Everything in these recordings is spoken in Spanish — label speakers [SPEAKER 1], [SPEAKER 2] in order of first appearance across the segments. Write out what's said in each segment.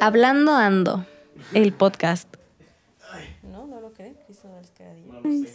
[SPEAKER 1] Hablando Ando, el podcast.
[SPEAKER 2] No, no lo creen, Cristóbal Cadillo.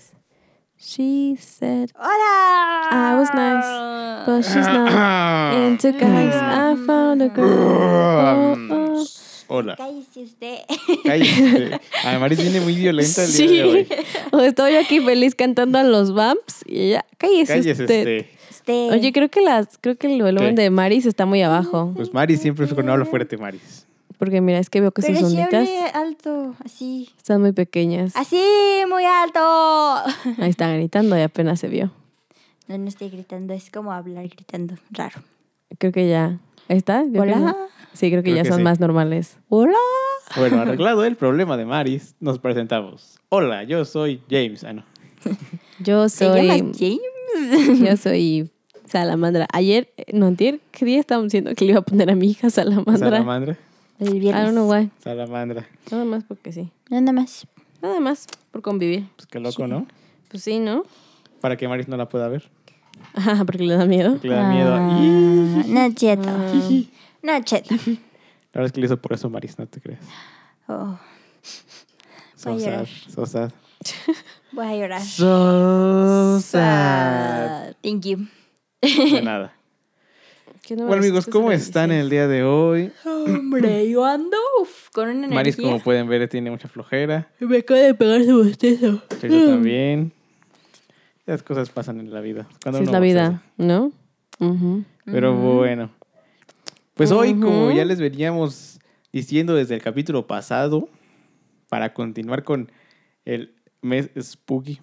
[SPEAKER 1] She said,
[SPEAKER 3] Hola.
[SPEAKER 1] Ah, I was
[SPEAKER 2] Ah.
[SPEAKER 1] nice, but she's not
[SPEAKER 3] Eh,
[SPEAKER 1] into guys. I found a girl.
[SPEAKER 4] Mm.
[SPEAKER 1] Oh, oh.
[SPEAKER 4] Hola.
[SPEAKER 3] Cállese usted.
[SPEAKER 4] Cállate. Además, viene muy violenta el día
[SPEAKER 1] Sí.
[SPEAKER 4] de hoy.
[SPEAKER 1] O estoy aquí feliz cantando a los Vamps y ya. Cállese,
[SPEAKER 4] Cállese
[SPEAKER 1] usted.
[SPEAKER 4] este.
[SPEAKER 3] Usted.
[SPEAKER 1] Oye, creo que las, creo que el volumen
[SPEAKER 4] Sí.
[SPEAKER 1] de Maris está muy abajo.
[SPEAKER 4] Pues Maris siempre fue con habla fuerte, Maris.
[SPEAKER 1] Porque mira, es que veo que
[SPEAKER 3] pero
[SPEAKER 1] sus
[SPEAKER 3] si
[SPEAKER 1] onditas
[SPEAKER 3] hable alto, así.
[SPEAKER 1] están muy pequeñas.
[SPEAKER 3] Así, muy alto.
[SPEAKER 1] Ahí está gritando y apenas se vio.
[SPEAKER 3] No, no estoy gritando, es como hablar gritando, raro.
[SPEAKER 1] Creo que ya. Ahí está. creo que
[SPEAKER 3] Hola.
[SPEAKER 1] ya- Sí, creo que
[SPEAKER 4] Creo
[SPEAKER 1] ya
[SPEAKER 4] que
[SPEAKER 1] son
[SPEAKER 4] sí.
[SPEAKER 1] más normales. Hola.
[SPEAKER 4] Bueno, arreglado el problema de Maris, nos presentamos. Hola, yo soy James. Ah, no.
[SPEAKER 1] Yo
[SPEAKER 3] ¿Se llama
[SPEAKER 1] soy.
[SPEAKER 3] James?
[SPEAKER 1] Yo soy Salamandra. Ayer, eh, no, antier, ¿qué día estábamos diciendo que le iba a poner a mi hija Salamandra? I
[SPEAKER 4] Salamandra.
[SPEAKER 3] El viernes.
[SPEAKER 1] don't know why.
[SPEAKER 4] Salamandra.
[SPEAKER 1] Nada más porque sí.
[SPEAKER 3] Nada más.
[SPEAKER 1] Nada más por convivir.
[SPEAKER 4] Pues qué loco, ¿no?
[SPEAKER 1] Pues sí, ¿no?
[SPEAKER 4] Para que Maris no la pueda ver.
[SPEAKER 1] Ajá, porque le da miedo.
[SPEAKER 4] porque Le da miedo.
[SPEAKER 3] Ah,
[SPEAKER 4] Y
[SPEAKER 3] No es cierto.
[SPEAKER 1] Ah.
[SPEAKER 3] No es cierto.
[SPEAKER 4] la verdad es que le hizo por eso Maris, no te creas.
[SPEAKER 3] Oh,
[SPEAKER 4] So
[SPEAKER 3] Voy a
[SPEAKER 4] sad.
[SPEAKER 3] llorar.
[SPEAKER 4] So sad.
[SPEAKER 3] voy a llorar.
[SPEAKER 4] So sad.
[SPEAKER 3] Thank you.
[SPEAKER 4] De nada.
[SPEAKER 1] ¿Qué número
[SPEAKER 4] Bueno, amigos,
[SPEAKER 1] este?
[SPEAKER 4] ¿cómo están el día de hoy?
[SPEAKER 3] Hombre, yo ando uf, con una energía.
[SPEAKER 4] Maris, como pueden ver, tiene mucha flojera.
[SPEAKER 1] Me acaba de pegar su bostezo.
[SPEAKER 4] Checo también. Esas cosas pasan en la vida. Cuando
[SPEAKER 1] Así es
[SPEAKER 4] uno
[SPEAKER 1] la vida,
[SPEAKER 4] bosteza.
[SPEAKER 1] ¿no? Ujú.
[SPEAKER 4] Pero bueno. Pues hoy, como
[SPEAKER 1] Ujú.
[SPEAKER 4] ya les veníamos diciendo desde el capítulo pasado, para continuar con el mes spooky.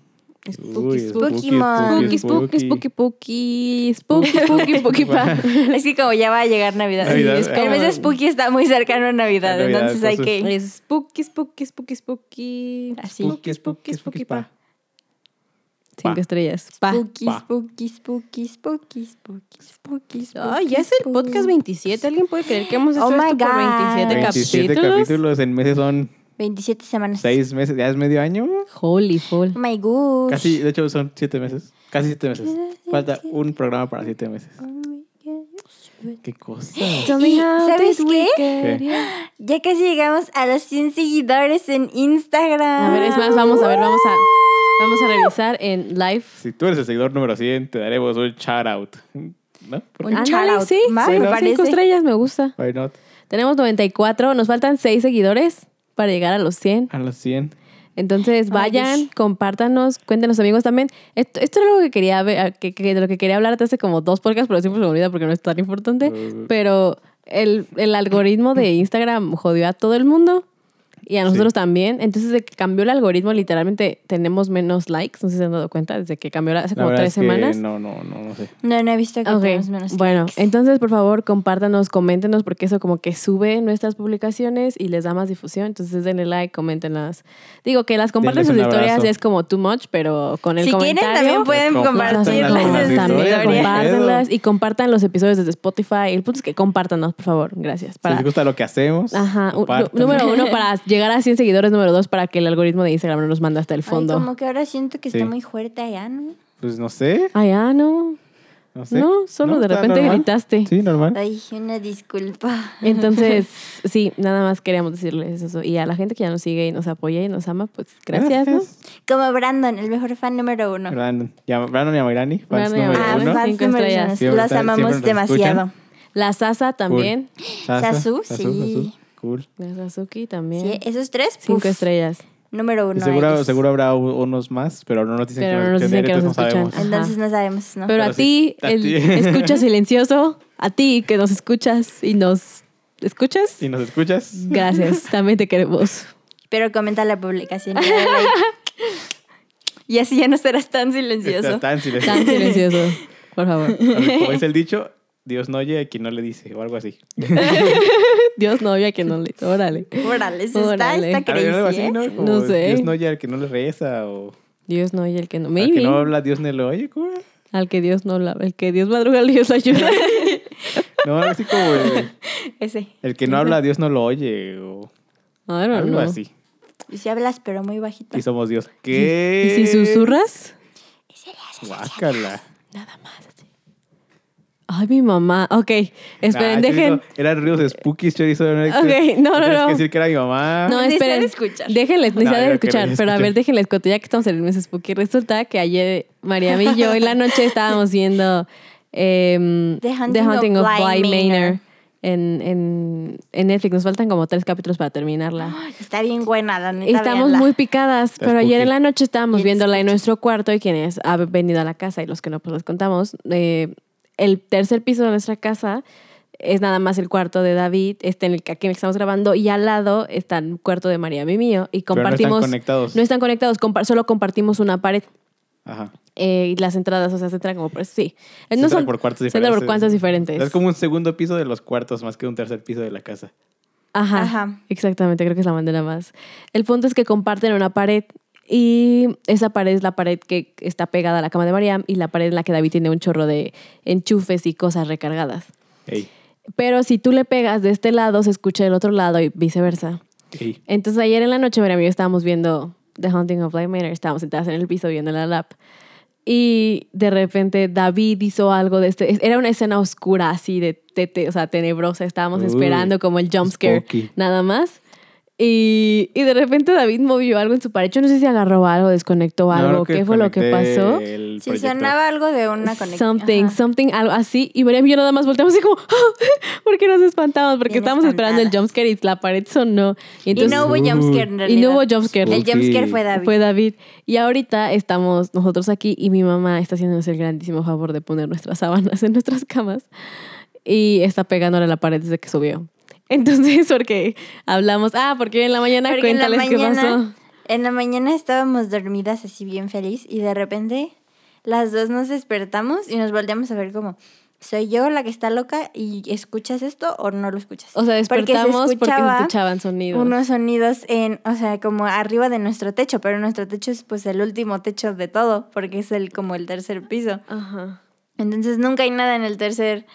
[SPEAKER 4] Uy,
[SPEAKER 1] spooky,
[SPEAKER 3] man.
[SPEAKER 1] Spooky, spooky, spooky, spooky, spooky, spooky, spooky, pa.
[SPEAKER 3] Es que como ya va a llegar Navidad.
[SPEAKER 4] Navidad,
[SPEAKER 3] Sí, es como-
[SPEAKER 4] ah.
[SPEAKER 3] El mes de Spooky está muy cercano a Navidad,
[SPEAKER 4] A Navidad,
[SPEAKER 3] entonces hay
[SPEAKER 4] entonces-
[SPEAKER 3] que...
[SPEAKER 1] Es Spooky, spooky, spooky, spooky.
[SPEAKER 3] Así.
[SPEAKER 4] Spooky, spooky, spooky, pa.
[SPEAKER 1] Cinco
[SPEAKER 4] Pa.
[SPEAKER 1] estrellas. Pa.
[SPEAKER 3] Spooky,
[SPEAKER 4] Pa.
[SPEAKER 3] spooky, spooky, spooky, spooky, spooky, spooky.
[SPEAKER 1] Ay, ya es el podcast 27. ¿Alguien puede creer que hemos hecho
[SPEAKER 3] Oh my
[SPEAKER 1] esto por
[SPEAKER 3] God.
[SPEAKER 1] 27,
[SPEAKER 4] 27
[SPEAKER 1] capítulos?
[SPEAKER 4] capítulos en meses son
[SPEAKER 3] 27 semanas.
[SPEAKER 4] 6 meses, ya es medio año.
[SPEAKER 1] Holy fool.
[SPEAKER 3] Oh my gosh.
[SPEAKER 4] Casi, de hecho, son 7 meses. Casi 7 meses. Falta un programa para 7 meses.
[SPEAKER 1] Ah.
[SPEAKER 4] Qué cosa.
[SPEAKER 3] ¿Y sabes qué?
[SPEAKER 1] qué?
[SPEAKER 3] Ya casi llegamos a los 100 seguidores en Instagram.
[SPEAKER 1] A ver, es más, vamos a ver, vamos a, vamos a revisar en live.
[SPEAKER 4] Si tú eres el seguidor número 100, te daremos un shout out. ¿No? ¿Por
[SPEAKER 3] Un
[SPEAKER 4] qué?
[SPEAKER 1] Ándale,
[SPEAKER 3] shout out
[SPEAKER 1] sí,
[SPEAKER 3] más,
[SPEAKER 1] sí,
[SPEAKER 3] me
[SPEAKER 1] cinco
[SPEAKER 3] parece.
[SPEAKER 1] estrellas, me gusta.
[SPEAKER 4] Why not?
[SPEAKER 1] Tenemos 94, nos faltan 6 seguidores para llegar a los 100.
[SPEAKER 4] A los 100.
[SPEAKER 1] Entonces vayan,
[SPEAKER 4] pues.
[SPEAKER 1] compártanos, cuéntenos amigos también. Esto, esto es algo que quería ver, que, que- de lo que quería hablarte hace como dos podcasts, pero siempre se me olvida porque no es tan importante.
[SPEAKER 4] Uh.
[SPEAKER 1] Pero el, el algoritmo de Instagram jodió a todo el mundo y a nosotros también. Entonces desde que cambió el algoritmo literalmente tenemos menos likes, no sé si se han dado cuenta, desde que cambió hace
[SPEAKER 4] La
[SPEAKER 1] como
[SPEAKER 4] verdad
[SPEAKER 1] tres
[SPEAKER 4] es que
[SPEAKER 1] semanas.
[SPEAKER 4] No, no, no, no sé.
[SPEAKER 3] No, no he visto que
[SPEAKER 1] Ok,
[SPEAKER 3] tenemos menos
[SPEAKER 1] Bueno,
[SPEAKER 3] likes.
[SPEAKER 1] entonces por favor compártanos, coméntenos, porque eso como que sube nuestras publicaciones y les da más difusión. Entonces denle like, coméntenos. Digo que las comparten
[SPEAKER 4] Denles
[SPEAKER 1] sus
[SPEAKER 4] un
[SPEAKER 1] historias
[SPEAKER 4] abrazo.
[SPEAKER 1] es como too much, pero con el
[SPEAKER 3] si
[SPEAKER 1] comentario.
[SPEAKER 3] quieren también pueden
[SPEAKER 4] Compartan
[SPEAKER 3] compartirlas
[SPEAKER 4] las
[SPEAKER 3] en sus
[SPEAKER 4] historias,
[SPEAKER 1] también,
[SPEAKER 3] historias.
[SPEAKER 4] compa-
[SPEAKER 1] compártanlas y compartan los episodios desde Spotify. El punto es que compártanos, por favor. Gracias.
[SPEAKER 4] Si
[SPEAKER 1] Para,
[SPEAKER 4] les gusta lo que hacemos,
[SPEAKER 1] ajá, un-
[SPEAKER 4] compartan.
[SPEAKER 1] número uno, para llegar a 100 seguidores. Número dos, para que el algoritmo de Instagram no nos mande hasta el
[SPEAKER 3] Ay,
[SPEAKER 1] fondo.
[SPEAKER 3] como que ahora siento que
[SPEAKER 4] Sí.
[SPEAKER 3] está muy fuerte allá, ¿no?
[SPEAKER 4] Pues no sé,
[SPEAKER 1] Ay, ah, no.
[SPEAKER 4] no sé.
[SPEAKER 1] No, solo de
[SPEAKER 4] está
[SPEAKER 1] repente gritaste.
[SPEAKER 4] Sí, normal.
[SPEAKER 3] Ay, una disculpa.
[SPEAKER 1] Entonces, sí, nada más queríamos decirles eso. Y a la gente que ya nos sigue y nos apoya y nos ama, pues gracias, ¿no?
[SPEAKER 3] Como Brandon, el mejor fan número uno.
[SPEAKER 4] Brandon, ya, Brandon y Amairani, fans
[SPEAKER 1] Brandon y
[SPEAKER 4] número
[SPEAKER 3] Ah,
[SPEAKER 1] Amairani.
[SPEAKER 4] uno.
[SPEAKER 1] Brandon.
[SPEAKER 3] fans
[SPEAKER 1] Cinco
[SPEAKER 3] número
[SPEAKER 1] estrellas.
[SPEAKER 3] uno.
[SPEAKER 4] Siempre
[SPEAKER 3] Los
[SPEAKER 4] están-
[SPEAKER 3] amamos
[SPEAKER 4] siempre nos
[SPEAKER 3] demasiado.
[SPEAKER 1] La Sasa también.
[SPEAKER 4] Sasa,
[SPEAKER 3] Sasu, sí.
[SPEAKER 4] Cool.
[SPEAKER 1] La Sasuki
[SPEAKER 3] Sí,
[SPEAKER 1] también.
[SPEAKER 3] esos tres,
[SPEAKER 1] Cinco
[SPEAKER 3] puf,
[SPEAKER 1] estrellas.
[SPEAKER 3] número uno.
[SPEAKER 4] Y seguro,
[SPEAKER 3] eres.
[SPEAKER 4] seguro habrá u- unos más, pero no nos dicen
[SPEAKER 1] Pero
[SPEAKER 4] que
[SPEAKER 1] no nos dicen que
[SPEAKER 4] entonces
[SPEAKER 1] nos escuchan.
[SPEAKER 4] sabemos.
[SPEAKER 1] Ajá.
[SPEAKER 3] Entonces no sabemos, ¿no?
[SPEAKER 1] Pero, a
[SPEAKER 4] Pero
[SPEAKER 1] ti,
[SPEAKER 4] sí, a
[SPEAKER 1] el
[SPEAKER 4] ti.
[SPEAKER 1] escucha silencioso, a ti que nos escuchas y nos escuchas,
[SPEAKER 4] Si nos escuchas,
[SPEAKER 1] gracias, también te queremos.
[SPEAKER 3] Pero comenta la publicación. y dale like. y así ya no serás tan silencioso.
[SPEAKER 4] está Este, tan silencioso.
[SPEAKER 1] Tan silencioso, por favor.
[SPEAKER 4] Como es el dicho, Dios no oye a quien no le dice, o algo así.
[SPEAKER 1] Dios no había que no le... Órale.
[SPEAKER 3] Órale, eso está,
[SPEAKER 1] Órale.
[SPEAKER 3] está
[SPEAKER 4] A ver, algo
[SPEAKER 3] crazy,
[SPEAKER 4] así,
[SPEAKER 3] ¿eh?
[SPEAKER 4] ¿no? Como
[SPEAKER 1] No sé.
[SPEAKER 4] Dios no oye al que no le reza, o
[SPEAKER 1] Dios no oye el que no...
[SPEAKER 4] al que
[SPEAKER 1] Maybe.
[SPEAKER 4] no habla, Dios no lo oye, ¿cómo era?
[SPEAKER 1] Al que Dios no habla. El que Dios madruga, Dios ayuda.
[SPEAKER 4] No, algo así como el,
[SPEAKER 3] Ese.
[SPEAKER 4] el que no habla, Dios no lo oye, o
[SPEAKER 1] I don't
[SPEAKER 4] algo
[SPEAKER 1] know.
[SPEAKER 4] así.
[SPEAKER 3] Y si hablas, pero muy bajito.
[SPEAKER 4] Y somos Dios. ¿Qué?
[SPEAKER 1] ¿Y si susurras?
[SPEAKER 4] Guácala.
[SPEAKER 1] Nada más. así. Ay, mi mamá. Ok, esperen,
[SPEAKER 4] Ah,
[SPEAKER 1] dejen.
[SPEAKER 4] chorizo, Eran ríos de spookies, chorizo. era-
[SPEAKER 1] Ok, no, no,
[SPEAKER 4] Tenías
[SPEAKER 1] no.
[SPEAKER 4] que decir que era mi mamá.
[SPEAKER 1] No,
[SPEAKER 3] Necesitan
[SPEAKER 1] esperen.
[SPEAKER 3] escuchar.
[SPEAKER 1] Déjenles,
[SPEAKER 4] No,
[SPEAKER 1] necesitan
[SPEAKER 4] yo creo que
[SPEAKER 1] escuchar.
[SPEAKER 4] no
[SPEAKER 1] Pero a
[SPEAKER 4] escuché.
[SPEAKER 1] ver, déjenles cuento, ya que estamos en el mes spooky. Resulta que ayer Mariam y yo en la noche estábamos viendo em,
[SPEAKER 3] The Haunting of Bly Manor.
[SPEAKER 1] en, en, en Netflix. Nos faltan como tres capítulos para terminarla.
[SPEAKER 3] Está bien buena, la neta.
[SPEAKER 1] Estamos
[SPEAKER 3] véanla.
[SPEAKER 1] muy picadas,
[SPEAKER 4] Está
[SPEAKER 1] pero ayer
[SPEAKER 4] spooky.
[SPEAKER 1] en la noche estábamos
[SPEAKER 3] Bien
[SPEAKER 1] viéndola en
[SPEAKER 3] spooky.
[SPEAKER 1] nuestro cuarto y quienes han venido a la casa y los que no, pues les contamos. eh, el tercer piso de nuestra casa es nada más el cuarto de David, este en el que aquí estamos grabando, y al lado está el cuarto de María, mi mío, y
[SPEAKER 4] Pero no están
[SPEAKER 1] compartimos...
[SPEAKER 4] conectados.
[SPEAKER 1] no están conectados, compa- solo compartimos una pared
[SPEAKER 4] Ajá.
[SPEAKER 1] eh, y las entradas, o sea, se entran como por... Sí. Eh, no
[SPEAKER 4] Se entra
[SPEAKER 1] son-
[SPEAKER 4] por cuartos
[SPEAKER 1] se entra
[SPEAKER 4] diferentes.
[SPEAKER 1] por cuartos diferentes.
[SPEAKER 4] Es como un segundo piso de los cuartos más que un tercer piso de la casa.
[SPEAKER 1] Ajá,
[SPEAKER 3] Ajá.
[SPEAKER 1] Exactamente, creo que es la manera más. El punto es que comparten una pared y esa pared es la pared que está pegada a la cama de Mariam y la pared en la que David tiene un chorro de enchufes y cosas recargadas.
[SPEAKER 4] Ey,
[SPEAKER 1] Pero si tú le pegas de este lado, se escucha del otro lado y viceversa.
[SPEAKER 4] ey.
[SPEAKER 1] Entonces ayer en la noche, Mariam y yo estábamos viendo The Haunting of Bly Manor, estábamos sentadas en el piso viendo la lap. Y de repente David hizo algo de este... Era una escena oscura así, de, de- de- o sea, tenebrosa. Estábamos
[SPEAKER 4] Uy,
[SPEAKER 1] esperando como el jump scare
[SPEAKER 4] spooky.
[SPEAKER 1] nada más. Y, y de repente David movió algo en su pared. Yo no sé si agarró algo, desconectó algo.
[SPEAKER 4] No,
[SPEAKER 1] ¿Qué fue lo que
[SPEAKER 4] conecté
[SPEAKER 1] pasó?
[SPEAKER 4] el
[SPEAKER 3] Sí,
[SPEAKER 4] proyector.
[SPEAKER 3] sonaba algo de una conexión.
[SPEAKER 1] Something,
[SPEAKER 3] Ajá.
[SPEAKER 1] something, algo así. Y Mariam y yo nada más volteamos así como, porque nos espantamos, porque
[SPEAKER 3] Bien
[SPEAKER 1] estábamos esperando el
[SPEAKER 3] espantadas.
[SPEAKER 1] jumpscare y la pared sonó.
[SPEAKER 3] Y
[SPEAKER 1] Y entonces
[SPEAKER 3] no hubo
[SPEAKER 4] Uy.
[SPEAKER 3] jumpscare en realidad.
[SPEAKER 1] y no hubo jumpscare.
[SPEAKER 3] El jumpscare fue David.
[SPEAKER 1] Fue David. Y ahorita estamos nosotros aquí y mi mamá está haciéndonos el grandísimo favor de poner nuestras sábanas en nuestras camas y está pegándole a la pared desde que subió. Entonces, porque hablamos, ah, porque en la mañana
[SPEAKER 3] Porque en la
[SPEAKER 1] cuéntales qué pasó.
[SPEAKER 3] mañana- En la mañana estábamos dormidas así bien feliz y de repente las dos nos despertamos y nos volteamos a ver como, ¿soy yo la que está loca y escuchas esto o no lo escuchas?
[SPEAKER 1] O sea, despertamos porque se,
[SPEAKER 3] escuchaba
[SPEAKER 1] escuchaban sonidos.
[SPEAKER 3] unos sonidos en, o sea, como arriba de nuestro techo, pero nuestro techo es pues el último techo de todo, porque es el como el tercer piso.
[SPEAKER 1] Ajá.
[SPEAKER 3] Entonces nunca hay nada en el tercer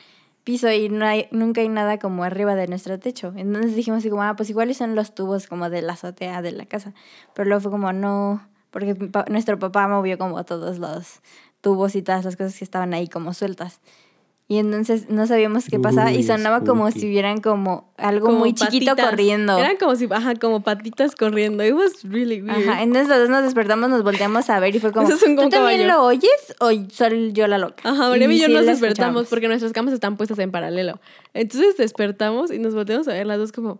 [SPEAKER 3] piso y no hay, nunca hay nada como arriba de nuestro techo. Entonces dijimos así como, ah, pues igual y son los tubos como de la azotea de la casa. Pero luego fue como, no, porque mi pa- nuestro papá movió como todos los tubos y todas las cosas que estaban ahí como sueltas. Y entonces no sabíamos qué pasaba
[SPEAKER 4] Uy,
[SPEAKER 3] y sonaba como
[SPEAKER 4] spooky.
[SPEAKER 3] si hubieran como algo muy chiquito
[SPEAKER 1] patitas.
[SPEAKER 3] corriendo.
[SPEAKER 1] Eran como si, ajá, como patitas corriendo. It was really weird.
[SPEAKER 3] Ajá, entonces los dos nos despertamos, nos volteamos a ver y fue como,
[SPEAKER 1] Eso es un
[SPEAKER 3] ¿tú
[SPEAKER 1] como
[SPEAKER 3] también
[SPEAKER 1] caballo".
[SPEAKER 3] lo oyes o soy yo la loca?
[SPEAKER 1] Ajá, Mariam y yo
[SPEAKER 3] sí
[SPEAKER 1] nos
[SPEAKER 3] la
[SPEAKER 1] despertamos
[SPEAKER 3] escuchábamos.
[SPEAKER 1] porque nuestras camas están puestas en paralelo. Entonces despertamos y nos volteamos a ver las dos como,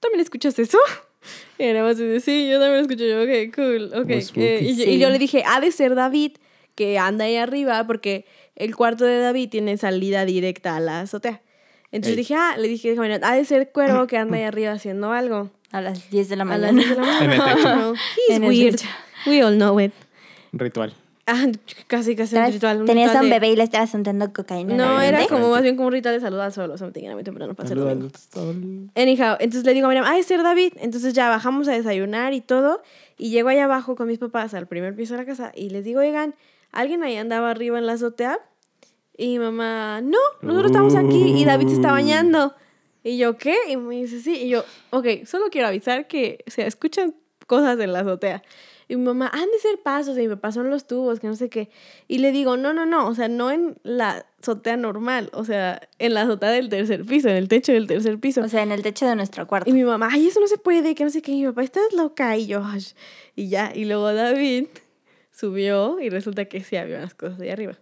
[SPEAKER 1] ¿también escuchas eso? Y éramos así, de, sí, yo también lo escucho, yo, ok, cool, ok.
[SPEAKER 4] Muy spooky.
[SPEAKER 1] Eh, y, yo- y
[SPEAKER 3] Sí.
[SPEAKER 1] yo le dije, ha de ser David que anda ahí arriba porque el cuarto de David tiene salida directa a la azotea. Entonces
[SPEAKER 4] Ey.
[SPEAKER 1] dije, ah, le dije, bueno, ha de ser Cuervo que anda ahí arriba haciendo algo.
[SPEAKER 3] A las 10 de la
[SPEAKER 1] A las
[SPEAKER 3] mañana.
[SPEAKER 1] diez de la mañana.
[SPEAKER 4] En el techo.
[SPEAKER 1] No, He's
[SPEAKER 3] En el
[SPEAKER 1] weird.
[SPEAKER 3] techo.
[SPEAKER 1] We all know it.
[SPEAKER 4] Ritual.
[SPEAKER 1] Ah, casi, casi un
[SPEAKER 3] Estabas-
[SPEAKER 1] ritual. un
[SPEAKER 3] Tenías a
[SPEAKER 1] ritual
[SPEAKER 3] un
[SPEAKER 1] de-
[SPEAKER 3] bebé y le estabas untando cocaína. en la
[SPEAKER 1] no, era
[SPEAKER 3] frente.
[SPEAKER 1] como más bien como un ritual de saludar solo. O sea, me tenía muy temprano para hacer
[SPEAKER 4] Saluda
[SPEAKER 1] domingo.
[SPEAKER 4] al-
[SPEAKER 1] Anyhow, entonces le digo a Miriam, ah, es ser David. Entonces ya bajamos a desayunar y todo. Y llego allá abajo con mis papás al primer piso de la casa y les digo, oigan, ¿alguien ahí andaba arriba en la azotea? Y mi mamá, no, nosotros estamos aquí y David se está bañando. Y yo, ¿qué? Y me dice, sí. Y yo, ok, solo quiero avisar que se escuchan cosas en la azotea. Y mi mamá, han de ser pasos. Y mi papá, son los tubos, que no sé qué. Y le digo, no, no, no. O sea, no en la azotea normal. O sea, en la azotea del tercer piso, en el techo del tercer piso.
[SPEAKER 3] O sea, en el techo de nuestro cuarto.
[SPEAKER 1] Y mi mamá, ay, eso no se puede, que no sé qué. Y mi papá, estás loca. Y yo, "Ay". y ya. Y luego David subió y resulta que sí había unas cosas de arriba.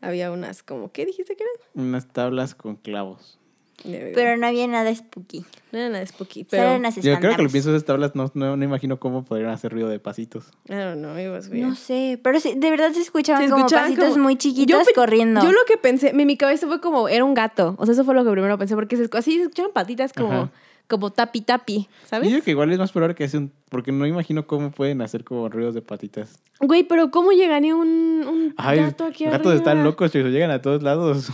[SPEAKER 1] Había unas como, ¿qué dijiste que
[SPEAKER 4] Unas tablas con clavos.
[SPEAKER 1] eran?
[SPEAKER 3] Pero no había nada spooky.
[SPEAKER 1] no era nada spooky,
[SPEAKER 3] Pero, Solo
[SPEAKER 1] pero...
[SPEAKER 3] nos
[SPEAKER 4] Yo creo que lo
[SPEAKER 3] espantamos.
[SPEAKER 4] pienso esas tablas, no, no, no imagino cómo podrían hacer ruido de pasitos.
[SPEAKER 1] I don't know, it was weird.
[SPEAKER 3] No sé, pero sí, de verdad se escuchaban,
[SPEAKER 1] Se
[SPEAKER 3] como
[SPEAKER 1] escuchaban
[SPEAKER 3] pasitos
[SPEAKER 1] como-
[SPEAKER 3] muy chiquitos
[SPEAKER 1] pe-
[SPEAKER 3] corriendo.
[SPEAKER 1] Yo lo que pensé, mi, mi cabeza fue como, era un gato. O sea, eso fue lo que primero pensé, porque se, escu- así se escuchaban patitas como,
[SPEAKER 4] Ajá.
[SPEAKER 1] como tapi tapi,
[SPEAKER 4] Yo digo
[SPEAKER 1] ¿sabes?
[SPEAKER 4] que igual es más probable que sea un... Porque no imagino cómo pueden hacer como ruidos de patitas.
[SPEAKER 1] Güey, pero ¿cómo llegaría un, un
[SPEAKER 4] Ay,
[SPEAKER 1] gato aquí
[SPEAKER 4] los
[SPEAKER 1] arriba?
[SPEAKER 4] gatos están locos, chorizo, llegan a todos lados.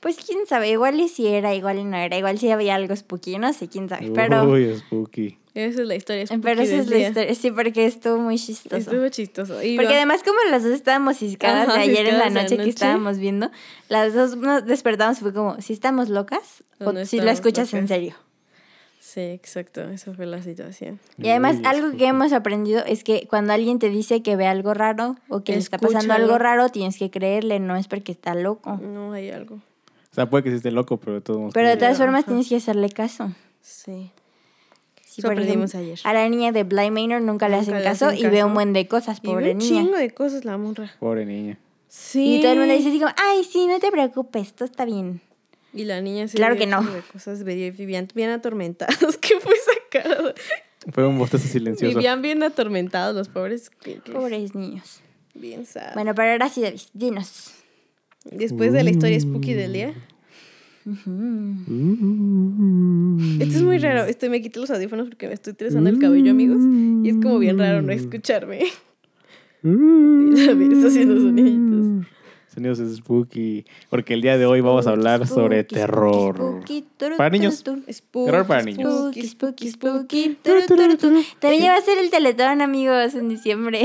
[SPEAKER 3] Pues quién sabe, igual y si era, igual y no era, igual si había algo spooky, no sé, quién sabe. Pero,
[SPEAKER 4] Uy, spooky.
[SPEAKER 1] Esa es la historia.
[SPEAKER 3] pero
[SPEAKER 1] spooky
[SPEAKER 3] esa
[SPEAKER 1] del
[SPEAKER 3] es la
[SPEAKER 1] día.
[SPEAKER 3] historia. Sí, porque estuvo muy chistoso.
[SPEAKER 1] Estuvo chistoso. Y
[SPEAKER 3] Porque
[SPEAKER 1] va-
[SPEAKER 3] además como las dos estábamos ciscadas
[SPEAKER 1] Ajá,
[SPEAKER 3] de ayer en la
[SPEAKER 1] ciscadas de
[SPEAKER 3] noche que
[SPEAKER 1] anoche.
[SPEAKER 3] estábamos viendo, las dos nos despertamos y fue como, si estamos locas
[SPEAKER 1] ¿O
[SPEAKER 3] o
[SPEAKER 1] no
[SPEAKER 3] si la
[SPEAKER 1] estamos
[SPEAKER 3] escuchas en
[SPEAKER 1] locas?
[SPEAKER 3] serio.
[SPEAKER 1] Sí, exacto, esa fue la situación.
[SPEAKER 3] Y además,
[SPEAKER 4] Uy,
[SPEAKER 3] algo que hemos aprendido es que cuando alguien te dice que ve algo raro o que le está pasando
[SPEAKER 1] Escúchalo.
[SPEAKER 3] algo raro, tienes que creerle, no es porque está loco.
[SPEAKER 1] No hay algo.
[SPEAKER 4] O sea, puede que sí esté loco, pero de todos modos.
[SPEAKER 3] Pero de
[SPEAKER 4] creo.
[SPEAKER 3] todas formas
[SPEAKER 1] Ajá.
[SPEAKER 3] tienes que hacerle caso.
[SPEAKER 1] Sí.
[SPEAKER 3] Sí,
[SPEAKER 1] Eso
[SPEAKER 3] por
[SPEAKER 1] aprendimos
[SPEAKER 3] ejemplo,
[SPEAKER 1] ayer.
[SPEAKER 3] A la niña de Bly Manor nunca le
[SPEAKER 1] Nunca
[SPEAKER 3] hacen
[SPEAKER 1] le
[SPEAKER 3] caso
[SPEAKER 1] hacen
[SPEAKER 3] y ve
[SPEAKER 1] caso.
[SPEAKER 3] un buen de cosas,
[SPEAKER 1] Y ve
[SPEAKER 3] pobre
[SPEAKER 1] un
[SPEAKER 3] niña.
[SPEAKER 1] chingo de cosas la morra.
[SPEAKER 4] Pobre niña.
[SPEAKER 1] Sí.
[SPEAKER 3] Y todo el mundo dice así como, ay, sí, no te preocupes, todo está bien.
[SPEAKER 1] Y la niña sí.
[SPEAKER 3] Claro
[SPEAKER 1] veía
[SPEAKER 3] que no.
[SPEAKER 1] un chingo de cosas veía- vivían bien atormentados. que fue sacado?
[SPEAKER 4] Fue un bostezo silencioso.
[SPEAKER 1] Vivían bien atormentados los pobres. que- que-
[SPEAKER 3] Pobres niños.
[SPEAKER 1] Bien sad.
[SPEAKER 3] Bueno, pero ahora sí, David, dinos.
[SPEAKER 1] Después de la historia spooky del día. Esto es
[SPEAKER 4] Mm.
[SPEAKER 1] muy raro. Este, me quité los audífonos porque me estoy trenzando el cabello, amigos. Y es como bien raro no
[SPEAKER 4] Mm.
[SPEAKER 1] escucharme. Y David está haciendo soniditos.
[SPEAKER 4] Sonidos spooky. Porque el día de hoy vamos a hablar
[SPEAKER 3] Spooky,
[SPEAKER 4] sobre
[SPEAKER 3] spooky,
[SPEAKER 4] terror.
[SPEAKER 3] spooky, turu,
[SPEAKER 4] Para
[SPEAKER 3] turu,
[SPEAKER 4] niños.
[SPEAKER 3] turu.
[SPEAKER 1] Spooky,
[SPEAKER 4] Terror para niños.
[SPEAKER 1] Spooky, spooky, spooky.
[SPEAKER 3] Turu, turu, turu. También ya va a ser el Teletón, amigos, en diciembre.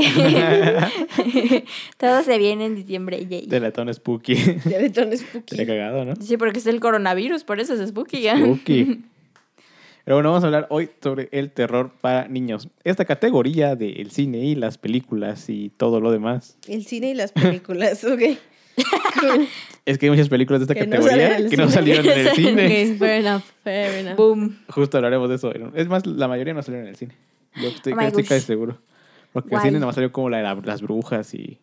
[SPEAKER 3] Todo se viene en diciembre, yay.
[SPEAKER 4] Teletón spooky.
[SPEAKER 1] Ya de tono spooky.
[SPEAKER 4] Sería cagado, ¿no?
[SPEAKER 3] Sí, porque es el coronavirus, por eso es spooky ya.
[SPEAKER 4] Spooky. Pero bueno, vamos a hablar hoy sobre el terror para niños. Esta categoría del cine y las películas y todo lo demás.
[SPEAKER 1] El cine y las películas, ok. Cool.
[SPEAKER 4] Es que hay muchas películas de esta
[SPEAKER 1] Que no
[SPEAKER 4] categoría
[SPEAKER 1] salen en el
[SPEAKER 4] que no
[SPEAKER 1] cine.
[SPEAKER 4] salieron en el cine.
[SPEAKER 1] Ok, fair enough, fair enough.
[SPEAKER 3] Boom.
[SPEAKER 4] Justo hablaremos de eso. Es más, la mayoría no salieron en el cine. Yo estoy,
[SPEAKER 3] Oh my
[SPEAKER 4] estoy
[SPEAKER 3] gosh.
[SPEAKER 4] casi seguro. Porque el
[SPEAKER 3] Guay.
[SPEAKER 4] cine nomás salió como la de la- las brujas y...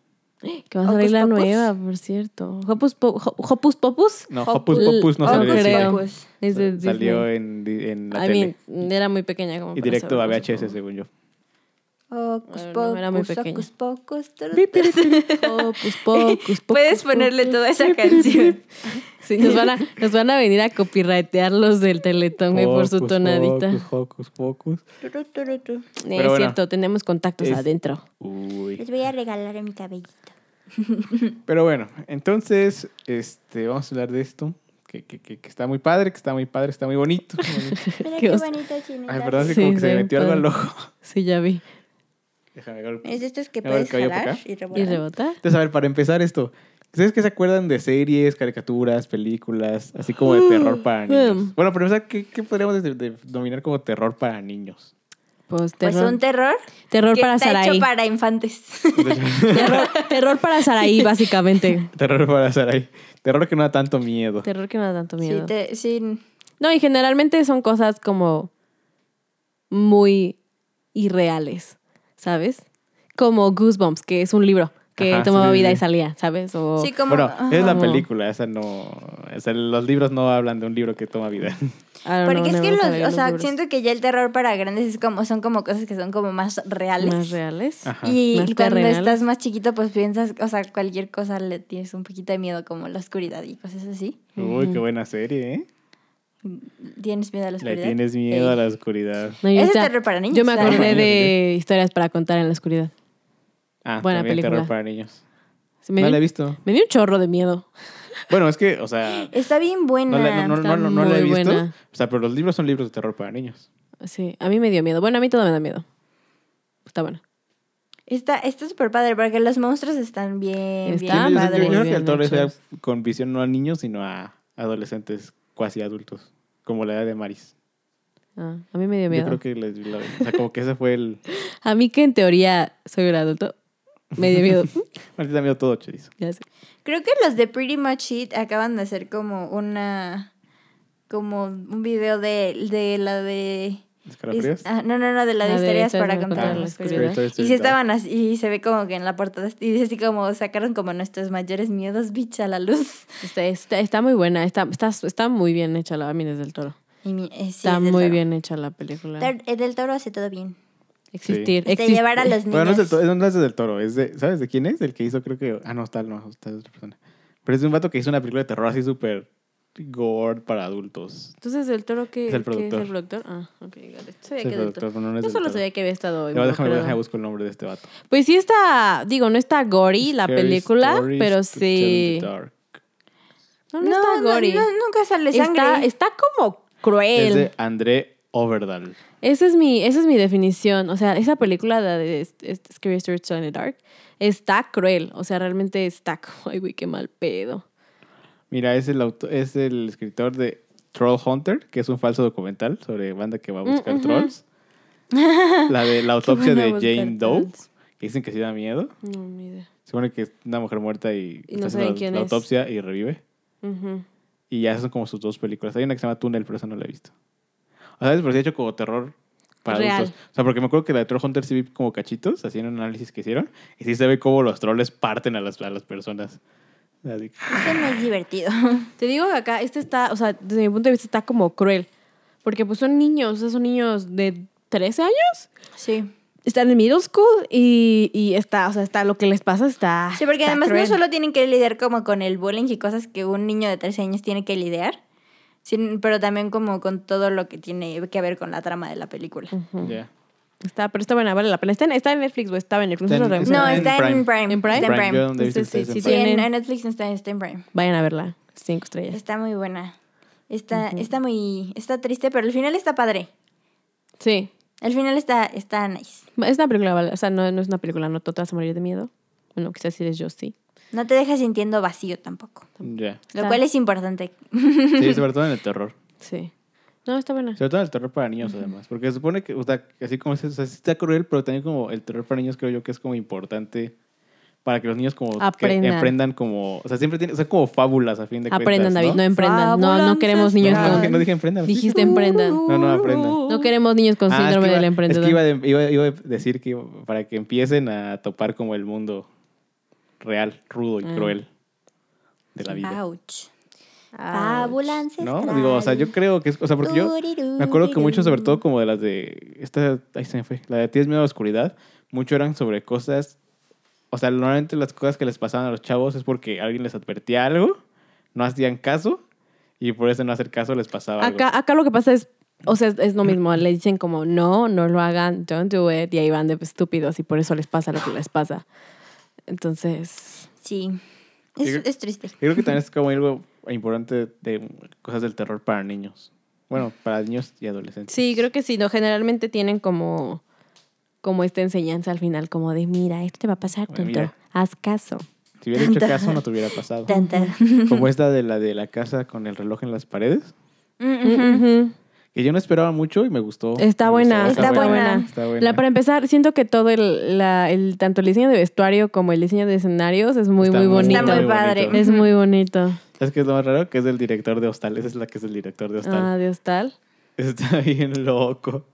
[SPEAKER 1] Que va a salir
[SPEAKER 3] Hocus
[SPEAKER 1] la
[SPEAKER 3] Pocus.
[SPEAKER 1] nueva, por cierto. Hopus, po- Ho- Hopus Popus.
[SPEAKER 4] No,
[SPEAKER 3] Hocus-
[SPEAKER 4] Hopus Popus no
[SPEAKER 1] Hocus Oh,
[SPEAKER 4] salió en el cine.
[SPEAKER 1] creo.
[SPEAKER 3] Pocus.
[SPEAKER 1] Es de
[SPEAKER 4] Salió
[SPEAKER 1] Disney.
[SPEAKER 4] en, di- en la
[SPEAKER 1] I
[SPEAKER 4] tele.
[SPEAKER 1] mean, era muy pequeña como
[SPEAKER 4] y
[SPEAKER 1] para
[SPEAKER 4] directo a
[SPEAKER 1] saber,
[SPEAKER 4] VHS,
[SPEAKER 1] supongo.
[SPEAKER 4] según yo.
[SPEAKER 3] Hocus
[SPEAKER 1] Bueno, era muy
[SPEAKER 3] pocus,
[SPEAKER 1] pequeña.
[SPEAKER 3] hocus pocus. turu,
[SPEAKER 1] Hocus Pocus.
[SPEAKER 3] Puedes ponerle toda esa canción.
[SPEAKER 1] Sí, nos van a, nos van a venir a copyrightear los del Teletón, güey, por su
[SPEAKER 4] Hocus
[SPEAKER 1] tonadita.
[SPEAKER 4] Pocus, Hocus Pocus.
[SPEAKER 3] Turu, turu, turu.
[SPEAKER 1] Eh,
[SPEAKER 4] Pero
[SPEAKER 1] es
[SPEAKER 4] bueno.
[SPEAKER 1] cierto, tenemos contactos
[SPEAKER 4] Es-
[SPEAKER 1] adentro.
[SPEAKER 4] Uy.
[SPEAKER 3] Les voy a regalar a mi cabellito.
[SPEAKER 4] Pero bueno, entonces, este, vamos a hablar de esto. Que, que, que, que está muy padre, que está muy padre, está muy bonito.
[SPEAKER 3] Mira
[SPEAKER 1] Qué
[SPEAKER 3] qué,
[SPEAKER 1] oso.
[SPEAKER 3] bonito chinito.
[SPEAKER 4] Ay, perdón, es que
[SPEAKER 1] Sí,
[SPEAKER 4] como que
[SPEAKER 1] está
[SPEAKER 4] se me
[SPEAKER 1] bien
[SPEAKER 4] metió algo al
[SPEAKER 1] padre.
[SPEAKER 4] ojo.
[SPEAKER 1] Sí, ya vi.
[SPEAKER 4] Déjame ver.
[SPEAKER 3] Es de estos que
[SPEAKER 4] Me voy al
[SPEAKER 3] puedes
[SPEAKER 4] cabello para
[SPEAKER 3] jalar
[SPEAKER 4] acá.
[SPEAKER 3] y
[SPEAKER 1] ¿Y
[SPEAKER 3] rebotar.
[SPEAKER 1] rebota?
[SPEAKER 4] Entonces, a ver, para empezar esto, ¿ustedes qué se acuerdan de series, caricaturas, películas, así como de terror para niños?
[SPEAKER 1] Mm.
[SPEAKER 4] Bueno, para empezar, ¿qué, qué podríamos de- de- denominar como terror para niños?
[SPEAKER 1] Pues
[SPEAKER 3] Pues
[SPEAKER 1] terror.
[SPEAKER 3] un terror
[SPEAKER 1] terror
[SPEAKER 3] que
[SPEAKER 1] para
[SPEAKER 3] está
[SPEAKER 1] Saraí.
[SPEAKER 3] hecho para infantes.
[SPEAKER 1] Terror, terror para Saraí, básicamente.
[SPEAKER 4] Terror para Sarai. Terror que no da tanto miedo.
[SPEAKER 1] Terror que me da tanto miedo.
[SPEAKER 3] Sí, te- sí,
[SPEAKER 1] No, y generalmente son cosas como muy irreales, ¿sabes? Como Goosebumps, que es un libro que
[SPEAKER 4] Ajá,
[SPEAKER 1] tomaba
[SPEAKER 4] sí, sí,
[SPEAKER 1] vida y
[SPEAKER 4] sí.
[SPEAKER 1] salía, ¿sabes? O
[SPEAKER 3] sí, como...
[SPEAKER 4] Bueno, es la
[SPEAKER 1] Ajá.
[SPEAKER 4] película, esa no. o sea, los libros no hablan de un libro que toma vida.
[SPEAKER 1] I don't know,
[SPEAKER 3] Porque es
[SPEAKER 1] no
[SPEAKER 3] que
[SPEAKER 1] me
[SPEAKER 3] los,
[SPEAKER 1] acuerdo bien
[SPEAKER 3] o sea,
[SPEAKER 1] libros.
[SPEAKER 3] siento que ya el terror para grandes es como, son como cosas que Ah. son como más reales.
[SPEAKER 1] más reales.
[SPEAKER 4] Ajá.
[SPEAKER 3] Y
[SPEAKER 1] Más
[SPEAKER 3] cuando
[SPEAKER 1] terrenales.
[SPEAKER 3] estás más chiquito, pues piensas, o sea, cualquier cosa le tienes un poquito de miedo, como la oscuridad y cosas así.
[SPEAKER 4] Uy, qué
[SPEAKER 1] Mm.
[SPEAKER 4] buena serie, ¿eh?
[SPEAKER 3] ¿Tienes miedo a la
[SPEAKER 4] Le
[SPEAKER 3] oscuridad?
[SPEAKER 4] tienes miedo
[SPEAKER 3] Sí.
[SPEAKER 4] a la oscuridad.
[SPEAKER 1] No, yo
[SPEAKER 3] Ese es
[SPEAKER 1] esta-
[SPEAKER 3] terror para niños,
[SPEAKER 1] Yo me
[SPEAKER 3] claro.
[SPEAKER 1] acordé de historias para contar en la oscuridad.
[SPEAKER 4] Ah,
[SPEAKER 1] Buena
[SPEAKER 4] también
[SPEAKER 1] película.
[SPEAKER 4] terror para niños.
[SPEAKER 1] Se me,
[SPEAKER 4] no
[SPEAKER 1] dio,
[SPEAKER 4] la he visto.
[SPEAKER 1] me dio un chorro de miedo.
[SPEAKER 4] Bueno, es que, o sea,
[SPEAKER 3] Está bien buena.
[SPEAKER 4] no la, no, no,
[SPEAKER 1] está
[SPEAKER 4] no, no- no la he
[SPEAKER 1] muy
[SPEAKER 4] visto.
[SPEAKER 1] buena.
[SPEAKER 4] O sea, pero los libros son libros de terror para niños.
[SPEAKER 1] Sí, a mí me dio miedo. Bueno, a mí todo me da miedo. Está bueno.
[SPEAKER 3] Está está súper padre, porque los monstruos están bien,
[SPEAKER 1] Está
[SPEAKER 4] yo,
[SPEAKER 3] bien
[SPEAKER 4] yo- yo
[SPEAKER 1] padre.
[SPEAKER 4] creo
[SPEAKER 3] padres.
[SPEAKER 4] que el terror
[SPEAKER 1] Bien
[SPEAKER 4] es
[SPEAKER 1] hechos.
[SPEAKER 4] con visión no a niños, sino a adolescentes, cuasi adultos, como la edad de Maris.
[SPEAKER 1] Ah, a mí me dio
[SPEAKER 4] Yo
[SPEAKER 1] miedo.
[SPEAKER 4] creo que les, la- o sea, como que ese fue el...
[SPEAKER 1] A mí que en teoría soy un adulto, me dio miedo.
[SPEAKER 4] A ti también todo chorizo.
[SPEAKER 1] Ya sé.
[SPEAKER 3] Creo que los de Pretty Much It acaban de hacer como una... Como un video de, de la de...
[SPEAKER 4] ¿Escalofríos? Ah,
[SPEAKER 3] Ah, no, no, no, de la de
[SPEAKER 1] La de
[SPEAKER 3] historias
[SPEAKER 1] historias
[SPEAKER 3] para
[SPEAKER 1] para
[SPEAKER 3] contar
[SPEAKER 1] contar
[SPEAKER 3] en la
[SPEAKER 1] en la
[SPEAKER 3] oscuridad.
[SPEAKER 4] oscuridad.
[SPEAKER 3] Y sí estaban así, y se ve como que en la portada, y dice así como sacaron como nuestros mayores miedos, bicha, a la luz.
[SPEAKER 1] Está, está, está muy buena, está, está, está muy bien hecha la Mines del Toro.
[SPEAKER 3] Y mi- eh, sí,
[SPEAKER 1] Está
[SPEAKER 3] es del
[SPEAKER 1] muy
[SPEAKER 3] toro.
[SPEAKER 1] bien hecha la película.
[SPEAKER 3] Tor- el del toro hace todo bien.
[SPEAKER 1] Existir.
[SPEAKER 3] Hasta
[SPEAKER 1] existe.
[SPEAKER 3] llevar a los niños.
[SPEAKER 4] Bueno, no es, del toro, no es del toro, es de, ¿sabes de quién es? El que hizo, creo que, ah, no, está, no, está de otra persona. Pero es de un vato que hizo una película de terror así súper gore para adultos.
[SPEAKER 1] Entonces, ¿del Toro qué
[SPEAKER 4] Es el
[SPEAKER 1] qué
[SPEAKER 4] productor.
[SPEAKER 1] el productor? Ah, ok, got it. Sabía
[SPEAKER 4] Es
[SPEAKER 1] que
[SPEAKER 4] el
[SPEAKER 1] del Toro.
[SPEAKER 4] productor, no, no es
[SPEAKER 1] Yo
[SPEAKER 4] del
[SPEAKER 1] solo
[SPEAKER 4] Toro.
[SPEAKER 1] sabía que había estado
[SPEAKER 4] Ya va, déjame, ver,
[SPEAKER 1] involucrado.
[SPEAKER 4] déjame buscar el nombre de este vato.
[SPEAKER 1] Pues sí está, digo, no está gory la
[SPEAKER 4] Scary
[SPEAKER 1] película,
[SPEAKER 4] Stories
[SPEAKER 1] pero
[SPEAKER 4] to Tell
[SPEAKER 1] sí...
[SPEAKER 4] in the Dark.
[SPEAKER 1] No, no, está gory.
[SPEAKER 3] no, nunca sale sangre.
[SPEAKER 1] está, está como cruel.
[SPEAKER 4] Es de André Overdal.
[SPEAKER 1] Esa es mi, esa es mi definición. O sea, esa película de, de- es- Scary Stories to Tell in the Dark está cruel. O sea, realmente está como, ay, güey, qué mal pedo.
[SPEAKER 4] Mira, es el, auto- es el escritor de Troll Hunter, que es un falso documental sobre banda que va a buscar
[SPEAKER 1] Mm, ujú.
[SPEAKER 4] trolls. La de la autopsia
[SPEAKER 1] van a
[SPEAKER 4] de
[SPEAKER 1] buscar
[SPEAKER 4] Jane Doe,
[SPEAKER 1] trolls?
[SPEAKER 4] que dicen que sí da miedo.
[SPEAKER 1] No, ni idea.
[SPEAKER 4] Se supone que es una mujer muerta y,
[SPEAKER 1] Y no
[SPEAKER 4] está
[SPEAKER 1] saben
[SPEAKER 4] haciendo la-
[SPEAKER 1] quién
[SPEAKER 4] la
[SPEAKER 1] es.
[SPEAKER 4] autopsia y revive.
[SPEAKER 1] Ujú.
[SPEAKER 4] Y ya son como sus dos películas. Hay una que se llama Túnel, pero esa no la he visto. O sea, pero sí he hecho como terror para
[SPEAKER 1] Real.
[SPEAKER 4] adultos. O sea, porque me acuerdo que la de Troll Hunter sí vi como cachitos, así en un análisis que hicieron. Y sí se ve cómo los troles parten a las, a las personas. Así.
[SPEAKER 3] Eso no Este es divertido.
[SPEAKER 1] Te digo que acá este está, o sea, desde mi punto de vista está como cruel. Porque pues son niños, o sea, son niños de 13 años.
[SPEAKER 3] Sí.
[SPEAKER 1] Están en middle school y, y está, o sea, está lo que les pasa está.
[SPEAKER 3] Sí, porque
[SPEAKER 1] está
[SPEAKER 3] además no
[SPEAKER 1] cruel.
[SPEAKER 3] solo tienen que lidiar como con el bullying y cosas que un niño de 13 años tiene que lidiar, sin- pero también como con todo lo que tiene que ver con la trama de la película.
[SPEAKER 1] Ujú.
[SPEAKER 4] Ya.
[SPEAKER 1] Está, pero está buena, vale la pena. Está en, está en Netflix o estaba en Netflix.
[SPEAKER 4] Está en-
[SPEAKER 1] nosotros
[SPEAKER 4] está
[SPEAKER 3] No,
[SPEAKER 1] vemos.
[SPEAKER 4] en
[SPEAKER 3] está en
[SPEAKER 4] Prime.
[SPEAKER 3] Prime.
[SPEAKER 1] ¿En Prime?
[SPEAKER 3] Está en
[SPEAKER 4] Prime, yo
[SPEAKER 3] Prime.
[SPEAKER 4] donde he visto
[SPEAKER 1] Entonces,
[SPEAKER 4] ustedes
[SPEAKER 1] sí,
[SPEAKER 4] en
[SPEAKER 1] sí,
[SPEAKER 3] Sí,
[SPEAKER 4] Prime.
[SPEAKER 3] en,
[SPEAKER 1] Tienen-
[SPEAKER 3] en Netflix está, está en Prime.
[SPEAKER 1] Vayan a verla. Cinco estrellas.
[SPEAKER 3] Está muy buena. Está,
[SPEAKER 1] Ujú.
[SPEAKER 3] está muy, está triste, pero el final está padre.
[SPEAKER 1] Sí.
[SPEAKER 3] El final está, está nice.
[SPEAKER 1] Es una película, vale, o sea, no, no es una película, no te vas a morir de miedo. Bueno, quizás si eres yo, sí.
[SPEAKER 3] No te deja sintiendo vacío tampoco.
[SPEAKER 4] Ya.
[SPEAKER 3] Lo
[SPEAKER 1] Está.
[SPEAKER 3] cual es importante.
[SPEAKER 4] Sí, sobre todo en el terror.
[SPEAKER 1] Sí. No, está buena.
[SPEAKER 4] Sobre todo el terror para niños, además. Porque se supone que, o sea, así como es, o sea, sí está cruel, pero también como el terror para niños creo yo que es como importante para que los niños como que
[SPEAKER 1] Aprendan.
[SPEAKER 4] emprendan como, o sea, siempre tienen, son como fábulas a fin de
[SPEAKER 1] Aprendan,
[SPEAKER 4] cuentas,
[SPEAKER 1] David, no,
[SPEAKER 4] ¿no?
[SPEAKER 1] emprendan. No, no
[SPEAKER 3] Fabulanzas.
[SPEAKER 1] queremos niños
[SPEAKER 4] Ah, no,
[SPEAKER 1] con.
[SPEAKER 4] que no dije emprendan.
[SPEAKER 1] Dijiste emprendan.
[SPEAKER 4] No, no, aprendan.
[SPEAKER 1] No queremos niños con
[SPEAKER 4] Ah, es que
[SPEAKER 1] síndrome
[SPEAKER 4] iba-
[SPEAKER 1] del
[SPEAKER 4] Es que iba,
[SPEAKER 1] emprendedor.
[SPEAKER 4] de- iba- iba a decir que iba- para que empiecen a topar como el mundo real, rudo y
[SPEAKER 1] Ah.
[SPEAKER 4] cruel de la vida.
[SPEAKER 3] Ouch. Fábula
[SPEAKER 4] ¿No?
[SPEAKER 3] ancestral.
[SPEAKER 4] Digo, o sea, yo creo que es, o sea, porque yo me acuerdo que mucho, sobre
[SPEAKER 1] Mm.
[SPEAKER 4] todo como de las de, esta, ahí se me fue, la de Tienes miedo a la oscuridad, mucho eran sobre cosas, o sea, normalmente las cosas que les pasaban a los chavos es porque alguien les advertía algo, no hacían caso, y por eso no hacer caso les pasaba algo.
[SPEAKER 1] Acá, acá lo que pasa es, o sea, es, es lo mismo. Le dicen como, no, no lo hagan, don't do it. Y ahí van de estúpidos y por eso les pasa lo que les pasa. Entonces,
[SPEAKER 3] Sí. Es,
[SPEAKER 4] Digo-
[SPEAKER 3] es triste.
[SPEAKER 4] Yo creo que también es como algo importante de cosas del terror para niños. Bueno, para niños y adolescentes.
[SPEAKER 1] sí, creo que sí. No, generalmente tienen como, como esta enseñanza al final, como de, mira, esto te va a pasar,
[SPEAKER 4] Bueno,
[SPEAKER 1] tonto.
[SPEAKER 4] mira.
[SPEAKER 1] Haz caso.
[SPEAKER 4] Si hubiera hecho caso no te hubiera pasado.
[SPEAKER 3] Tan, tan.
[SPEAKER 4] Como esta de la de la casa con el reloj en las paredes.
[SPEAKER 3] Mm, ujú.
[SPEAKER 1] Ujú.
[SPEAKER 4] Que yo no esperaba mucho y me gustó.
[SPEAKER 1] Está
[SPEAKER 4] Me
[SPEAKER 1] buena,
[SPEAKER 4] gustó,
[SPEAKER 3] está buena.
[SPEAKER 4] Está buena.
[SPEAKER 1] La, para empezar, siento que todo el, la- el- tanto el diseño de vestuario como el diseño de escenarios es muy,
[SPEAKER 4] Está
[SPEAKER 1] muy bonito.
[SPEAKER 3] Está muy padre.
[SPEAKER 4] bonito.
[SPEAKER 1] Es muy bonito.
[SPEAKER 4] ¿Sabes qué es lo más raro? Que es del director de Hostal. Esa es la que es el director de
[SPEAKER 1] Ah,
[SPEAKER 4] Hostal.
[SPEAKER 1] Dios tal.
[SPEAKER 4] Está bien loco.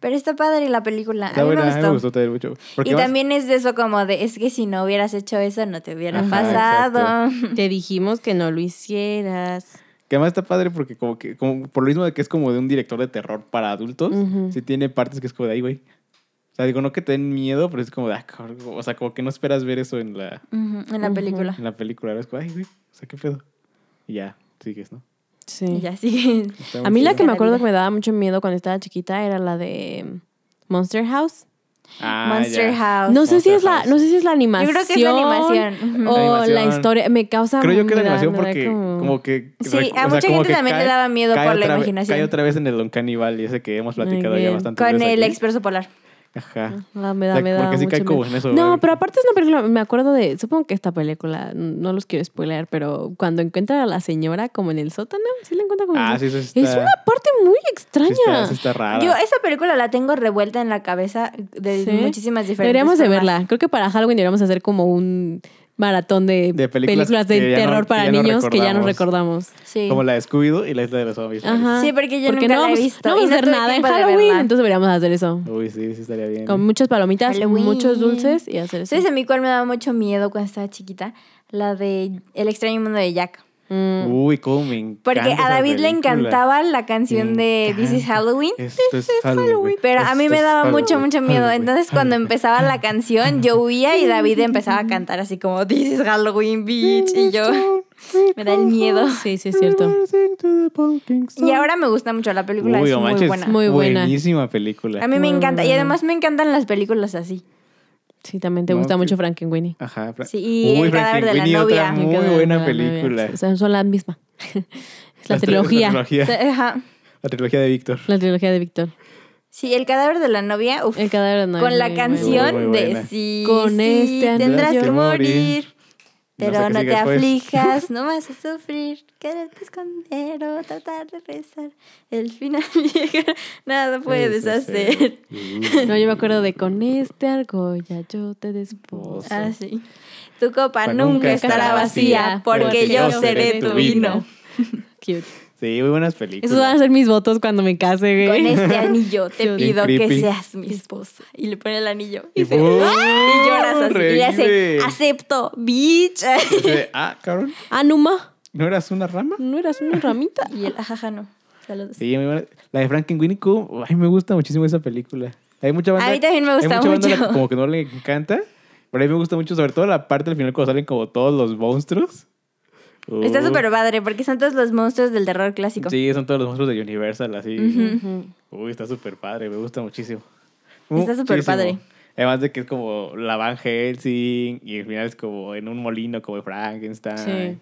[SPEAKER 3] Pero está padre la película.
[SPEAKER 4] Está
[SPEAKER 3] a mí
[SPEAKER 4] buena,
[SPEAKER 3] me
[SPEAKER 4] a mí
[SPEAKER 3] gustó.
[SPEAKER 4] me gustó también mucho. Porque
[SPEAKER 3] Y
[SPEAKER 4] más-
[SPEAKER 3] también es de eso como de, es que si no hubieras hecho eso no te hubiera
[SPEAKER 4] Ajá,
[SPEAKER 3] pasado.
[SPEAKER 1] Te dijimos que no lo hicieras.
[SPEAKER 4] Que además está padre porque como que, como por lo mismo de que es como de un director de terror para adultos,
[SPEAKER 1] Ujú.
[SPEAKER 4] sí tiene partes que es como de ahí, güey. O sea, digo, no que te den miedo, pero es como de, ah, cabrón, o sea, como que no esperas ver eso en la,
[SPEAKER 3] Ujú, en la
[SPEAKER 1] Ujú.
[SPEAKER 3] película.
[SPEAKER 4] en la película. ¿no? Es como, ay, güey, o sea, qué pedo. Y ya, sigues, ¿no?
[SPEAKER 1] Sí.
[SPEAKER 3] Y ya sigue.
[SPEAKER 4] Está muy
[SPEAKER 1] A mí la
[SPEAKER 4] chido.
[SPEAKER 1] que me acuerdo
[SPEAKER 3] Maravilla.
[SPEAKER 1] que me daba mucho miedo cuando estaba chiquita era la de Monster House.
[SPEAKER 4] Ah,
[SPEAKER 3] Monster
[SPEAKER 4] ya.
[SPEAKER 3] House.
[SPEAKER 1] No sé si
[SPEAKER 4] Monster
[SPEAKER 1] es la,
[SPEAKER 4] House.
[SPEAKER 1] no sé si es la
[SPEAKER 3] Yo
[SPEAKER 1] animación.
[SPEAKER 3] creo que es la animación. Ujú.
[SPEAKER 1] O
[SPEAKER 4] La
[SPEAKER 1] la
[SPEAKER 4] animación.
[SPEAKER 1] historia. Me causa
[SPEAKER 4] Creo yo que la
[SPEAKER 1] me da-
[SPEAKER 4] animación
[SPEAKER 1] me da
[SPEAKER 4] porque como, que...
[SPEAKER 3] Sí, a
[SPEAKER 4] recu- o sea,
[SPEAKER 3] mucha
[SPEAKER 4] como
[SPEAKER 3] gente
[SPEAKER 4] que
[SPEAKER 3] también le
[SPEAKER 4] cae-
[SPEAKER 3] daba miedo
[SPEAKER 4] cae
[SPEAKER 3] por la
[SPEAKER 4] otra vez-
[SPEAKER 3] imaginación.
[SPEAKER 4] Cae otra vez en el Uncanny Valley, ese que hemos platicado ya
[SPEAKER 1] Again.
[SPEAKER 4] bastante.
[SPEAKER 3] Con el expreso polar.
[SPEAKER 4] Ajá.
[SPEAKER 1] Ah, me da,
[SPEAKER 4] La-
[SPEAKER 1] me da
[SPEAKER 4] porque sí
[SPEAKER 1] mucho
[SPEAKER 4] cae como
[SPEAKER 1] miedo.
[SPEAKER 4] en eso,
[SPEAKER 1] No,
[SPEAKER 4] ¿verdad?
[SPEAKER 1] pero aparte es una película, me acuerdo de, supongo que esta película, no los quiero spoiler, pero cuando encuentran a la señora como en el sótano, sí la encuentran como en el
[SPEAKER 4] Ah,
[SPEAKER 1] sótano.
[SPEAKER 4] sí, eso está...
[SPEAKER 1] Es una parte muy extraña.
[SPEAKER 4] sí está, sí está rara.
[SPEAKER 3] Yo eh, esa película la tengo revuelta en la cabeza de
[SPEAKER 1] Sí.
[SPEAKER 3] muchísimas diferentes
[SPEAKER 1] Deberíamos de
[SPEAKER 3] formas.
[SPEAKER 1] verla. Creo que para Halloween deberíamos hacer como un maratón de,
[SPEAKER 4] De
[SPEAKER 1] películas,
[SPEAKER 4] películas
[SPEAKER 1] de
[SPEAKER 4] que ya no-
[SPEAKER 1] terror
[SPEAKER 4] que
[SPEAKER 1] para
[SPEAKER 4] ya no
[SPEAKER 1] niños que ya no recordamos.
[SPEAKER 3] Sí.
[SPEAKER 4] Como la de Scooby-Doo y la isla de los zombies.
[SPEAKER 1] Ajá.
[SPEAKER 3] Sí, porque yo
[SPEAKER 1] Porque
[SPEAKER 3] nunca
[SPEAKER 1] no
[SPEAKER 3] la he
[SPEAKER 1] vamos,
[SPEAKER 3] visto
[SPEAKER 1] no
[SPEAKER 3] y
[SPEAKER 1] vamos
[SPEAKER 3] no
[SPEAKER 1] a hacer
[SPEAKER 3] tuve
[SPEAKER 1] nada en
[SPEAKER 3] tiempo de
[SPEAKER 1] Halloween,
[SPEAKER 3] verla.
[SPEAKER 1] entonces deberíamos hacer eso.
[SPEAKER 4] Uy, sí, sí estaría bien.
[SPEAKER 1] Con muchas palomitas,
[SPEAKER 3] Halloween.
[SPEAKER 1] muchos dulces y hacer eso.
[SPEAKER 3] ¿Sabes a mí cuál me daba mucho miedo cuando estaba chiquita? La de El extraño mundo de Jack.
[SPEAKER 1] Mm.
[SPEAKER 4] Uy, cómo me encanta
[SPEAKER 3] Porque
[SPEAKER 4] esa
[SPEAKER 3] a David le
[SPEAKER 4] película.
[SPEAKER 3] encantaba la canción de
[SPEAKER 4] Me
[SPEAKER 3] This is
[SPEAKER 4] encanta.
[SPEAKER 3] Halloween.
[SPEAKER 4] Esto es Halloween.
[SPEAKER 3] Pero a mí
[SPEAKER 4] Esto
[SPEAKER 3] me
[SPEAKER 4] es
[SPEAKER 3] daba mucho,
[SPEAKER 4] Halloween,
[SPEAKER 3] mucho miedo.
[SPEAKER 4] Halloween,
[SPEAKER 3] Entonces, cuando
[SPEAKER 4] Halloween.
[SPEAKER 3] empezaba la canción, yo huía y David empezaba a cantar así como This is Halloween, bitch. Y yo me da el miedo.
[SPEAKER 1] Sí, sí, es cierto.
[SPEAKER 3] Y ahora me gusta mucho la película.
[SPEAKER 4] Uy,
[SPEAKER 3] es
[SPEAKER 4] no
[SPEAKER 3] muy
[SPEAKER 4] manches,
[SPEAKER 3] buena.
[SPEAKER 1] Muy buena.
[SPEAKER 4] Buenísima película.
[SPEAKER 3] A mí me
[SPEAKER 1] Muy
[SPEAKER 3] encanta. Y
[SPEAKER 1] buena.
[SPEAKER 3] además me encantan las películas así.
[SPEAKER 1] Sí, también te
[SPEAKER 4] No,
[SPEAKER 1] gusta
[SPEAKER 4] que-
[SPEAKER 1] mucho Frankenweenie.
[SPEAKER 4] Ajá. Fra-
[SPEAKER 3] Sí, y El cadáver de la
[SPEAKER 4] Frankenweenie, otra
[SPEAKER 3] novia.
[SPEAKER 1] Me
[SPEAKER 4] Muy
[SPEAKER 1] quedo
[SPEAKER 4] buena
[SPEAKER 1] con la novia.
[SPEAKER 4] película.
[SPEAKER 1] O sea, son la misma. es la
[SPEAKER 4] Las tres-
[SPEAKER 1] trilogía.
[SPEAKER 4] La
[SPEAKER 3] O
[SPEAKER 4] trilogía,
[SPEAKER 3] sea, ajá.
[SPEAKER 4] la trilogía de Víctor.
[SPEAKER 1] La trilogía de Víctor.
[SPEAKER 3] Sí, el cadáver de la novia. uf,
[SPEAKER 1] El cadáver de la novia
[SPEAKER 3] con
[SPEAKER 1] es
[SPEAKER 3] la
[SPEAKER 1] muy
[SPEAKER 3] canción
[SPEAKER 4] Muy buena.
[SPEAKER 3] de sí,
[SPEAKER 1] Con
[SPEAKER 3] sí,
[SPEAKER 1] este
[SPEAKER 3] tendrás
[SPEAKER 4] anillo.
[SPEAKER 3] que morir. Pero no,
[SPEAKER 4] qué
[SPEAKER 3] te
[SPEAKER 4] sigue después.
[SPEAKER 3] aflijas, no vas a sufrir, quererte esconder o tratar de rezar. El final llega, nada puedes
[SPEAKER 4] Eso es
[SPEAKER 3] hacer.
[SPEAKER 4] cero.
[SPEAKER 1] No, yo me acuerdo de con este argolla yo te desposo.
[SPEAKER 4] Vos.
[SPEAKER 3] Así. Ah, Tu copa
[SPEAKER 4] Pa'
[SPEAKER 3] nunca, estará vacía, porque yo seré tu vino.
[SPEAKER 1] Cute.
[SPEAKER 4] Sí, muy buenas películas.
[SPEAKER 1] Esos van a ser mis votos cuando me case, güey.
[SPEAKER 3] Con este anillo te
[SPEAKER 1] Bien
[SPEAKER 3] pido que
[SPEAKER 4] creepy.
[SPEAKER 3] seas mi esposa. Y le pone el anillo.
[SPEAKER 4] Y
[SPEAKER 3] Y, se-
[SPEAKER 4] ¡pum!
[SPEAKER 3] y lloras así. Y le hace,
[SPEAKER 4] Revive.
[SPEAKER 3] acepto, bitch.
[SPEAKER 4] Dice, ah, cabrón,
[SPEAKER 1] Ah, Numa,
[SPEAKER 4] ¿no eras una rama?
[SPEAKER 1] ¿no eras una ramita?
[SPEAKER 3] Y el ajaja no. Saludos.
[SPEAKER 4] Sí, muy buena. La de Frankenweenico, ay, me gusta muchísimo esa película. Hay mucha banda.
[SPEAKER 3] A mí también me
[SPEAKER 4] hay
[SPEAKER 3] gusta
[SPEAKER 4] mucha banda a la
[SPEAKER 3] mucho.
[SPEAKER 4] que como que no le encanta, pero a mí me gusta mucho, sobre todo la parte del final cuando salen como todos los monstruos. Uh,
[SPEAKER 3] Está
[SPEAKER 1] Oh.
[SPEAKER 3] súper padre porque son todos los monstruos del terror clásico.
[SPEAKER 4] Sí, son todos los monstruos de Universal, así.
[SPEAKER 1] Ujú.
[SPEAKER 4] Uy, está súper padre, me gusta muchísimo.
[SPEAKER 3] Está súper
[SPEAKER 4] Muchísimo.
[SPEAKER 3] padre.
[SPEAKER 4] Además de que es como la Van Helsing y al final es como en un molino como de Frankenstein.
[SPEAKER 1] Sí.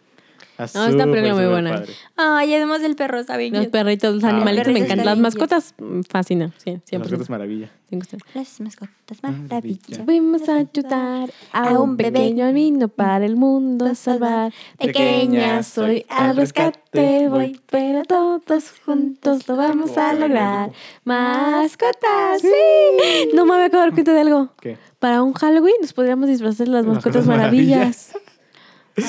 [SPEAKER 4] Está
[SPEAKER 1] No, esta
[SPEAKER 4] súper,
[SPEAKER 1] película muy
[SPEAKER 4] súper
[SPEAKER 1] buena.
[SPEAKER 4] padre.
[SPEAKER 3] Ay, además del perro, ¿saben?
[SPEAKER 1] Los perritos, los
[SPEAKER 4] Ah,
[SPEAKER 1] animalitos me
[SPEAKER 4] perritos
[SPEAKER 1] encantan. Las
[SPEAKER 3] también.
[SPEAKER 1] mascotas mm, fascinan, sí,
[SPEAKER 4] Las
[SPEAKER 1] siempre.
[SPEAKER 4] cosas maravilla.
[SPEAKER 1] Me gustan.
[SPEAKER 3] Las mascotas
[SPEAKER 1] Ah,
[SPEAKER 4] Maravilla.
[SPEAKER 3] maravillas.
[SPEAKER 1] Fuimos a ayudar a,
[SPEAKER 3] A
[SPEAKER 1] un
[SPEAKER 3] un bebé.
[SPEAKER 1] pequeño niño para el mundo a salvar.
[SPEAKER 3] Pequeña soy, al rescate voy,
[SPEAKER 1] pero todos juntos lo vamos a lograr. Mascotas, sí. No me acabo de dar cuenta de algo.
[SPEAKER 4] ¿Qué?
[SPEAKER 1] Para un Halloween nos podríamos disfrazar de las
[SPEAKER 4] Las
[SPEAKER 1] mascotas
[SPEAKER 4] mascotas maravillas.
[SPEAKER 1] maravillas.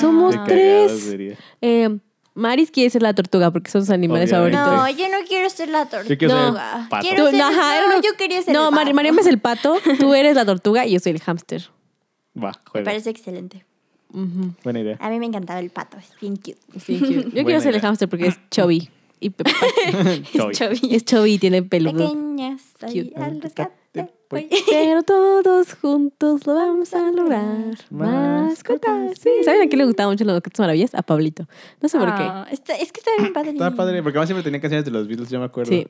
[SPEAKER 1] Somos
[SPEAKER 4] Qué cagadas
[SPEAKER 1] tres.
[SPEAKER 4] sería.
[SPEAKER 1] Eh, Maris quiere ser la tortuga porque son sus animales
[SPEAKER 4] Obviamente.
[SPEAKER 3] No,
[SPEAKER 1] favoritos.
[SPEAKER 3] yo no quiero ser la
[SPEAKER 4] Yo
[SPEAKER 1] No.
[SPEAKER 4] quiero ser
[SPEAKER 3] tortuga.
[SPEAKER 4] pato.
[SPEAKER 3] Quiero ser-
[SPEAKER 1] ajá, era
[SPEAKER 3] no,
[SPEAKER 1] una-
[SPEAKER 3] yo quería ser
[SPEAKER 1] No,
[SPEAKER 3] el
[SPEAKER 1] Mari-
[SPEAKER 3] pato.
[SPEAKER 1] Mariam es el pato, tú eres la tortuga y yo soy el hámster.
[SPEAKER 4] Va,
[SPEAKER 3] Me
[SPEAKER 4] juega.
[SPEAKER 3] parece excelente.
[SPEAKER 1] Ujú.
[SPEAKER 4] Buena idea.
[SPEAKER 3] A mí me encantaba el pato, es bien cute.
[SPEAKER 1] Sí, cute. Yo quiero
[SPEAKER 4] Buena
[SPEAKER 1] ser el
[SPEAKER 4] idea.
[SPEAKER 1] hámster porque es chubby. Y pe-
[SPEAKER 4] Soy.
[SPEAKER 1] Ah, es chubby y tiene peludo.
[SPEAKER 3] Pequeña soy,
[SPEAKER 1] Cute.
[SPEAKER 3] al rescate
[SPEAKER 4] pues.
[SPEAKER 3] voy.
[SPEAKER 1] Pero todos juntos lo vamos a lograr. Mascotas. Sí. ¿Saben a quién le gustaban mucho las mascotas maravillas? A Pablito. No sé por qué.
[SPEAKER 3] Ah, está- es que está bien padre.
[SPEAKER 4] Estaba padre, porque además siempre tenía canciones de los Beatles, yo me acuerdo.
[SPEAKER 1] Sí.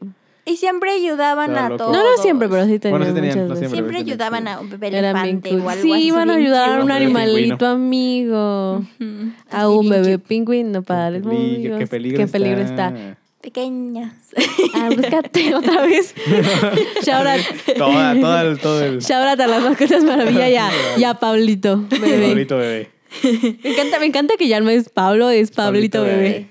[SPEAKER 3] Y siempre ayudaban
[SPEAKER 4] Estaba
[SPEAKER 3] a
[SPEAKER 4] loco.
[SPEAKER 3] todos.
[SPEAKER 1] No, no siempre, pero sí tenían
[SPEAKER 4] Bueno, sí tenían,
[SPEAKER 1] muchas
[SPEAKER 4] no
[SPEAKER 1] veces.
[SPEAKER 4] siempre.
[SPEAKER 3] Siempre ayudaban a un bebé
[SPEAKER 1] Eran bien
[SPEAKER 3] elefante o
[SPEAKER 1] cool.
[SPEAKER 3] algo
[SPEAKER 1] Sí,
[SPEAKER 3] así.
[SPEAKER 1] iban a
[SPEAKER 3] bien
[SPEAKER 1] ayudar a un
[SPEAKER 4] cute.
[SPEAKER 1] animalito
[SPEAKER 4] Pingüino.
[SPEAKER 1] amigo.
[SPEAKER 3] cute.
[SPEAKER 1] A
[SPEAKER 3] Así
[SPEAKER 1] un
[SPEAKER 3] bien
[SPEAKER 1] bebé
[SPEAKER 3] cute.
[SPEAKER 1] pingüino para el mundo.
[SPEAKER 4] Peligro, Qué peligro,
[SPEAKER 1] Qué peligro está.
[SPEAKER 3] Pequeña.
[SPEAKER 1] Ah, búscate otra vez. Shout out.
[SPEAKER 4] Toda, toda el, todo el
[SPEAKER 1] Shout out a las mascotas maravilla y a, y a Pablito, bebé.
[SPEAKER 4] favorito bebé.
[SPEAKER 1] Me encanta, me encanta que ya no es Pablo, es Pablito,
[SPEAKER 4] Pablito
[SPEAKER 1] bebé.
[SPEAKER 4] bebé.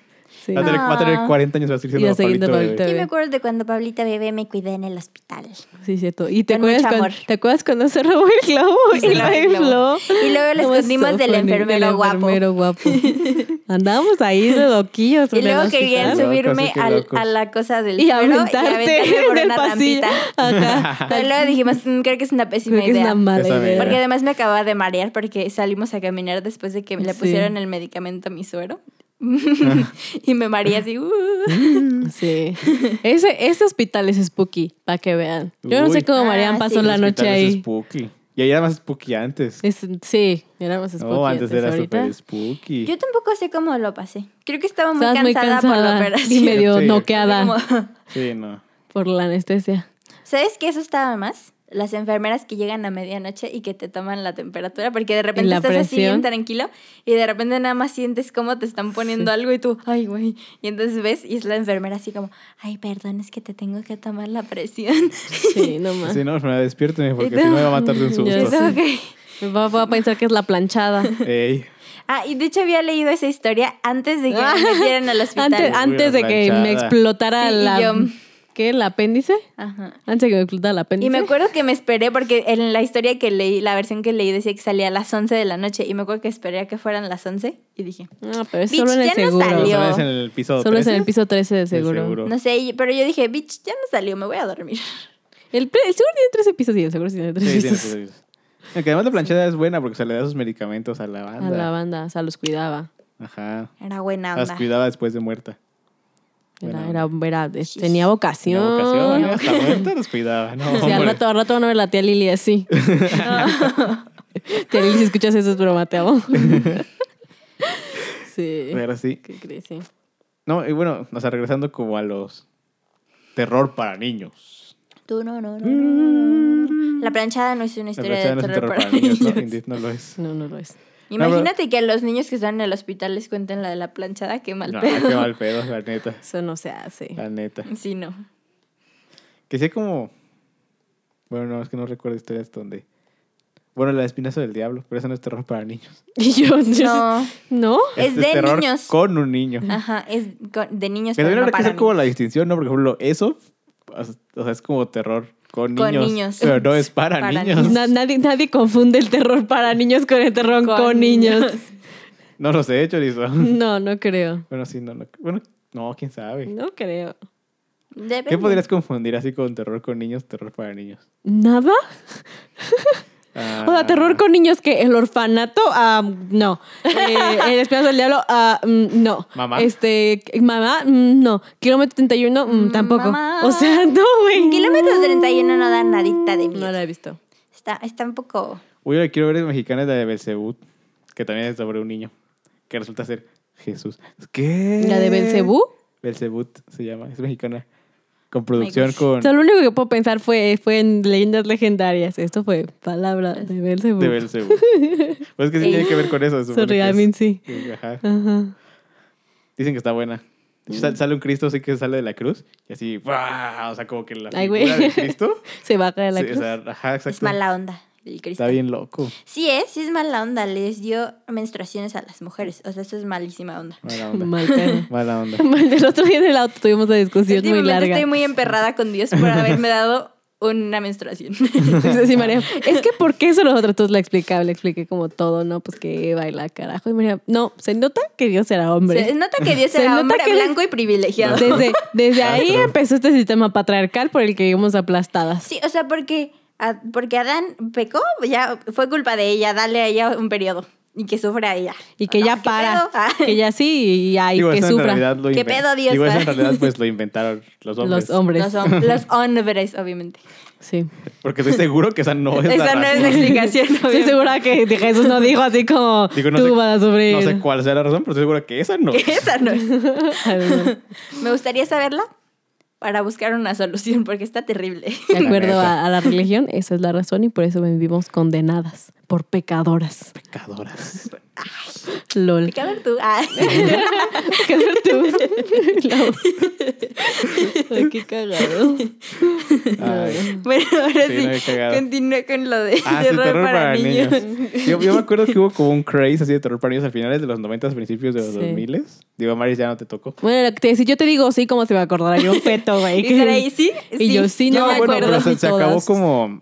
[SPEAKER 1] Sí. Ah.
[SPEAKER 4] Va, a tener, va a tener 40 años, va a seguir
[SPEAKER 1] Y va
[SPEAKER 4] siendo
[SPEAKER 1] a seguir siendo
[SPEAKER 4] favorito bebé.
[SPEAKER 1] favorito.
[SPEAKER 3] Yo
[SPEAKER 1] bebé.
[SPEAKER 3] me acuerdo de cuando Pablita bebé me cuidé en el hospital.
[SPEAKER 1] Sí, cierto. ¿Y te
[SPEAKER 3] Con mucho
[SPEAKER 1] acuerdas, cuando,
[SPEAKER 3] amor.
[SPEAKER 1] ¿te acuerdas cuando se robó el globo
[SPEAKER 3] Se
[SPEAKER 1] y
[SPEAKER 3] robó
[SPEAKER 1] lo
[SPEAKER 3] el globo.
[SPEAKER 1] infló?
[SPEAKER 3] Y luego lo
[SPEAKER 1] Cómo
[SPEAKER 3] escondimos
[SPEAKER 1] estuvo
[SPEAKER 3] del
[SPEAKER 1] funny,
[SPEAKER 3] enfermero
[SPEAKER 1] del
[SPEAKER 3] guapo.
[SPEAKER 1] enfermero guapo. Andábamos ahí de loquillos.
[SPEAKER 3] Y
[SPEAKER 1] en el
[SPEAKER 3] luego querían
[SPEAKER 1] hospital.
[SPEAKER 4] Qué locos,
[SPEAKER 3] subirme
[SPEAKER 4] qué
[SPEAKER 3] al-
[SPEAKER 4] locos.
[SPEAKER 3] a la cosa del
[SPEAKER 1] Y
[SPEAKER 3] suelo
[SPEAKER 1] aventarte
[SPEAKER 3] aventarme por
[SPEAKER 1] del
[SPEAKER 3] una
[SPEAKER 1] pasillo.
[SPEAKER 3] rampita.
[SPEAKER 1] Ajá.
[SPEAKER 3] Pero luego dijimos, "Mm, creo que es una pésima
[SPEAKER 1] Creo que es
[SPEAKER 3] idea.
[SPEAKER 1] una mala
[SPEAKER 4] Esa
[SPEAKER 1] idea.
[SPEAKER 4] idea.
[SPEAKER 3] Porque además me acababa de marear porque salimos a caminar después de que le
[SPEAKER 1] Sí.
[SPEAKER 3] pusieron el medicamento a mi suero. y me mareé así. "Uh".
[SPEAKER 1] Sí. Ese, ese hospital es spooky, para que vean. Yo no
[SPEAKER 4] Uy.
[SPEAKER 1] sé cómo
[SPEAKER 3] Ah,
[SPEAKER 1] Marian pasó
[SPEAKER 3] sí.
[SPEAKER 1] la
[SPEAKER 4] El
[SPEAKER 1] noche
[SPEAKER 4] hospital es
[SPEAKER 1] ahí.
[SPEAKER 4] spooky. Y ahí era más spooky antes.
[SPEAKER 1] Es, sí, éramos spooky.
[SPEAKER 4] No, antes era
[SPEAKER 1] ahorita.
[SPEAKER 4] súper spooky.
[SPEAKER 3] Yo tampoco sé cómo lo pasé. Creo que estaba muy
[SPEAKER 1] Estabas
[SPEAKER 3] cansada, por la operación.
[SPEAKER 1] y medio
[SPEAKER 4] Sí.
[SPEAKER 1] noqueada
[SPEAKER 3] Como-
[SPEAKER 4] Sí, no.
[SPEAKER 1] por la anestesia.
[SPEAKER 3] ¿Sabes qué eso estaba más? Las enfermeras que llegan a medianoche y que te toman la temperatura, porque de repente
[SPEAKER 1] la
[SPEAKER 3] estás así
[SPEAKER 1] presión.
[SPEAKER 3] bien tranquilo y de repente nada más sientes cómo te están poniendo algo y tú, ay, güey. Y entonces ves y es la enfermera así como, ay, perdón, es que te tengo que tomar la presión.
[SPEAKER 1] Sí, no más.
[SPEAKER 4] Sí, no, me despiérteme porque
[SPEAKER 3] Y
[SPEAKER 4] si no
[SPEAKER 3] no.
[SPEAKER 4] me va a matar de un
[SPEAKER 1] Ah. Ya
[SPEAKER 3] Es
[SPEAKER 1] sé.
[SPEAKER 4] susto.
[SPEAKER 3] como que-
[SPEAKER 1] Me va, va a pensar que es la planchada.
[SPEAKER 4] Ey,
[SPEAKER 3] Ah, y de hecho había leído esa historia antes de que me metieran al hospital.
[SPEAKER 1] Antes, antes de que
[SPEAKER 4] planchada.
[SPEAKER 1] me explotara
[SPEAKER 3] Sí, y
[SPEAKER 1] la.
[SPEAKER 3] yo-
[SPEAKER 1] ¿Qué? ¿El apéndice?
[SPEAKER 3] Ajá.
[SPEAKER 1] Antes de que me explotara el apéndice.
[SPEAKER 3] Y me acuerdo que me esperé porque en la historia que leí, la versión que leí decía que salía a las 11 de la noche y me acuerdo que esperé a que fueran las 11 y dije,
[SPEAKER 1] No, Ah, pero es
[SPEAKER 3] Bitch,
[SPEAKER 1] solo en el
[SPEAKER 3] ya no
[SPEAKER 1] seguro.
[SPEAKER 4] pero
[SPEAKER 3] salió.
[SPEAKER 4] solo es en el piso
[SPEAKER 1] Solo es en el
[SPEAKER 4] 13.
[SPEAKER 1] piso 13 de seguro.
[SPEAKER 4] De seguro.
[SPEAKER 3] No sé, y- pero yo dije, bitch, ya no salió, me voy a dormir.
[SPEAKER 1] El, pre- el seguro tiene 13 pisos y el seguro sí tiene 13
[SPEAKER 4] Sí, tiene
[SPEAKER 1] pisos.
[SPEAKER 4] sus servicios. El que además la planchada es buena porque se le da sus medicamentos a la banda.
[SPEAKER 1] A la banda, o sea, los cuidaba.
[SPEAKER 4] Ajá.
[SPEAKER 3] Era buena
[SPEAKER 4] Las
[SPEAKER 3] onda.
[SPEAKER 4] cuidaba después de muerta.
[SPEAKER 1] Era,
[SPEAKER 4] Buena
[SPEAKER 1] era, era-
[SPEAKER 3] Jeez.
[SPEAKER 1] tenía vocación.
[SPEAKER 4] Tenía vocación, ¿eh? hasta muerta las cuidaba. No,
[SPEAKER 1] Sí, al
[SPEAKER 4] hombre.
[SPEAKER 1] rato, al rato van a ver la tía Lili así. tía Lili, si escuchas eso es broma, te amo. sí.
[SPEAKER 4] Pero sí.
[SPEAKER 1] ¿Qué crees? Sí.
[SPEAKER 4] No, y bueno, o sea, regresando como a los terror para niños.
[SPEAKER 3] Tú no, no, no, no, no. La planchada no es una
[SPEAKER 4] La
[SPEAKER 3] historia de
[SPEAKER 4] planchada no es un
[SPEAKER 3] terror, para,
[SPEAKER 4] niños, ¿no?
[SPEAKER 3] niños.
[SPEAKER 4] Indeed, no lo es.
[SPEAKER 1] No, no lo es.
[SPEAKER 3] Imagínate que a los niños que están en el hospital les cuenten la de la planchada, qué mal
[SPEAKER 4] No,
[SPEAKER 3] pedo.
[SPEAKER 4] qué mal pedo, la neta.
[SPEAKER 1] Eso no se hace.
[SPEAKER 4] La neta.
[SPEAKER 3] Sí, no.
[SPEAKER 4] Que sea como. Bueno, no, es que no recuerdo historias donde Bueno, la de espinazo del diablo, pero esa no es terror para niños.
[SPEAKER 1] Y yo, yo-
[SPEAKER 3] No.
[SPEAKER 1] ¿no?
[SPEAKER 3] Es de
[SPEAKER 4] terror
[SPEAKER 3] niños.
[SPEAKER 4] Con un niño.
[SPEAKER 3] Ajá, es co- de niños.
[SPEAKER 4] Que
[SPEAKER 3] pero
[SPEAKER 4] también
[SPEAKER 3] no
[SPEAKER 4] habrá que
[SPEAKER 3] para
[SPEAKER 4] hacer como
[SPEAKER 3] niños.
[SPEAKER 4] la distinción, ¿no? Porque, por ejemplo, eso, o sea, es como terror con,
[SPEAKER 3] Con
[SPEAKER 4] niños,
[SPEAKER 3] niños.
[SPEAKER 4] Pero no es para,
[SPEAKER 3] Para
[SPEAKER 4] niños.
[SPEAKER 3] niños.
[SPEAKER 1] Na- nadie, nadie confunde el terror para niños con el terror con,
[SPEAKER 3] Con
[SPEAKER 1] niños.
[SPEAKER 3] niños.
[SPEAKER 4] No los he hecho, Lizo.
[SPEAKER 1] No, no creo.
[SPEAKER 4] Bueno, sí, no, no. Bueno, no, quién sabe.
[SPEAKER 1] No creo.
[SPEAKER 3] Depende.
[SPEAKER 4] ¿Qué podrías confundir así con terror con niños, terror para niños?
[SPEAKER 1] ¿Nada? O sea,
[SPEAKER 4] Ah,
[SPEAKER 1] terror con niños que el orfanato, ah, no. Eh, el espinazo del diablo, ah, mm, no.
[SPEAKER 4] Mamá.
[SPEAKER 1] Este, mamá, mm, no. Kilómetro 31, mm, tampoco.
[SPEAKER 3] Mamá.
[SPEAKER 1] O sea, no, güey.
[SPEAKER 3] Kilómetro 31 no da nadita de miedo.
[SPEAKER 1] No la he visto.
[SPEAKER 3] Está, está un poco.
[SPEAKER 4] Uy, la quiero ver es mexicana, es la de Belcebú, que también es sobre un niño, que resulta ser Jesús. ¿Qué?
[SPEAKER 1] ¿La de Belcebú?
[SPEAKER 4] Eh, Belcebú se llama, es mexicana. Con producción con...
[SPEAKER 1] O sea, lo único que puedo pensar fue, fue en leyendas legendarias. Esto fue palabra de Belcebú.
[SPEAKER 4] De Belcebú. pues es que sí
[SPEAKER 3] Ey.
[SPEAKER 4] tiene que ver con eso. se supone
[SPEAKER 1] Sorry,
[SPEAKER 4] que
[SPEAKER 1] I
[SPEAKER 4] es-
[SPEAKER 1] mean, sí.
[SPEAKER 4] Ajá.
[SPEAKER 1] Ajá.
[SPEAKER 4] Dicen que está buena. De hecho, sal- Sale un Cristo, así que sale de la cruz y así, ¡buah! o sea, como que la
[SPEAKER 1] Ay,
[SPEAKER 4] figura
[SPEAKER 1] güey.
[SPEAKER 4] de Cristo.
[SPEAKER 1] Se baja de la
[SPEAKER 4] sí, o
[SPEAKER 1] cruz.
[SPEAKER 4] sea, ajá, exacto.
[SPEAKER 3] Es mala onda. El
[SPEAKER 4] Está
[SPEAKER 3] cristal.
[SPEAKER 4] bien loco.
[SPEAKER 3] Sí, es, sí es mala onda. Les dio menstruaciones a las mujeres. O sea, eso es malísima onda.
[SPEAKER 4] Mala onda.
[SPEAKER 1] Mal pedo.
[SPEAKER 4] Mala onda.
[SPEAKER 1] El otro día en el auto tuvimos una discusión muy
[SPEAKER 3] Últimamente
[SPEAKER 1] larga.
[SPEAKER 3] estoy muy emperrada con Dios por haberme dado una menstruación.
[SPEAKER 1] Dice así, María, es que ¿por qué eso nosotros Entonces la explicaba, le expliqué como todo, ¿no? Pues que baila carajo. Y María, no, se nota que Dios era
[SPEAKER 3] Se
[SPEAKER 1] hombre.
[SPEAKER 3] nota que Dios
[SPEAKER 1] Se
[SPEAKER 3] era
[SPEAKER 1] nota
[SPEAKER 3] hombre
[SPEAKER 1] que eres-
[SPEAKER 3] blanco y privilegiado.
[SPEAKER 1] Desde, desde ahí
[SPEAKER 4] Claro.
[SPEAKER 1] empezó este sistema patriarcal por el que íbamos aplastadas.
[SPEAKER 3] Sí, o sea, porque, a- porque Adán pecó, ya fue culpa de ella, dale a ella un periodo y que sufra ella.
[SPEAKER 1] Y que
[SPEAKER 3] No,
[SPEAKER 1] ya
[SPEAKER 3] ¿qué
[SPEAKER 1] para,
[SPEAKER 3] pedo? Ah,
[SPEAKER 1] que ya sí, y ay,
[SPEAKER 4] Digo,
[SPEAKER 1] que
[SPEAKER 4] eso en
[SPEAKER 1] sufra.
[SPEAKER 4] realidad lo
[SPEAKER 3] ¿Qué
[SPEAKER 4] inven-
[SPEAKER 3] pedo, Dios?
[SPEAKER 4] Digo, eso en realidad pues lo inventaron los hombres.
[SPEAKER 1] Los hombres.
[SPEAKER 3] Los, hom- los hombres, obviamente.
[SPEAKER 1] Sí.
[SPEAKER 4] Porque estoy seguro que esa no es la
[SPEAKER 3] Esa no es la
[SPEAKER 4] razón.
[SPEAKER 3] explicación.
[SPEAKER 1] Estoy
[SPEAKER 3] obviamente.
[SPEAKER 1] segura que Jesús no dijo así como
[SPEAKER 4] Digo, no
[SPEAKER 1] tú
[SPEAKER 4] sé-
[SPEAKER 1] vas a sufrir.
[SPEAKER 4] No sé cuál sea la razón, pero estoy seguro que esa no.
[SPEAKER 3] Que Esa no es.
[SPEAKER 1] Ay, bueno.
[SPEAKER 3] Me gustaría saberla para buscar una solución porque está terrible.
[SPEAKER 1] De
[SPEAKER 4] La
[SPEAKER 1] acuerdo
[SPEAKER 4] neta.
[SPEAKER 1] a, a la religión, esa es la razón y por eso vivimos condenadas por pecadoras.
[SPEAKER 4] Pecadoras.
[SPEAKER 1] LOL.
[SPEAKER 3] ¿Qué a ver tú? Ah.
[SPEAKER 1] ¿Qué ver tú? La- Ay, qué cagado.
[SPEAKER 4] Ay.
[SPEAKER 3] Bueno, ahora
[SPEAKER 4] Sí, no, qué
[SPEAKER 3] sí,
[SPEAKER 4] cagado.
[SPEAKER 3] continúe con lo de
[SPEAKER 4] Ah, sí, terror para, niños. Yo, yo me acuerdo que hubo como un craze así de terror para niños al finales de los 90, principios de los
[SPEAKER 1] Sí.
[SPEAKER 4] 2000. Digo, Maris, ya no te tocó.
[SPEAKER 1] Bueno, lo que te, si yo te digo sí, como se me acordará yo, feto, güey.
[SPEAKER 3] Y Saraí, sí,
[SPEAKER 1] Y yo, sí, no,
[SPEAKER 3] me
[SPEAKER 1] bueno,
[SPEAKER 3] acuerdo.
[SPEAKER 4] pero
[SPEAKER 1] ni
[SPEAKER 4] se, se acabó
[SPEAKER 1] todas.
[SPEAKER 4] como.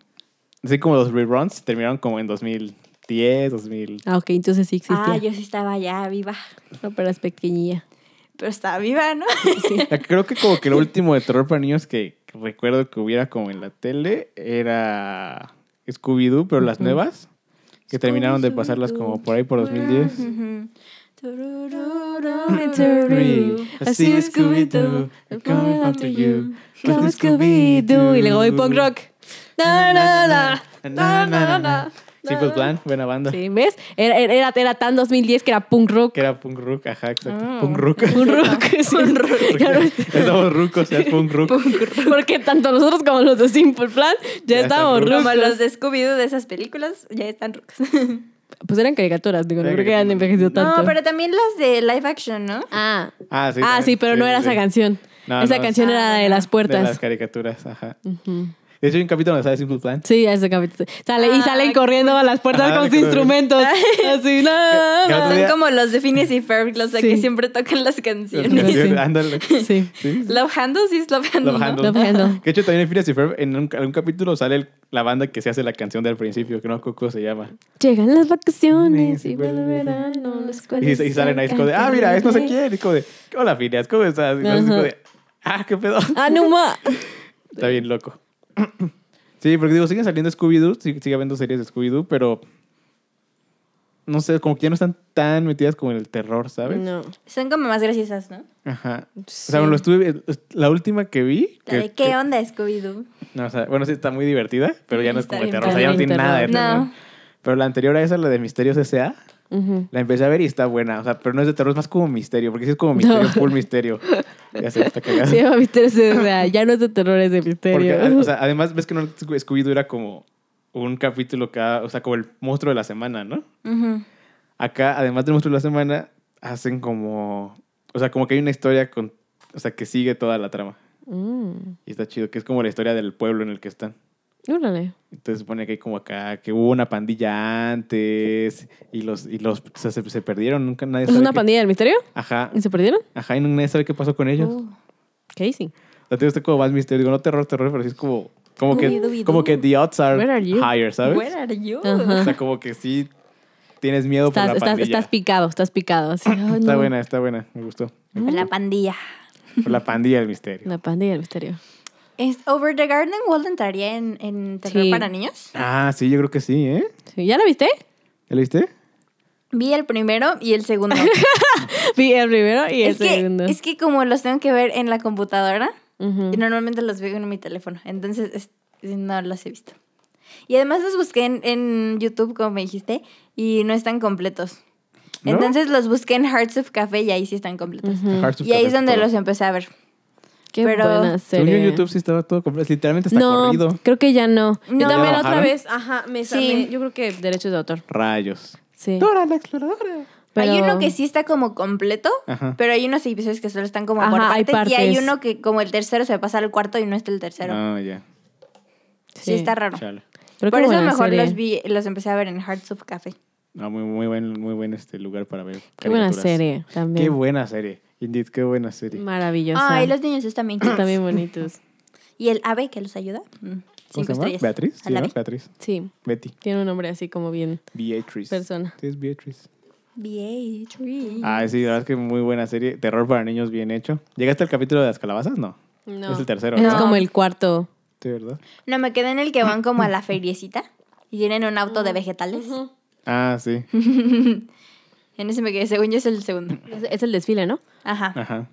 [SPEAKER 4] Así como los reruns terminaron como en 2010, 2000.
[SPEAKER 1] Ah, ok, entonces sí existía.
[SPEAKER 3] Ah, yo sí estaba ya viva.
[SPEAKER 1] No, pero es pequeñilla.
[SPEAKER 3] Pero estaba viva, ¿no?
[SPEAKER 4] Ya Creo que como que lo último de terror para niños que recuerdo que hubiera como en la tele era Scooby-Doo, pero las nuevas, que terminaron de pasarlas como por ahí por 2010.
[SPEAKER 3] Ujú.
[SPEAKER 1] Scooby-Doo. I see Scooby-Doo, I'm coming after you. Come Scooby-Doo. Y luego voy punk rock. Na, na, na, na, na, na.
[SPEAKER 4] Sí, pues Plan, buena banda.
[SPEAKER 1] Sí, ¿ves? Era, era- era- era tan 2010 que era punk rock.
[SPEAKER 4] Que era punk rock, ajá, exacto.
[SPEAKER 3] Ah.
[SPEAKER 4] Punk rock.
[SPEAKER 1] Punk rock. sí.
[SPEAKER 4] Porque Estamos rucos, ya es punk rock.
[SPEAKER 1] Porque tanto nosotros como los de Simple Plan ya,
[SPEAKER 4] Ya
[SPEAKER 1] estábamos
[SPEAKER 4] están
[SPEAKER 1] rucos.
[SPEAKER 3] Como los de Scooby-Doo de esas películas, ya están rucos.
[SPEAKER 1] Pues eran caricaturas, digo, no
[SPEAKER 4] Eran
[SPEAKER 1] creo que hayan
[SPEAKER 4] caricaturas.
[SPEAKER 1] envejecido tanto.
[SPEAKER 3] No, pero también las de live action, ¿no?
[SPEAKER 1] Ah,
[SPEAKER 4] Ah, sí.
[SPEAKER 1] ah,
[SPEAKER 4] también.
[SPEAKER 1] sí, pero no
[SPEAKER 4] sí,
[SPEAKER 1] era
[SPEAKER 4] sí.
[SPEAKER 1] esa canción.
[SPEAKER 4] No,
[SPEAKER 1] esa
[SPEAKER 4] no, Ah,
[SPEAKER 1] canción
[SPEAKER 3] sí.
[SPEAKER 1] era de las
[SPEAKER 4] De las
[SPEAKER 1] puertas.
[SPEAKER 4] caricaturas, ajá.
[SPEAKER 1] Ujú.
[SPEAKER 4] De hecho, hay un capítulo donde sale Simple Plan.
[SPEAKER 1] Sí, ese capítulo. Sale, y
[SPEAKER 3] Ah,
[SPEAKER 1] salen
[SPEAKER 3] qué
[SPEAKER 1] corriendo a las puertas
[SPEAKER 4] Ajá,
[SPEAKER 1] con sus
[SPEAKER 4] qué
[SPEAKER 1] instrumentos. Así,
[SPEAKER 4] Que
[SPEAKER 1] no.
[SPEAKER 4] otro
[SPEAKER 3] Son
[SPEAKER 4] día-
[SPEAKER 3] como los de Phineas y Ferb, los de
[SPEAKER 1] Sí.
[SPEAKER 3] que siempre tocan las canciones.
[SPEAKER 1] Sí.
[SPEAKER 4] Ándale.
[SPEAKER 1] Sí.
[SPEAKER 4] Sí.
[SPEAKER 3] Love Handle, sí es Love Handle.
[SPEAKER 4] Love
[SPEAKER 3] ¿no?
[SPEAKER 4] Handle.
[SPEAKER 1] Love Handle.
[SPEAKER 4] Que de hecho también en Phineas y Ferb, en un- algún capítulo sale el- la banda que se hace la canción del principio, que no Coco se llama.
[SPEAKER 1] Llegan las vacaciones
[SPEAKER 4] Sí,
[SPEAKER 1] y
[SPEAKER 4] sí, vuelve
[SPEAKER 1] vuelve el verano. las
[SPEAKER 4] Y,
[SPEAKER 1] cuales
[SPEAKER 4] y salen ahí, es como de, ah, mira, es no sé quién. Y es como de, hola Phineas, ¿cómo estás? Y no, es como de, ah, qué pedo.
[SPEAKER 1] Ah, no, ma.
[SPEAKER 4] Está bien loco. Sí, porque digo, siguen saliendo Scooby-Doo, sí- sigue habiendo series de Scooby-Doo, pero no sé, como que ya no están tan metidas como en el terror, ¿sabes?
[SPEAKER 1] No.
[SPEAKER 3] Son como más graciosas, ¿no?
[SPEAKER 4] Ajá. O
[SPEAKER 1] Sí.
[SPEAKER 4] sea, lo estuve, la última que vi...
[SPEAKER 3] La de ¿Qué onda, Scooby-Doo?
[SPEAKER 4] No, o sea, bueno, sí está muy divertida, pero ya no es
[SPEAKER 3] Está
[SPEAKER 4] como de
[SPEAKER 3] bien
[SPEAKER 4] terror. O sea, ya no
[SPEAKER 1] padre.
[SPEAKER 4] tiene nada de terror.
[SPEAKER 3] No.
[SPEAKER 4] Pero la anterior a esa, la de Misterios S.A.,
[SPEAKER 1] Ujú.
[SPEAKER 4] la empecé a ver y está buena. O sea, pero no es de terror, es más como misterio, porque sí es como misterio,
[SPEAKER 1] No.
[SPEAKER 4] full misterio. Ya se está cagado.
[SPEAKER 1] Se llama Misterio. o sea, ya no es de terror, es de
[SPEAKER 4] porque,
[SPEAKER 1] misterio.
[SPEAKER 4] a- o sea, además, ves que no, Scooby-Doo era como un capítulo cada, o sea, como el monstruo de la semana, ¿no?
[SPEAKER 3] Ujú.
[SPEAKER 4] Acá, además del monstruo de la semana, hacen como, o sea, como que hay una historia con, o sea, que sigue toda la trama.
[SPEAKER 1] Mm.
[SPEAKER 4] Y está chido, que es como la historia del pueblo en el que están.
[SPEAKER 1] Úrale.
[SPEAKER 4] Entonces se supone que hay como acá, que hubo una pandilla antes y los, y los o sea, se, se perdieron, nunca nadie
[SPEAKER 1] ¿Es
[SPEAKER 4] sabe
[SPEAKER 1] una
[SPEAKER 4] qué-
[SPEAKER 1] pandilla del misterio?
[SPEAKER 4] Ajá,
[SPEAKER 1] ¿Y se perdieron?
[SPEAKER 4] ajá, y nadie sabe qué pasó con ellos.
[SPEAKER 1] Oh.
[SPEAKER 3] Uh,
[SPEAKER 1] Casey.
[SPEAKER 4] La tengo como más misterio, digo, no terror, terror, pero sí es como, como
[SPEAKER 3] Scooby-Doo,
[SPEAKER 4] que,
[SPEAKER 3] Scooby-Doo.
[SPEAKER 4] como que the odds are,
[SPEAKER 1] Where are you?
[SPEAKER 4] higher, ¿sabes?
[SPEAKER 3] where are you?
[SPEAKER 1] Ajá.
[SPEAKER 4] O sea, como que sí tienes miedo por
[SPEAKER 1] Estás,
[SPEAKER 4] la
[SPEAKER 1] estás,
[SPEAKER 4] pandilla.
[SPEAKER 1] estás picado, estás picado. así, "Ay,
[SPEAKER 4] está
[SPEAKER 1] no".
[SPEAKER 4] buena, está buena, me gustó.
[SPEAKER 3] Por La pandilla.
[SPEAKER 4] Por la pandilla del misterio.
[SPEAKER 1] La pandilla del misterio.
[SPEAKER 3] ¿Es Over the Garden Wall entraría en, en terror
[SPEAKER 1] Sí.
[SPEAKER 3] para niños?
[SPEAKER 4] Ah, sí, yo creo que sí, ¿eh?
[SPEAKER 1] Sí, ¿Ya la viste?
[SPEAKER 4] ¿Ya lo viste?
[SPEAKER 3] Vi el primero y el segundo.
[SPEAKER 1] Vi el primero y el
[SPEAKER 3] es, que,
[SPEAKER 1] segundo.
[SPEAKER 3] es que como los tengo que ver en la computadora,
[SPEAKER 1] Ujú.
[SPEAKER 3] y normalmente los veo en mi teléfono, entonces es- no los he visto. Y además los busqué en, en YouTube, como me dijiste, y no están completos.
[SPEAKER 4] ¿No?
[SPEAKER 3] Entonces los busqué en Hearts of Café y ahí sí están completos.
[SPEAKER 4] Hearts of
[SPEAKER 3] Y ahí es
[SPEAKER 4] Café,
[SPEAKER 3] donde
[SPEAKER 4] todo.
[SPEAKER 3] los empecé a ver.
[SPEAKER 1] Qué
[SPEAKER 3] pero-
[SPEAKER 1] buena
[SPEAKER 4] Según yo
[SPEAKER 1] em- serie.
[SPEAKER 4] en YouTube sí estaba todo completo, literalmente está
[SPEAKER 1] no,
[SPEAKER 4] corrido.
[SPEAKER 1] creo que ya no.
[SPEAKER 3] No.
[SPEAKER 1] Yo también
[SPEAKER 4] ¿Ya
[SPEAKER 1] otra
[SPEAKER 4] bajaron?
[SPEAKER 1] vez, ajá, me
[SPEAKER 3] Sí.
[SPEAKER 1] sí. Yo creo que derechos de autor.
[SPEAKER 4] Rayos.
[SPEAKER 1] Sí.
[SPEAKER 4] Dora la exploradora.
[SPEAKER 3] Hay
[SPEAKER 1] Pero-
[SPEAKER 3] uno que sí está como completo,
[SPEAKER 4] Ajá.
[SPEAKER 3] pero hay unos episodios que solo están como por
[SPEAKER 1] Ajá, hay
[SPEAKER 3] partes, Y hay
[SPEAKER 1] partes.
[SPEAKER 3] uno que como el tercero se pasa al cuarto y no está el tercero.
[SPEAKER 4] Ah, ya.
[SPEAKER 3] Sí, está raro.
[SPEAKER 4] Chale.
[SPEAKER 1] Pero
[SPEAKER 3] Por
[SPEAKER 1] qué
[SPEAKER 3] eso
[SPEAKER 1] buena
[SPEAKER 3] mejor
[SPEAKER 1] serie.
[SPEAKER 3] los vi, los empecé a ver en Hearts of Café.
[SPEAKER 4] No, muy, muy buen, muy buen este lugar para ver.
[SPEAKER 1] Qué buena
[SPEAKER 4] caricaturas.
[SPEAKER 1] serie también.
[SPEAKER 4] Qué buena serie. Indeed, qué buena serie.
[SPEAKER 1] Maravillosa.
[SPEAKER 3] Ay, Ah, los niños están bien chiquitos.
[SPEAKER 1] Están bien bonitos.
[SPEAKER 3] Y el ave que los ayuda. mm,
[SPEAKER 4] ¿Cómo
[SPEAKER 3] Cinco
[SPEAKER 4] se llama?
[SPEAKER 3] estrellas.
[SPEAKER 4] Beatriz.
[SPEAKER 3] A
[SPEAKER 4] ¿Sí,
[SPEAKER 3] la
[SPEAKER 4] no?
[SPEAKER 3] ave.
[SPEAKER 4] Beatriz.
[SPEAKER 1] Sí,
[SPEAKER 4] Betty.
[SPEAKER 1] tiene un nombre así como bien
[SPEAKER 4] Beatriz.
[SPEAKER 1] persona.
[SPEAKER 4] Sí, es Beatriz.
[SPEAKER 3] Beatriz.
[SPEAKER 4] Ah, sí, la verdad es que muy buena serie. Terror para niños bien hecho. ¿Llegaste al capítulo de las calabazas? No.
[SPEAKER 1] No.
[SPEAKER 4] Es el tercero,
[SPEAKER 1] Es
[SPEAKER 4] ¿no?
[SPEAKER 1] como el cuarto.
[SPEAKER 4] Sí, ¿verdad?
[SPEAKER 3] No, me quedé en el que van como a la feriecita y tienen un auto de vegetales.
[SPEAKER 4] Ah, sí.
[SPEAKER 3] En ese me quedé, según yo es el segundo.
[SPEAKER 1] Es, es el desfile, ¿no?
[SPEAKER 3] Ajá,
[SPEAKER 4] Ajá.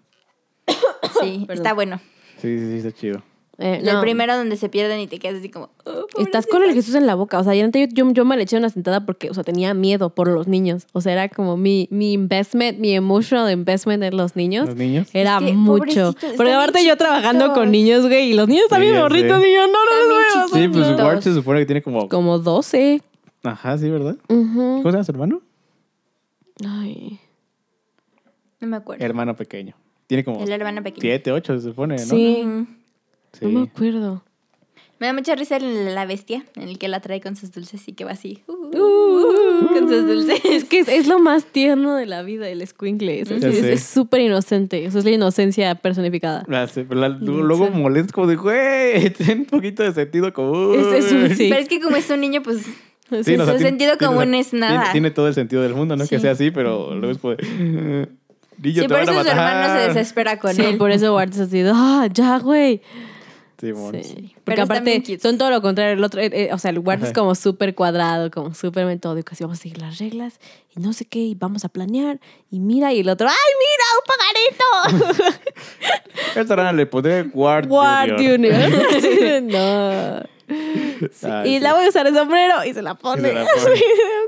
[SPEAKER 3] sí,
[SPEAKER 1] Perdón.
[SPEAKER 3] está bueno.
[SPEAKER 4] Sí, sí, sí, está chido.
[SPEAKER 1] Eh,
[SPEAKER 3] El
[SPEAKER 1] no.
[SPEAKER 3] primero donde se pierden y te quedas así como... "Oh,
[SPEAKER 1] Estás con el Jesús en la boca. O sea, yo, neta, yo, yo- yo me le eché una sentada porque, o sea, tenía miedo por los niños. O sea, era como mi, mi investment, mi emotional investment en los niños.
[SPEAKER 4] Los niños.
[SPEAKER 1] Era
[SPEAKER 3] Es que,
[SPEAKER 1] mucho.
[SPEAKER 3] pobrecitos,
[SPEAKER 1] Porque
[SPEAKER 3] están
[SPEAKER 1] aparte
[SPEAKER 3] bien
[SPEAKER 1] yo trabajando con
[SPEAKER 3] chiquitos.
[SPEAKER 1] niños, güey, y los niños también
[SPEAKER 4] Sí, ya
[SPEAKER 1] gorritos
[SPEAKER 4] sé.
[SPEAKER 1] y yo no
[SPEAKER 3] Están bien
[SPEAKER 1] los veo.
[SPEAKER 4] Sí, pues
[SPEAKER 3] Dos.
[SPEAKER 4] Ward se supone que tiene como...
[SPEAKER 1] Como 12.
[SPEAKER 4] Ajá, sí, ¿verdad?
[SPEAKER 1] Ujú.
[SPEAKER 4] ¿Cómo se llama su hermano?
[SPEAKER 1] Ay.
[SPEAKER 3] No me acuerdo.
[SPEAKER 4] Hermano pequeño. Tiene como
[SPEAKER 3] El hermano pequeño.
[SPEAKER 4] siete, ocho, se supone, ¿no?
[SPEAKER 1] Sí.
[SPEAKER 3] Mm.
[SPEAKER 4] Sí.
[SPEAKER 1] No me acuerdo.
[SPEAKER 3] Me da mucha risa en la bestia, en el que la trae con sus dulces y que va así. uh, uh, con sus
[SPEAKER 1] Es
[SPEAKER 3] dulces.
[SPEAKER 1] que es, es lo más tierno de la vida, el squinkle. Es
[SPEAKER 4] Ya
[SPEAKER 1] es-
[SPEAKER 4] sé.
[SPEAKER 1] es súper inocente. Eso es la inocencia personificada.
[SPEAKER 4] La- se- la- luego
[SPEAKER 1] Sí.
[SPEAKER 4] molesta como de, güey, tiene un poquito de sentido común.
[SPEAKER 1] Es- es un- sí.
[SPEAKER 3] Pero es que como es un niño, pues...
[SPEAKER 1] Sí,
[SPEAKER 3] su
[SPEAKER 4] no, tiene-
[SPEAKER 3] sentido
[SPEAKER 4] tiene-
[SPEAKER 3] común es nada.
[SPEAKER 4] Tiene, tiene todo el sentido del mundo, ¿no? Que
[SPEAKER 3] Sí.
[SPEAKER 4] sea así, pero luego es como de, "Mm, Niño,
[SPEAKER 3] Sí,
[SPEAKER 4] te
[SPEAKER 3] por
[SPEAKER 4] van a
[SPEAKER 3] eso su hermano se
[SPEAKER 4] matar.
[SPEAKER 3] desespera con
[SPEAKER 1] Sí,
[SPEAKER 3] él.
[SPEAKER 1] por eso Ward es así, de, ah, ya, güey.
[SPEAKER 4] Simón.
[SPEAKER 1] Sí. Porque
[SPEAKER 3] Pero están bien
[SPEAKER 1] aparte
[SPEAKER 3] cutes.
[SPEAKER 1] son todo lo contrario. El otro, eh, eh, o sea, el Ward es
[SPEAKER 4] Ajá.
[SPEAKER 1] como súper cuadrado, como súper metódico. Así vamos a seguir las reglas y no sé qué, y vamos a planear. Y mira, y el otro, ¡ay, mira, un pagarito!
[SPEAKER 4] Esta rana le pondré Ward,
[SPEAKER 1] Ward Junior.
[SPEAKER 4] Junior.
[SPEAKER 1] Sí, de, no. Sí,
[SPEAKER 4] Ay,
[SPEAKER 1] y
[SPEAKER 4] Ah, sí.
[SPEAKER 1] la voy a usar el sombrero y se la pone.
[SPEAKER 4] la pone.
[SPEAKER 1] Sí,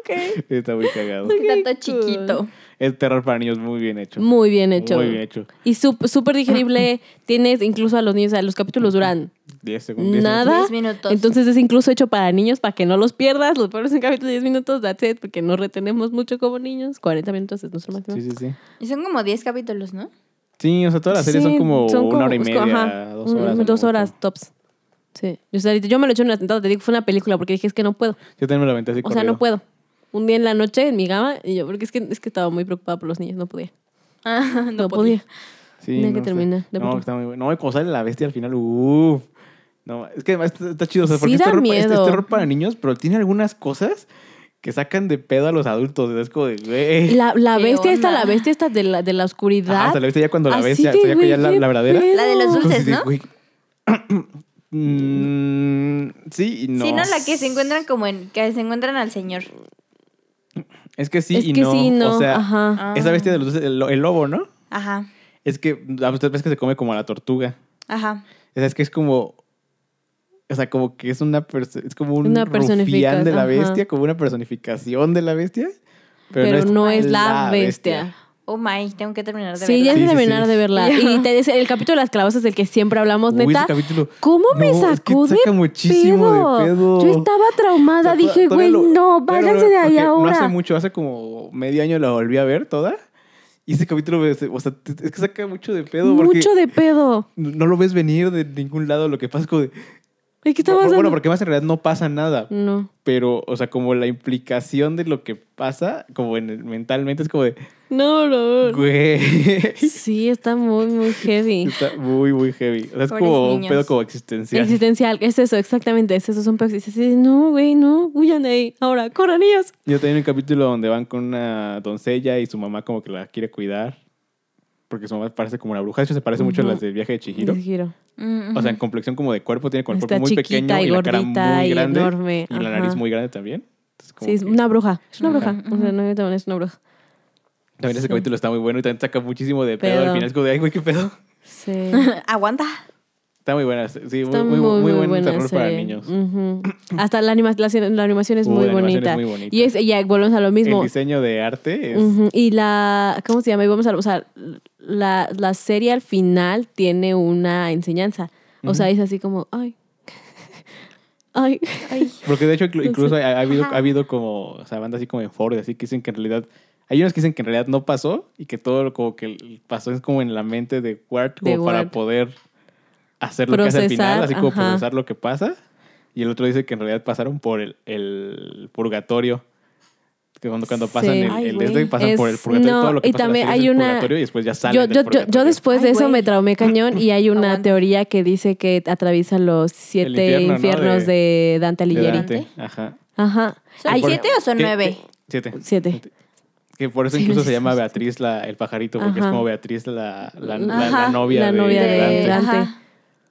[SPEAKER 1] de, ok.
[SPEAKER 4] Está muy cagado.
[SPEAKER 3] Tanto
[SPEAKER 1] Qué
[SPEAKER 3] chiquito.
[SPEAKER 1] cool.
[SPEAKER 4] Es terror para niños muy bien hecho.
[SPEAKER 1] Muy bien hecho.
[SPEAKER 4] Muy bien hecho.
[SPEAKER 1] Y sup- súper digerible. Tienes incluso a los niños, o sea, los capítulos duran
[SPEAKER 4] 10 segundos. diez
[SPEAKER 1] nada.
[SPEAKER 3] Diez minutos.
[SPEAKER 1] Entonces es incluso hecho para niños, para que no los pierdas. Los pones en capítulo de 10 minutos, that's it, porque no retenemos mucho como niños. 40 minutos es nuestro máximo.
[SPEAKER 4] minutos. Sí, sí, sí.
[SPEAKER 3] Y son como 10 capítulos, ¿no?
[SPEAKER 4] Sí, o sea, todas las series son
[SPEAKER 1] Sí,
[SPEAKER 4] como una hora y
[SPEAKER 1] es
[SPEAKER 4] media,
[SPEAKER 1] como, pues, ajá,
[SPEAKER 4] dos
[SPEAKER 1] un-
[SPEAKER 4] horas. a lo
[SPEAKER 1] dos
[SPEAKER 4] mucho.
[SPEAKER 1] horas, tops. Sí. Yo, o sea, ahorita- yo me lo eché en una sentada, te digo, fue una película, porque dije, es que no puedo.
[SPEAKER 4] Yo también me la aventé así
[SPEAKER 1] O sea, no
[SPEAKER 4] corrido.
[SPEAKER 1] puedo. Un día en la noche en mi cama, y yo, porque es que, es que estaba muy preocupada por los niños, no podía.
[SPEAKER 3] Ah,
[SPEAKER 1] No, podía.
[SPEAKER 4] Sí,
[SPEAKER 1] Tiene que
[SPEAKER 4] está-
[SPEAKER 1] terminar, de
[SPEAKER 4] No,
[SPEAKER 1] verdad.
[SPEAKER 4] está muy bueno. No, y cuando sale la bestia al final, uff. No, es que además está, está chido. O sea,
[SPEAKER 1] Sí
[SPEAKER 4] porque es
[SPEAKER 1] da
[SPEAKER 4] terror, pa- es-
[SPEAKER 1] miedo.
[SPEAKER 4] es terror para niños, pero tiene algunas cosas que sacan de pedo a los adultos. Es como de, güey.
[SPEAKER 1] La, la
[SPEAKER 3] ¿Qué
[SPEAKER 1] bestia esta,
[SPEAKER 3] onda?
[SPEAKER 1] la bestia esta de la, de la oscuridad.
[SPEAKER 4] Ajá, hasta la bestia ya cuando la
[SPEAKER 1] Así
[SPEAKER 4] bestia,
[SPEAKER 1] de,
[SPEAKER 4] hasta ya,
[SPEAKER 1] güey,
[SPEAKER 4] ya la,
[SPEAKER 1] qué
[SPEAKER 4] la verdadera.
[SPEAKER 1] pedo.
[SPEAKER 3] La de los
[SPEAKER 4] Entonces,
[SPEAKER 3] dulces,
[SPEAKER 4] de,
[SPEAKER 3] ¿no?
[SPEAKER 4] güey, mm, sí y no.
[SPEAKER 3] Sí, no, la que se encuentran como en... Que se encuentran al señor.
[SPEAKER 4] Es que sí
[SPEAKER 1] es
[SPEAKER 4] y
[SPEAKER 1] que
[SPEAKER 4] no.
[SPEAKER 1] sí, no.
[SPEAKER 4] O sea,
[SPEAKER 1] Ajá.
[SPEAKER 3] Ah.
[SPEAKER 4] esa bestia de los dulces, el, lo- el lobo, ¿no?
[SPEAKER 3] Ajá,
[SPEAKER 4] Es que a usted ves que se come como a la tortuga.
[SPEAKER 3] ajá.
[SPEAKER 4] O sea, es que es como. O sea, como que es una perso- es como un
[SPEAKER 1] Una
[SPEAKER 4] rufián
[SPEAKER 1] personificación,
[SPEAKER 4] de la
[SPEAKER 1] ajá.
[SPEAKER 4] bestia, como una personificación de la bestia.
[SPEAKER 1] pero, no, es la, bestia.
[SPEAKER 3] Oh my, tengo que terminar de
[SPEAKER 1] Sí,
[SPEAKER 3] verla.
[SPEAKER 1] ya es
[SPEAKER 4] Sí, sí,
[SPEAKER 1] terminar
[SPEAKER 4] sí.
[SPEAKER 1] de verla. Y te dice, el capítulo de las calabazas del que siempre hablamos,
[SPEAKER 4] Uy,
[SPEAKER 1] neta.
[SPEAKER 4] ese capítulo.
[SPEAKER 1] ¿Cómo me
[SPEAKER 4] No, es que
[SPEAKER 1] sacó de
[SPEAKER 4] saca muchísimo de
[SPEAKER 1] pedo?
[SPEAKER 4] pedo.
[SPEAKER 1] Yo estaba
[SPEAKER 4] O sea,
[SPEAKER 1] traumada.
[SPEAKER 4] toda-
[SPEAKER 1] Dije,
[SPEAKER 4] todavía
[SPEAKER 1] güey,
[SPEAKER 4] lo-
[SPEAKER 1] no,
[SPEAKER 4] pero,
[SPEAKER 1] váyanse
[SPEAKER 4] pero,
[SPEAKER 1] de ahí
[SPEAKER 4] porque No hace
[SPEAKER 1] ahora.
[SPEAKER 4] mucho, hace como medio año la volví a ver toda. Y ese capítulo, es- o sea, es que saca mucho de pedo porque
[SPEAKER 1] Mucho de pedo.
[SPEAKER 4] no lo ves venir de ningún lado. Lo que pasa es como de,
[SPEAKER 1] ¿Y qué está
[SPEAKER 4] Bueno,
[SPEAKER 1] pasando?
[SPEAKER 4] Bueno, porque más en realidad no pasa nada.
[SPEAKER 1] No.
[SPEAKER 4] Pero, o sea, como la implicación de lo que pasa, como en el- mentalmente es como de,
[SPEAKER 1] No, no.
[SPEAKER 4] güey,
[SPEAKER 1] Sí, está muy, muy heavy.
[SPEAKER 4] está muy, muy heavy. O sea, es
[SPEAKER 3] Pobres
[SPEAKER 4] como un
[SPEAKER 3] niños.
[SPEAKER 4] pedo como existencial.
[SPEAKER 1] Existencial, es eso, exactamente. Es eso, es un pedo existencial. No, güey, no, huyan de ahí. Ahora, corran ellos.
[SPEAKER 4] Yo tenía un capítulo donde van con una doncella y su mamá como que la quiere cuidar. Porque su mamá parece como una bruja. De hecho, se parece mucho a las del viaje de Chihiro.
[SPEAKER 1] Les giro.
[SPEAKER 3] Mm,
[SPEAKER 4] O sea, en
[SPEAKER 3] ujú.
[SPEAKER 4] complexión como de cuerpo, tiene como el
[SPEAKER 1] Está
[SPEAKER 4] cuerpo muy
[SPEAKER 1] chiquita
[SPEAKER 4] pequeño y,
[SPEAKER 1] y
[SPEAKER 4] la cara
[SPEAKER 1] gordita
[SPEAKER 4] muy
[SPEAKER 1] y
[SPEAKER 4] grande.
[SPEAKER 1] enorme,
[SPEAKER 4] Y la
[SPEAKER 1] ajá.
[SPEAKER 4] nariz muy grande también. Entonces, como
[SPEAKER 1] Sí, es
[SPEAKER 4] que-
[SPEAKER 1] una bruja. Es una bruja.
[SPEAKER 4] Ajá.
[SPEAKER 1] O sea, no, también es una bruja.
[SPEAKER 4] También ese
[SPEAKER 1] Sí.
[SPEAKER 4] capítulo está muy bueno y también saca muchísimo de pedo. Al
[SPEAKER 1] Pedo.
[SPEAKER 4] final es como de, ay, güey, qué pedo.
[SPEAKER 1] Sí.
[SPEAKER 3] Aguanta.
[SPEAKER 4] Está muy buena. Sí,
[SPEAKER 1] Está
[SPEAKER 4] muy, muy, muy, buen
[SPEAKER 1] buena
[SPEAKER 4] terror para
[SPEAKER 1] serie. Mm,
[SPEAKER 4] niños.
[SPEAKER 1] Ujú. Hasta la animación, la animación es
[SPEAKER 4] Uh,
[SPEAKER 1] muy
[SPEAKER 4] la animación
[SPEAKER 1] bonita.
[SPEAKER 4] es muy bonita.
[SPEAKER 1] Y es, y ya volvemos a lo
[SPEAKER 4] El
[SPEAKER 1] mismo.
[SPEAKER 4] diseño de arte es...
[SPEAKER 1] Ujú, Y la, ¿cómo se llama? Y vamos a, o sea, la, la serie al final tiene una enseñanza. O sea, es así como, ay, ay.
[SPEAKER 4] Porque de hecho inclu-
[SPEAKER 1] No
[SPEAKER 4] incluso ha, ha habido,
[SPEAKER 3] Ajá.
[SPEAKER 4] ha habido como, o sea, bandas así como en foros, así que dicen que en realidad, hay unos que dicen que en realidad no pasó y que todo lo como que l- pasó es como en la mente de Ward como
[SPEAKER 1] De
[SPEAKER 4] para
[SPEAKER 1] Ward.
[SPEAKER 4] poder hacer lo que hace al final,
[SPEAKER 1] Procesar,
[SPEAKER 4] así como
[SPEAKER 1] ajá.
[SPEAKER 4] procesar lo que pasa. Y el otro dice que en realidad pasaron por el, el purgatorio. Que cuando, cuando
[SPEAKER 1] Sí.
[SPEAKER 4] pasan el,
[SPEAKER 3] Ay,
[SPEAKER 4] el
[SPEAKER 3] güey.
[SPEAKER 4] este, pasan por el
[SPEAKER 1] Es-
[SPEAKER 4] purgatorio,
[SPEAKER 1] no,
[SPEAKER 4] todo lo que
[SPEAKER 1] y
[SPEAKER 4] pasa en la
[SPEAKER 1] también
[SPEAKER 4] serie es
[SPEAKER 1] hay
[SPEAKER 4] el
[SPEAKER 1] una-
[SPEAKER 4] purgatorio y después ya salen
[SPEAKER 1] Yo,
[SPEAKER 4] del
[SPEAKER 1] yo, yo,
[SPEAKER 4] purgatorio.
[SPEAKER 1] yo después de
[SPEAKER 3] Ay,
[SPEAKER 1] eso
[SPEAKER 3] güey.
[SPEAKER 1] me traumé cañón y hay una
[SPEAKER 3] Aguanta.
[SPEAKER 1] teoría que dice que atraviesa los siete
[SPEAKER 4] infierno, ¿no?
[SPEAKER 1] infiernos
[SPEAKER 4] De-
[SPEAKER 1] de, Dante
[SPEAKER 4] De
[SPEAKER 1] Alighieri.
[SPEAKER 4] Dante, Ajá.
[SPEAKER 1] Ajá.
[SPEAKER 3] ¿Son
[SPEAKER 1] Ay,
[SPEAKER 4] Por-
[SPEAKER 3] siete o son
[SPEAKER 4] que-
[SPEAKER 3] nueve?
[SPEAKER 4] que- Siete.
[SPEAKER 1] Siete.
[SPEAKER 4] Que por eso
[SPEAKER 1] Sí,
[SPEAKER 4] incluso
[SPEAKER 1] sí,
[SPEAKER 4] se
[SPEAKER 1] sí,
[SPEAKER 4] llama
[SPEAKER 1] sí.
[SPEAKER 4] Beatriz la, el pajarito, porque es
[SPEAKER 1] Ajá.
[SPEAKER 4] como Beatriz la, la, la- la
[SPEAKER 3] Ajá,
[SPEAKER 4] novia,
[SPEAKER 1] la
[SPEAKER 4] de,
[SPEAKER 1] novia
[SPEAKER 4] de
[SPEAKER 1] de-
[SPEAKER 4] Dante.
[SPEAKER 1] Dante.
[SPEAKER 3] ajá.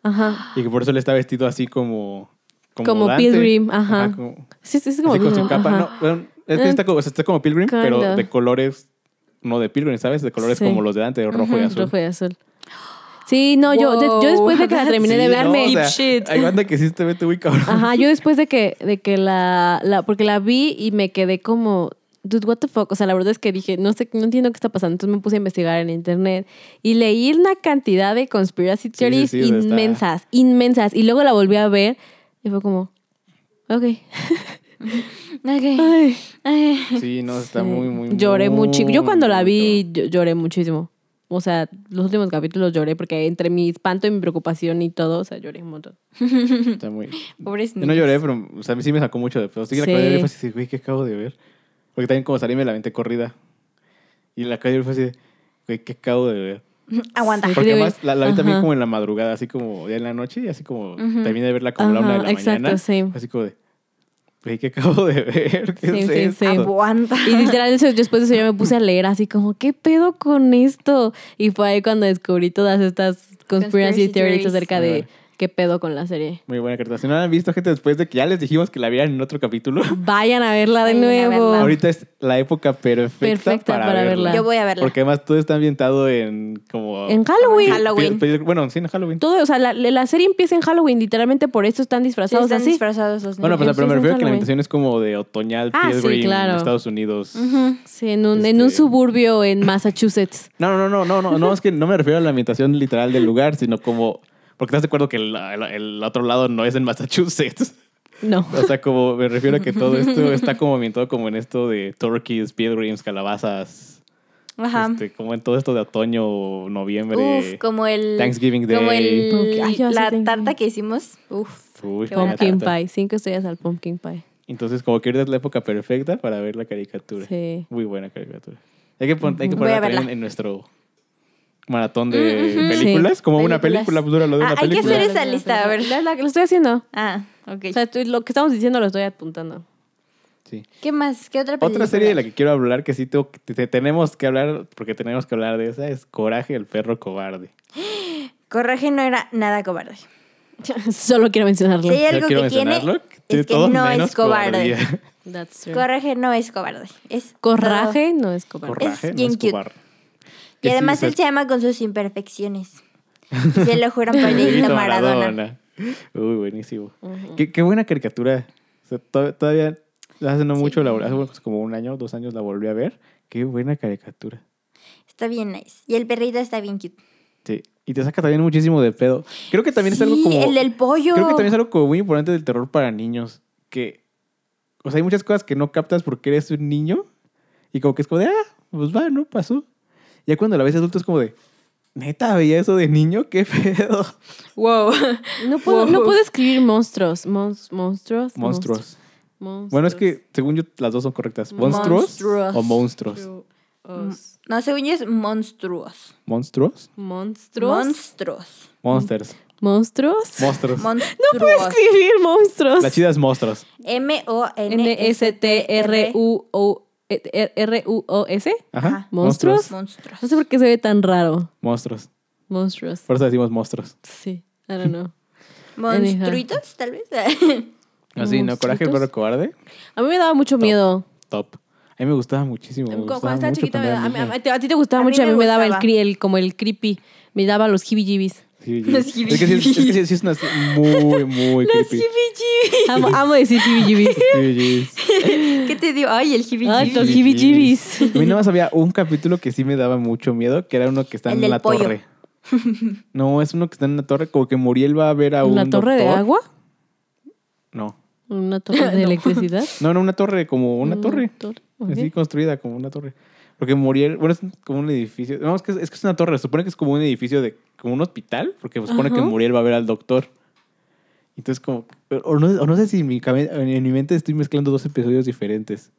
[SPEAKER 1] Ajá.
[SPEAKER 4] Y que por eso le está vestido así como.
[SPEAKER 1] Como
[SPEAKER 4] Dante.
[SPEAKER 1] Pilgrim, ajá.
[SPEAKER 4] como-
[SPEAKER 1] Sí, sí, es como
[SPEAKER 4] así con su
[SPEAKER 1] Pilgrim,
[SPEAKER 4] capa.
[SPEAKER 1] ajá.
[SPEAKER 4] No, bueno, es que está como, o sea, está como Pilgrim,
[SPEAKER 1] Kinda.
[SPEAKER 4] pero de colores. No de Pilgrim, ¿sabes? De colores
[SPEAKER 1] Sí.
[SPEAKER 4] como los de Dante, de rojo y
[SPEAKER 3] Ujú,
[SPEAKER 4] azul.
[SPEAKER 1] Rojo y azul. Sí, no, yo, de-
[SPEAKER 3] Wow.
[SPEAKER 1] yo después de que la terminé de
[SPEAKER 4] Sí,
[SPEAKER 1] ver,
[SPEAKER 4] no,
[SPEAKER 1] me...
[SPEAKER 4] o sea, Hay banda que sí te mete muy cabrón.
[SPEAKER 1] Ajá, yo después de que, de que la, la- Porque la vi y me quedé como. Dude, what the fuck? O sea, la verdad es que dije, no sé, no entiendo qué está pasando. Entonces me puse a investigar en internet y leí una cantidad de conspiracy theories
[SPEAKER 4] sí, o sea, está-
[SPEAKER 1] inmensas, inmensas. Y luego la volví a ver y fue como, ok.
[SPEAKER 3] Ok.
[SPEAKER 1] Ay.
[SPEAKER 3] Ay.
[SPEAKER 4] Sí, no, está
[SPEAKER 1] Sí.
[SPEAKER 4] muy, muy.
[SPEAKER 1] Lloré
[SPEAKER 4] muy,
[SPEAKER 1] mucho. Yo cuando la
[SPEAKER 4] muy
[SPEAKER 1] vi, yo- lloré muchísimo. O sea, los últimos capítulos lloré porque entre mi espanto y mi preocupación y todo, o sea, lloré un montón.
[SPEAKER 4] cabrón. Está muy.
[SPEAKER 3] Pobres
[SPEAKER 4] Yo
[SPEAKER 3] niños.
[SPEAKER 4] no lloré, pero o sea, a mí sí me sacó mucho de pedo. Sí, que la
[SPEAKER 1] Sí.
[SPEAKER 4] calle de fue así, de, güey, ¿qué acabo de ver? Porque también como salí me la aventé corrida. Y la calle fue así, de, güey, ¿qué acabo de ver?
[SPEAKER 3] Aguanta.
[SPEAKER 1] Sí.
[SPEAKER 4] Porque
[SPEAKER 1] digo,
[SPEAKER 4] además la, la vi también
[SPEAKER 1] ajá.
[SPEAKER 4] como en la madrugada, así como ya en la noche, y así como
[SPEAKER 3] Ujú.
[SPEAKER 4] terminé de verla como a la una de
[SPEAKER 1] Ajá,
[SPEAKER 4] la
[SPEAKER 1] exacto,
[SPEAKER 4] mañana.
[SPEAKER 1] sí.
[SPEAKER 4] Así como de, güey, ¿qué acabo de ver? ¿Qué
[SPEAKER 1] Sí,
[SPEAKER 4] es
[SPEAKER 1] sí,
[SPEAKER 4] esto?
[SPEAKER 1] sí.
[SPEAKER 3] Aguanta.
[SPEAKER 1] Y literal, eso- después de eso yo me puse a leer así como, ¿qué pedo con esto? Y fue ahí cuando descubrí todas estas
[SPEAKER 3] Conspiracy
[SPEAKER 1] conspiracy theories
[SPEAKER 3] theories.
[SPEAKER 1] acerca
[SPEAKER 4] Muy
[SPEAKER 1] de
[SPEAKER 4] bueno.
[SPEAKER 1] qué pedo con la serie.
[SPEAKER 4] Muy buena carta. Si no la han visto, gente, después de que ya les dijimos que la vieran en otro capítulo,
[SPEAKER 1] Vayan a verla de
[SPEAKER 3] Vayan a
[SPEAKER 1] nuevo.
[SPEAKER 3] verla.
[SPEAKER 4] ahorita es la época perfecta,
[SPEAKER 1] Ah. Perfecta
[SPEAKER 4] para,
[SPEAKER 1] para
[SPEAKER 4] verla.
[SPEAKER 1] verla.
[SPEAKER 3] Yo voy a verla.
[SPEAKER 4] Porque además todo está ambientado en como...
[SPEAKER 1] En Halloween.
[SPEAKER 4] pe-
[SPEAKER 3] Halloween.
[SPEAKER 4] pe- bueno, sí, en Halloween.
[SPEAKER 1] Todo, o sea, la, la serie empieza en Halloween, literalmente por eso están
[SPEAKER 3] Sí,
[SPEAKER 1] disfrazados
[SPEAKER 3] están
[SPEAKER 1] así.
[SPEAKER 3] disfrazados los niños.
[SPEAKER 4] Bueno, pues, pero me
[SPEAKER 1] Entonces,
[SPEAKER 4] refiero a que la
[SPEAKER 1] Halloween.
[SPEAKER 4] ambientación es como de otoñal,
[SPEAKER 1] Ah, sí,
[SPEAKER 4] Pilgrim,
[SPEAKER 1] claro.
[SPEAKER 4] Estados Unidos.
[SPEAKER 3] Ujú.
[SPEAKER 1] Sí, en un, en un
[SPEAKER 4] Este-
[SPEAKER 1] suburbio en Massachusetts.
[SPEAKER 4] No, no, no, no, no, no, es que no me refiero a la ambientación literal del lugar, sino como... Porque estás de acuerdo que el, el- el otro lado no es en Massachusetts.
[SPEAKER 1] No.
[SPEAKER 4] O sea, como me refiero a que todo esto está como ambientado como en esto de turkeys, pilgrims, calabazas.
[SPEAKER 3] Ajá.
[SPEAKER 4] Este, como en todo esto de otoño, noviembre.
[SPEAKER 3] Uf, como el.
[SPEAKER 4] Thanksgiving Day.
[SPEAKER 3] Como el.
[SPEAKER 1] Pumpkin- Ay, yo sí
[SPEAKER 3] la
[SPEAKER 1] tengo.
[SPEAKER 3] tarta que hicimos. Uf.
[SPEAKER 4] Uy,
[SPEAKER 3] Qué buena
[SPEAKER 1] Pumpkin
[SPEAKER 4] tarta.
[SPEAKER 1] Pie, cinco estrellas al Pumpkin Pie.
[SPEAKER 4] Entonces, como que ahorita es la época perfecta para ver la caricatura.
[SPEAKER 1] Sí.
[SPEAKER 4] Muy buena caricatura. Hay que, pon- hay que
[SPEAKER 3] Voy
[SPEAKER 4] ponerla
[SPEAKER 3] a verla.
[SPEAKER 4] también en nuestro maratón de
[SPEAKER 3] Mm, ujú.
[SPEAKER 4] películas. Como una
[SPEAKER 3] Películas.
[SPEAKER 4] película, pues dura lo de una
[SPEAKER 3] Ah, hay que
[SPEAKER 4] película.
[SPEAKER 3] hacer esa lista, a ver.
[SPEAKER 1] La, la que lo estoy haciendo.
[SPEAKER 3] Ah, ok.
[SPEAKER 1] O sea, tú- lo que estamos diciendo lo estoy apuntando.
[SPEAKER 4] Sí.
[SPEAKER 3] ¿Qué más? ¿Qué otra película?
[SPEAKER 4] Otra serie de la que quiero hablar, que sí tengo que- te- te- tenemos que hablar, porque tenemos que hablar de esa, es Coraje, el perro cobarde.
[SPEAKER 3] Coraje no era nada cobarde.
[SPEAKER 1] Solo quiero mencionarlo.
[SPEAKER 3] Sí,
[SPEAKER 4] Yo
[SPEAKER 3] algo
[SPEAKER 4] quiero
[SPEAKER 3] que tiene
[SPEAKER 4] mencionarlo,
[SPEAKER 3] es que
[SPEAKER 4] todo
[SPEAKER 3] no
[SPEAKER 4] menos
[SPEAKER 3] es cobarde.
[SPEAKER 4] cobardía.
[SPEAKER 1] That's true.
[SPEAKER 3] Coraje no es cobarde. Es
[SPEAKER 1] Corraje no es cobarde.
[SPEAKER 4] Coraje, no
[SPEAKER 3] bien
[SPEAKER 4] es
[SPEAKER 3] cute.
[SPEAKER 4] cobarde.
[SPEAKER 3] todo.
[SPEAKER 4] Que
[SPEAKER 3] Y
[SPEAKER 4] sí,
[SPEAKER 3] además
[SPEAKER 4] o sea,
[SPEAKER 3] él se ama con sus imperfecciones. Y se lo juran por
[SPEAKER 4] Diego
[SPEAKER 3] Diego Maradona.
[SPEAKER 4] Maradona. Uy, buenísimo. qué, qué buena caricatura. O sea, to- todavía hace no mucho, la, hace pues, como un año, dos años la volví a ver. Qué buena caricatura.
[SPEAKER 3] Está bien nice. Y el perrito está bien cute.
[SPEAKER 4] Sí. Y te saca también muchísimo de pedo. Creo que también es algo
[SPEAKER 3] Sí,
[SPEAKER 4] como.
[SPEAKER 3] el del pollo.
[SPEAKER 4] Creo que también es algo como muy importante del terror para niños. Que. O sea, hay muchas cosas que no captas porque eres un niño. Y como que es como de, ah, pues va, no pasó. Ya cuando la ves adulto es como de, Neta, veía eso de niño, qué pedo.
[SPEAKER 3] Wow.
[SPEAKER 1] No puedo,
[SPEAKER 3] Wow.
[SPEAKER 1] no puedo escribir monstruos. Mons- monstruos.
[SPEAKER 4] Monstruos.
[SPEAKER 1] Monstruos.
[SPEAKER 4] Bueno, es que según yo las dos son correctas. ¿Monstruos?
[SPEAKER 3] Monstruos.
[SPEAKER 4] ¿O monstruos?
[SPEAKER 1] Monstruos.
[SPEAKER 3] No, según yo es monstruos.
[SPEAKER 4] ¿Monstruos?
[SPEAKER 1] Monstruos.
[SPEAKER 3] Monstruos.
[SPEAKER 4] Monsters.
[SPEAKER 1] Monstruos.
[SPEAKER 4] Monstruos.
[SPEAKER 3] Monstruos.
[SPEAKER 1] No puedo escribir monstruos.
[SPEAKER 4] La chida es monstruos.
[SPEAKER 3] M-O-N-S.
[SPEAKER 1] N-S-T-R-U-O-S.
[SPEAKER 4] Ajá.
[SPEAKER 3] Ajá.
[SPEAKER 1] ¿Monstruos?
[SPEAKER 3] Monstruos.
[SPEAKER 1] No sé por qué se ve tan raro.
[SPEAKER 4] Monstruos.
[SPEAKER 1] Monstruos.
[SPEAKER 4] Por eso decimos monstruos.
[SPEAKER 1] Sí. I don't know.
[SPEAKER 3] Monstruitos, tal vez.
[SPEAKER 4] Así, ¿no? Coraje el
[SPEAKER 1] Monstruitos.
[SPEAKER 4] perro cobarde.
[SPEAKER 1] A mí me daba mucho miedo.
[SPEAKER 4] Top. A mí me gustaba muchísimo. me
[SPEAKER 1] Cuando
[SPEAKER 4] gustaba
[SPEAKER 1] cuando estaba
[SPEAKER 4] mucho
[SPEAKER 1] chiquita me
[SPEAKER 4] cuando
[SPEAKER 1] daba- a,
[SPEAKER 4] era
[SPEAKER 1] mí-
[SPEAKER 4] niña.
[SPEAKER 1] a ti- a ti te gustaba
[SPEAKER 3] A mí
[SPEAKER 1] mucho, a mí
[SPEAKER 3] me
[SPEAKER 1] me daba el,
[SPEAKER 3] gustaba.
[SPEAKER 1] cri- el- como el creepy. Me daba los jibijibis.
[SPEAKER 4] Sí,
[SPEAKER 3] Los
[SPEAKER 4] sí. Es que sí, es, es que sí- sí es una muy, muy creepy.
[SPEAKER 1] Amo, amo decir jibijibis.
[SPEAKER 4] Sí, sí.
[SPEAKER 3] ¿Qué te dio? Ay, el jibiji.
[SPEAKER 1] Ay, los
[SPEAKER 4] Jibijibis.
[SPEAKER 1] jibijibis.
[SPEAKER 4] A mí nada más había un capítulo que sí me daba mucho miedo, que era uno que está
[SPEAKER 3] El
[SPEAKER 4] en
[SPEAKER 3] del
[SPEAKER 4] la
[SPEAKER 3] pollo.
[SPEAKER 4] torre. No, es uno que está en la torre, como que Muriel va a ver a un
[SPEAKER 1] ¿Una torre de
[SPEAKER 4] doctor.
[SPEAKER 1] agua?
[SPEAKER 4] No.
[SPEAKER 1] ¿Una torre de electricidad?
[SPEAKER 4] No, no, una torre, como
[SPEAKER 1] Mm.
[SPEAKER 4] una torre.
[SPEAKER 1] ok.
[SPEAKER 4] Así construida, como una torre. Porque Muriel, bueno, es como un edificio. No, es que es, es que es una torre. Se supone que es como un edificio de, como un hospital, porque se supone que
[SPEAKER 1] Ajá.
[SPEAKER 4] Muriel va a ver al doctor. Entonces, como, o no, o no sé si en mi, cabe- en mi mente estoy mezclando dos episodios diferentes.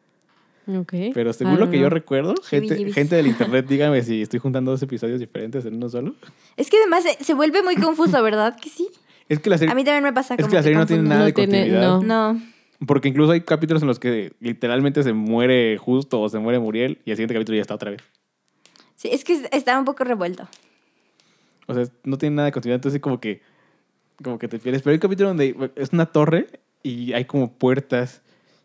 [SPEAKER 1] Ok.
[SPEAKER 4] Pero
[SPEAKER 1] I
[SPEAKER 4] según lo
[SPEAKER 1] don't
[SPEAKER 4] que yo
[SPEAKER 3] Ah.
[SPEAKER 1] know.
[SPEAKER 4] recuerdo, gente,
[SPEAKER 3] Jibijibis.
[SPEAKER 4] gente del internet, díganme si estoy juntando dos episodios diferentes en uno solo.
[SPEAKER 3] Es que además eh, se, se vuelve muy confuso, ¿verdad? Que sí.
[SPEAKER 4] Es que la serie,
[SPEAKER 3] A mí también me pasa
[SPEAKER 4] es
[SPEAKER 3] como
[SPEAKER 4] que la serie no tiene
[SPEAKER 3] confundo.
[SPEAKER 4] nada de
[SPEAKER 1] No tiene-
[SPEAKER 4] continuidad.
[SPEAKER 1] no.
[SPEAKER 3] No.
[SPEAKER 4] Porque incluso hay capítulos en los que literalmente se muere justo o se muere Muriel y el siguiente capítulo ya está otra vez.
[SPEAKER 3] Sí, es que está un poco revuelto.
[SPEAKER 4] O sea, no tiene nada de continuidad, entonces como que como que te pierdes. Pero hay un capítulo donde es una torre y hay como puertas.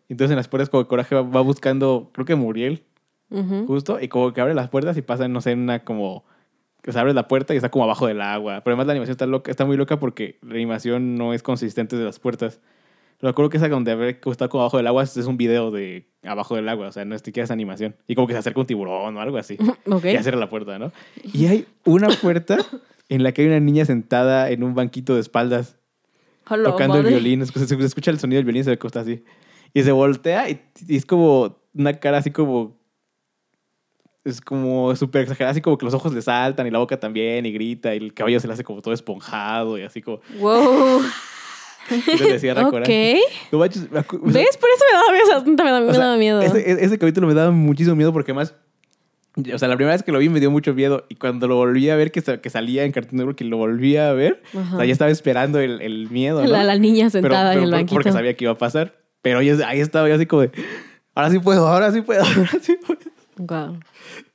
[SPEAKER 4] Entonces en las puertas como que Coraje va, va buscando, creo que Muriel,
[SPEAKER 1] Ujú.
[SPEAKER 4] justo, y como que abre las puertas y pasa, no sé, en una como... O sea, abre la puerta y está como abajo del agua. Pero además la animación está loca, está muy loca porque la animación no es consistente de las puertas. Lo acuerdo que esa donde haber- que está como abajo del agua es un video de abajo del agua, o sea, no es siquiera esa animación. Y como que se acerca un tiburón o algo así.
[SPEAKER 1] Ok.
[SPEAKER 4] Y ya cierra la puerta, ¿no? Y hay una puerta en la que hay una niña sentada en un banquito de espaldas
[SPEAKER 1] Hola,
[SPEAKER 4] tocando
[SPEAKER 1] madre.
[SPEAKER 4] el violín. Se, se- se escucha el sonido del violín y se ve que está así. Y se voltea y, y es como una cara así como... Es como súper exagerada, así como que los ojos le saltan y la boca también y grita y el cabello se le hace como todo esponjado y así como...
[SPEAKER 1] Wow.
[SPEAKER 4] Y se le cierra
[SPEAKER 1] Ok.
[SPEAKER 4] coraje. No manches, me acu- o sea,
[SPEAKER 1] ¿Ves? Por eso me daba miedo. esa tonta me daba,
[SPEAKER 4] o
[SPEAKER 1] me
[SPEAKER 4] sea,
[SPEAKER 1] daba miedo.
[SPEAKER 4] Ese, e- ese capítulo me daba muchísimo miedo porque más... O sea, la primera vez que lo vi me dio mucho miedo y cuando lo volví a ver, que, sa- que salía en Cartoon Network y lo volví a ver,
[SPEAKER 1] Ajá.
[SPEAKER 4] o sea, ya estaba esperando el, el miedo, ¿no?
[SPEAKER 1] la, la niña
[SPEAKER 4] Pero-
[SPEAKER 1] sentada
[SPEAKER 4] pero
[SPEAKER 1] en el
[SPEAKER 4] por-
[SPEAKER 1] banquito.
[SPEAKER 4] Porque sabía que iba a pasar. Pero ahí, ahí estaba yo así como de, ahora sí puedo, ahora sí puedo, ahora sí puedo.
[SPEAKER 1] Guau.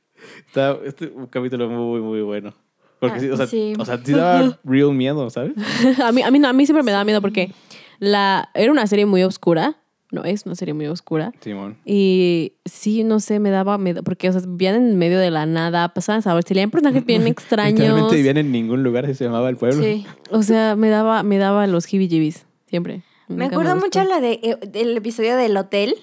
[SPEAKER 4] Está, este un capítulo muy, muy bueno. Porque
[SPEAKER 3] Ah,
[SPEAKER 4] sí, o sea,
[SPEAKER 3] sí.
[SPEAKER 4] o sea, sí daba real miedo, ¿sabes?
[SPEAKER 1] a, mí, a, mí, no- a mí siempre me daba miedo porque la, era una serie muy oscura. No, es una serie muy oscura.
[SPEAKER 4] Simón.
[SPEAKER 1] Y sí, no sé, me daba miedo. Porque, o sea, vivían en medio de la nada. Pasaban a ver, salían personajes bien extraños.
[SPEAKER 4] Literalmente vivían en ningún lugar, así se llamaba el pueblo.
[SPEAKER 3] Sí.
[SPEAKER 1] O sea, me daba, me daba los jibijibis. Siempre.
[SPEAKER 3] Me
[SPEAKER 1] Nunca
[SPEAKER 3] acuerdo
[SPEAKER 1] gustó.
[SPEAKER 3] mucho la de, eh, del episodio del hotel,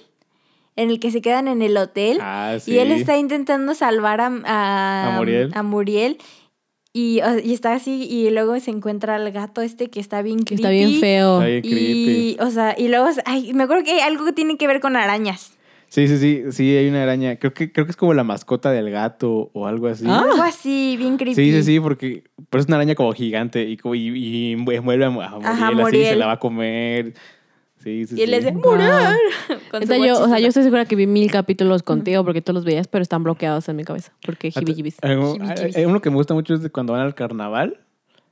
[SPEAKER 3] en el que se quedan en el hotel
[SPEAKER 4] Ah, sí.
[SPEAKER 3] y él está intentando salvar a, a,
[SPEAKER 4] A Muriel.
[SPEAKER 3] a Muriel, y, o- y está así y luego se encuentra al gato este que está bien
[SPEAKER 1] Que
[SPEAKER 3] creepy.
[SPEAKER 1] está bien feo.
[SPEAKER 4] Está bien
[SPEAKER 3] Y,
[SPEAKER 4] creepy.
[SPEAKER 3] o sea, y luego, ay, me acuerdo que hay algo que tiene que ver con arañas.
[SPEAKER 4] Sí, sí, sí, sí, hay una araña. Creo que, creo que es como la mascota del gato o algo así.
[SPEAKER 1] Ah.
[SPEAKER 3] Algo así, bien creepy.
[SPEAKER 4] Sí, sí, sí, porque pero es una araña como gigante y, como- y, y envuelve a, a Muriel así,
[SPEAKER 3] Muriel.
[SPEAKER 4] se la va a comer. Sí, sí,
[SPEAKER 3] Y él
[SPEAKER 4] sí.
[SPEAKER 3] es de
[SPEAKER 1] Wow.
[SPEAKER 3] Muriel. con su
[SPEAKER 1] Neta, yo, o sea,
[SPEAKER 3] guachicita.
[SPEAKER 1] yo estoy segura que vi mil capítulos contigo porque todos los veías, pero están bloqueados en mi cabeza. Porque
[SPEAKER 4] Ah, tú-
[SPEAKER 1] jibijibis.
[SPEAKER 4] algo-
[SPEAKER 3] Jibijibis.
[SPEAKER 4] ah, ah, Uno que me gusta mucho es de cuando van al carnaval